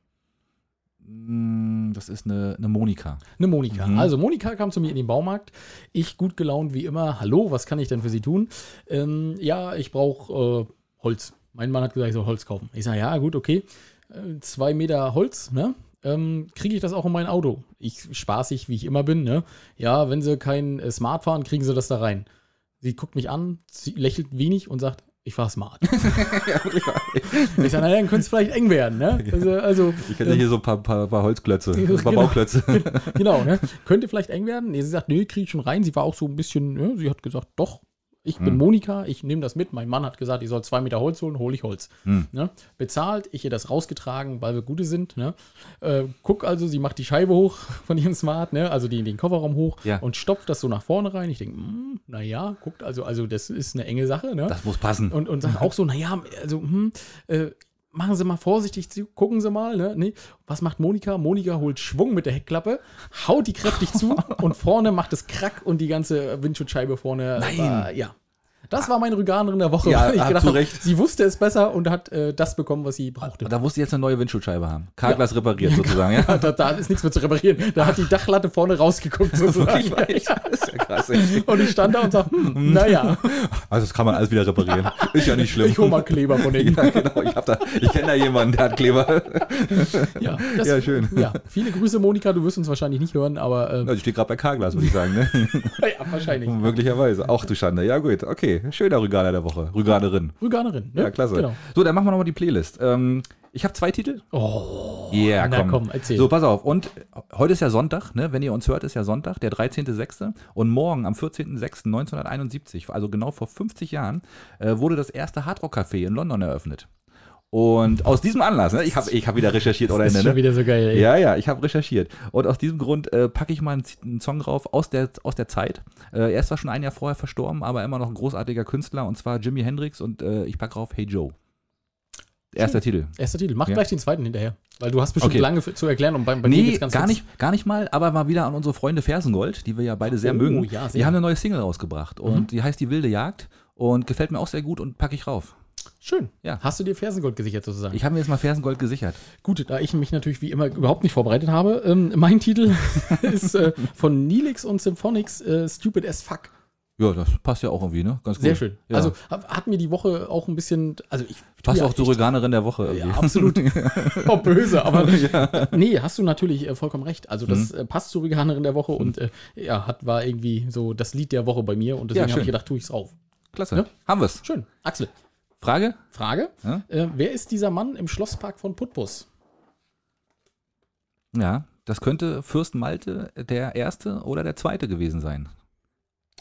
S2: Mm, Das ist eine, eine Monika.
S1: Eine Monika.
S2: Mhm.
S1: Also Monika kam zu mir in den Baumarkt. Ich gut gelaunt wie immer. Hallo, was kann ich denn für Sie tun? Ähm, ja, ich brauche äh, Holz. Mein Mann hat gesagt, ich soll Holz kaufen. Ich sage, ja, gut, okay. Äh, zwei Meter Holz, ne? Ähm, Kriege ich das auch in mein Auto? Ich spaßig, wie ich immer bin, ne? Ja, wenn Sie kein äh, Smart fahren, kriegen Sie das da rein. Sie guckt mich an, sie lächelt wenig und sagt, ich fahre
S2: <laughs>
S1: smart. ich sage, naja, dann könnte es vielleicht eng werden, ne? Also, also
S2: Ich hätte
S1: ähm,
S2: hier so ein paar, paar, paar Holzklötze, ein paar
S1: Genau.
S2: Bauklötze.
S1: <laughs> genau, ne? Könnte vielleicht eng werden. Nee, sie sagt, nee, krieg ich schon rein. Sie war auch so ein bisschen, ne? sie hat gesagt, doch, ich bin
S2: Hm.
S1: Monika, ich nehme das mit. Mein Mann hat gesagt, ich soll zwei Meter Holz holen, hole ich Holz.
S2: Hm.
S1: Ne? Bezahlt, ich ihr das rausgetragen, weil wir gute sind. Ne? Äh, guck also, sie macht die Scheibe hoch <laughs> von ihrem Smart, ne? also die, den Kofferraum hoch
S2: Ja.
S1: und stopft das so nach vorne rein. Ich denke, naja, guckt also, also das ist eine enge Sache. Ne?
S2: Das muss passen.
S1: und, und sagt auch so, naja, also, hm, äh, machen Sie mal vorsichtig zu, gucken Sie mal, ne? Nee. Was macht Monika? Monika holt Schwung mit der Heckklappe, haut die kräftig
S2: <laughs>
S1: zu und vorne macht es Krack und die ganze Windschutzscheibe vorne.
S2: Nein.
S1: war- ja. Das war meine Rüganerin der Woche,
S2: Ja,
S1: weil
S2: hat zu Recht.
S1: sie wusste es besser und hat äh, das bekommen, was sie brauchte.
S2: Da musst du jetzt eine neue Windschutzscheibe haben. Karglas repariert sozusagen,
S1: <laughs>
S2: ja?
S1: Da, da ist nichts mehr zu reparieren. Da hat die Dachlatte vorne
S2: <laughs>
S1: rausgeguckt sozusagen.
S2: Wirklich? Das ist ja krass. ey.
S1: Und ich stand da und sagte, hm,
S2: <laughs>
S1: naja,
S2: Also das kann man alles wieder reparieren. Ist ja nicht schlimm.
S1: ich hole mal Kleber von hinten.
S2: <laughs> ja, genau. Ich, hab da- ich kenne da jemanden, der hat Kleber.
S1: Ja, das,
S2: Ja, schön.
S1: <laughs> Ja, viele Grüße, Monika. Du wirst uns wahrscheinlich nicht hören, aber äh,
S2: Ja, Die steht gerade bei Karglas, würde ich sagen. Ne?
S1: <laughs> ja, wahrscheinlich.
S2: hm. Möglicherweise. Auch du Schande. Ja gut, okay. Schöner Rüganer der Woche. Rüganerin.
S1: Rüganerin. Ne?
S2: Ja, klasse.
S1: Genau.
S2: So, dann machen wir nochmal die Playlist. Ähm, ich habe zwei Titel.
S1: Oh,
S2: Ja,
S1: na komm, erzähl.
S2: So, pass auf. Und äh, heute ist ja Sonntag, ne? wenn ihr uns hört, ist ja Sonntag, der 13.06. Und morgen, am 14.06.1971, also genau vor 50 Jahren, äh, wurde das erste Hardrock-Café in London eröffnet. Und aus diesem Anlass, ne? ich habe ich hab wieder recherchiert, oder?
S1: ist
S2: ne,
S1: schon
S2: ne?
S1: wieder so geil. Ey.
S2: Ja, ja, ich habe recherchiert. Und aus diesem Grund äh, packe ich mal einen, Z- einen Song drauf aus der, aus der Zeit. Äh, er ist zwar schon ein Jahr vorher verstorben, aber immer noch ein großartiger Künstler und zwar Jimi Hendrix und äh, ich packe drauf Hey Joe. Erster Titel.
S1: Erster Titel. Mach
S2: Ja.
S1: gleich den zweiten hinterher. Weil du hast bestimmt
S2: Okay.
S1: lange für, zu erklären und bei, bei mir
S2: nee,
S1: geht's ganz
S2: gar
S1: fix.
S2: nicht, gar nicht mal, aber mal wieder an unsere Freunde Fersengold, die wir ja beide sehr
S1: Oh,
S2: mögen.
S1: ja, sehr. Mhm.
S2: die haben eine neue Single rausgebracht und die heißt Die wilde Jagd und gefällt mir auch sehr gut und packe ich rauf.
S1: Schön.
S2: Ja.
S1: Hast du dir Fersengold gesichert sozusagen?
S2: Ich habe mir jetzt mal Fersengold gesichert.
S1: Gut, da ich mich natürlich wie immer überhaupt nicht vorbereitet habe, ähm, mein Titel <laughs> ist äh, von Nilix und Symphonics äh, Stupid as Fuck.
S2: Ja, das passt ja auch irgendwie, ne? Ganz
S1: Sehr
S2: gut.
S1: schön.
S2: Ja.
S1: Also hab, hat mir die Woche auch ein bisschen, also ich
S2: passt
S1: ja,
S2: auch zur Organerin der Woche.
S1: Ja,
S2: irgendwie. <laughs>
S1: absolut. oh, böse, aber nee, hast du natürlich äh, vollkommen recht. Also das
S2: Mhm.
S1: äh, passt zur Veganerin der Woche und äh, ja, hat, war irgendwie so das Lied der Woche bei mir und deswegen habe
S2: schön.
S1: ich gedacht, tue ich es auf.
S2: Klasse.
S1: Ja.
S2: Ne? Haben wir's.
S1: Schön. Axel,
S2: Frage?
S1: Frage.
S2: Ja?
S1: Äh, wer ist dieser Mann im Schlosspark von Putbus?
S2: Ja, das könnte Fürst Malte der erste oder der zweite gewesen sein.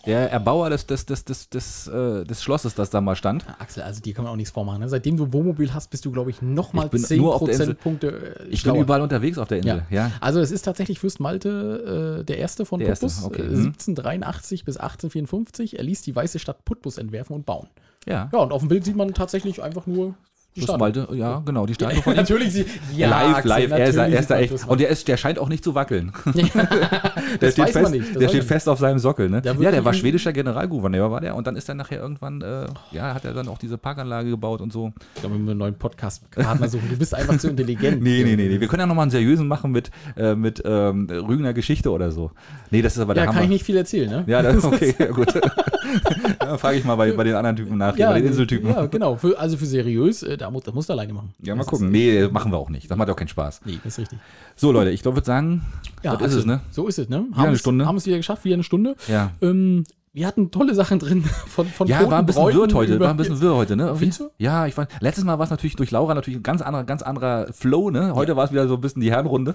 S2: Der Erbauer des, des, des, des, des, äh, des Schlosses, das da mal stand.
S1: Ah, Axel, also dir kann man auch nichts vormachen. Ne? Seitdem du Wohnmobil hast, bist du, glaube ich, nochmal
S2: Ich bin
S1: 10
S2: nur auf der Insel.
S1: Prozentpunkte äh,
S2: Ich
S1: schlauer.
S2: bin überall unterwegs auf der Insel. Ja.
S1: Also es ist tatsächlich Fürst Malte äh, der Erste von
S2: Der Erste,
S1: Putbus,
S2: okay.
S1: äh,
S2: Mhm.
S1: 1783 bis 1854. Er ließ die weiße Stadt Putbus entwerfen und bauen.
S2: Ja.
S1: Ja, und auf dem Bild sieht man tatsächlich einfach nur die
S2: Fürst
S1: Stadt. <laughs>
S2: Malte, ja, genau, die Statue von ihm.
S1: natürlich sie. Ja,
S2: <laughs> live,
S1: Axel,
S2: live, er ist, da-
S1: natürlich
S2: er ist da
S1: sieht man
S2: echt.
S1: Fürst
S2: Und der, ist, der scheint auch nicht zu
S1: <laughs>
S2: wackeln. <laughs>
S1: Malte.
S2: Der
S1: das
S2: steht,
S1: weiß
S2: fest,
S1: man nicht. das
S2: der
S1: weiß
S2: steht
S1: man nicht.
S2: fest auf seinem Sockel, ne?
S1: Der wird
S2: ja, der
S1: nicht
S2: war
S1: in-
S2: schwedischer Generalgouverneur, war der. Und dann ist er nachher irgendwann, äh, ja, hat er dann auch diese Parkanlage gebaut und
S1: <laughs>
S2: so.
S1: Ich glaube, wir müssen einen neuen Podcast-Partner suchen. Du bist einfach zu intelligent.
S2: <laughs> Nee, nee, nee, nee. Wir können ja nochmal einen seriösen machen mit, äh, mit ähm, Rügener Geschichte oder so. Nee, das ist aber der
S1: Da
S2: Hammer.
S1: kann ich nicht viel erzählen, ne?
S2: Ja,
S1: <laughs>
S2: das, okay, ja, gut. <laughs> ja, frage ich mal bei, bei den anderen Typen nach, bei den Inseltypen.
S1: Ja,
S2: Ja,
S1: genau. Für, also für seriös, äh, da muss, das musst du alleine machen.
S2: mal
S1: Das
S2: gucken. Nee, machen wir auch nicht. Das macht auch keinen Spaß.
S1: Ist, nee, ist richtig.
S2: So, Leute, ich glaube, würde sagen,
S1: Ja,
S2: das ist es,
S1: Axel,
S2: ne?
S1: So ist es, ne? Haben
S2: eine
S1: es-
S2: Stunde.
S1: Haben es wieder geschafft, wieder eine Stunde.
S2: Ja.
S1: Ähm, wir hatten tolle Sachen drin. <laughs> Von, von
S2: Ja, war ein bisschen
S1: Totenbräuten
S2: wirrt heute,
S1: über-
S2: war ein bisschen wirr heute, ne? Irgendwie-
S1: Findest du?
S2: Ja, ich fand, letztes Mal war es natürlich durch Laura natürlich ein ganz anderer, ganz anderer Flow, ne? Heute war es wieder so ein bisschen
S1: <laughs>
S2: die Herrenrunde.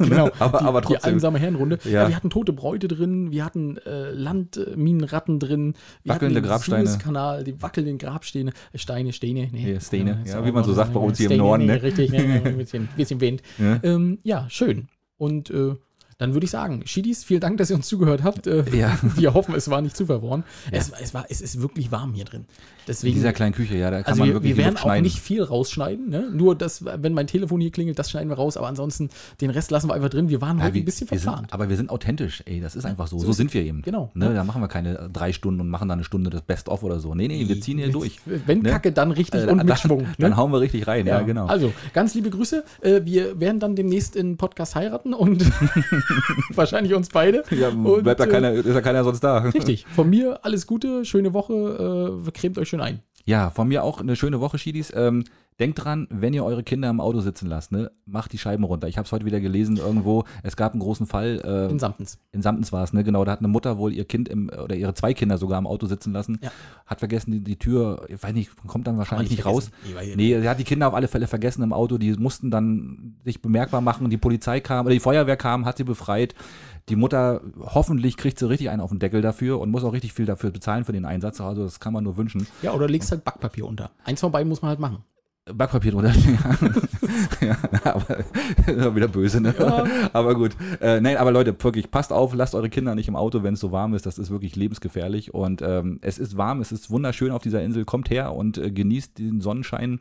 S1: Genau.
S2: <laughs> aber,
S1: die,
S2: aber
S1: Die
S2: trotzdem.
S1: einsame Herrenrunde.
S2: Ja.
S1: Ja. wir hatten tote Bräute drin, wir hatten äh, Landminenratten drin. Wir
S2: Wackelnde
S1: hatten den
S2: Grabsteine.
S1: Kanal, die wackelnden Grabsteine, äh, Steine, Steine, nee.
S2: Ja, Steine.
S1: ist
S2: Ja,
S1: auch
S2: wie man so
S1: mal-
S2: sagt bei uns hier im
S1: Steine,
S2: Norden,
S1: nee,
S2: ne? <laughs>
S1: Richtig, ne, ein bisschen, bisschen Wind.
S2: Ja.
S1: Ja. Ähm, ja, schön. Und äh, dann würde ich sagen, Schiedis, vielen Dank, dass ihr uns zugehört habt. Äh,
S2: Ja.
S1: <laughs> Wir hoffen, es war nicht zu verworren. Es, es, war, es ist wirklich warm hier drin.
S2: In
S1: Deswegen,
S2: dieser kleinen Küche, ja, da kann
S1: also
S2: man
S1: wir,
S2: wirklich
S1: wir
S2: die
S1: werden
S2: Luft
S1: auch
S2: schneiden.
S1: nicht viel rausschneiden. Ne? Nur, das, wenn mein Telefon hier klingelt, das schneiden wir raus. Aber ansonsten, den Rest lassen wir einfach drin. Wir waren
S2: Ja,
S1: heute
S2: wir-
S1: ein bisschen
S2: wir
S1: verplant.
S2: sind, aber wir sind authentisch, ey, das ist einfach so. So sind wir eben.
S1: Genau.
S2: Ne, Da machen wir keine drei Stunden und machen dann eine Stunde das Best-of oder so. Nee, nee, wir ziehen hier
S1: Mit-
S2: durch.
S1: Wenn
S2: Ne?
S1: Kacke, dann richtig
S2: Äh,
S1: und
S2: dann,
S1: mit
S2: <laughs>
S1: Schwung. ne?
S2: Dann hauen wir richtig rein, ja,
S1: Ja.
S2: genau.
S1: Also, ganz liebe Grüße. Äh, Wir werden dann demnächst in Podcast heiraten und <laughs> wahrscheinlich uns beide.
S2: ja,
S1: und,
S2: bleibt da
S1: äh,
S2: keiner, ist ja keiner sonst da.
S1: Richtig. Von mir alles Gute, schöne Woche, äh, cremt euch schön ein.
S2: Ja, von mir auch eine schöne Woche, Schiedis. Ähm, denkt dran, wenn ihr eure Kinder im Auto sitzen lasst, ne, macht die Scheiben runter. Ich habe es heute wieder gelesen irgendwo. Es gab einen großen Fall. Äh,
S1: In Samtens.
S2: in Samtens war es, ne? Genau, da hat eine Mutter wohl ihr Kind im, oder ihre zwei Kinder sogar im Auto sitzen lassen.
S1: Ja.
S2: Hat vergessen, die, die Tür, ich weiß nicht, kommt dann wahrscheinlich nicht raus.
S1: Ich weiß nicht.
S2: Nee, sie hat die Kinder auf alle Fälle vergessen im Auto. Die mussten dann sich bemerkbar machen. Die Polizei kam oder die Feuerwehr kam, hat sie befreit. Die Mutter, hoffentlich kriegt sie richtig einen auf den Deckel dafür und muss auch richtig viel dafür bezahlen für den Einsatz. Also das kann man nur wünschen.
S1: Ja, oder legst halt Backpapier unter. Eins von beiden muss man halt machen.
S2: Backpapier drunter. ja, aber das war wieder böse, ne? Aber gut. Äh, nein, aber Leute, wirklich, passt auf, lasst eure Kinder nicht im Auto, wenn es so warm ist. Das ist wirklich lebensgefährlich. Und ähm, es ist warm, es ist wunderschön auf dieser Insel. Kommt her und äh, genießt den Sonnenschein.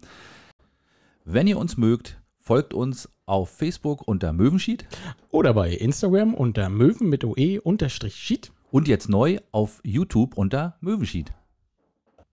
S2: Wenn ihr uns mögt, folgt uns auf Facebook unter Möwenschied
S1: Oder bei Instagram unter Möwen mit OE E unterstrich Sheet.
S2: und jetzt neu auf YouTube unter Möwenschied.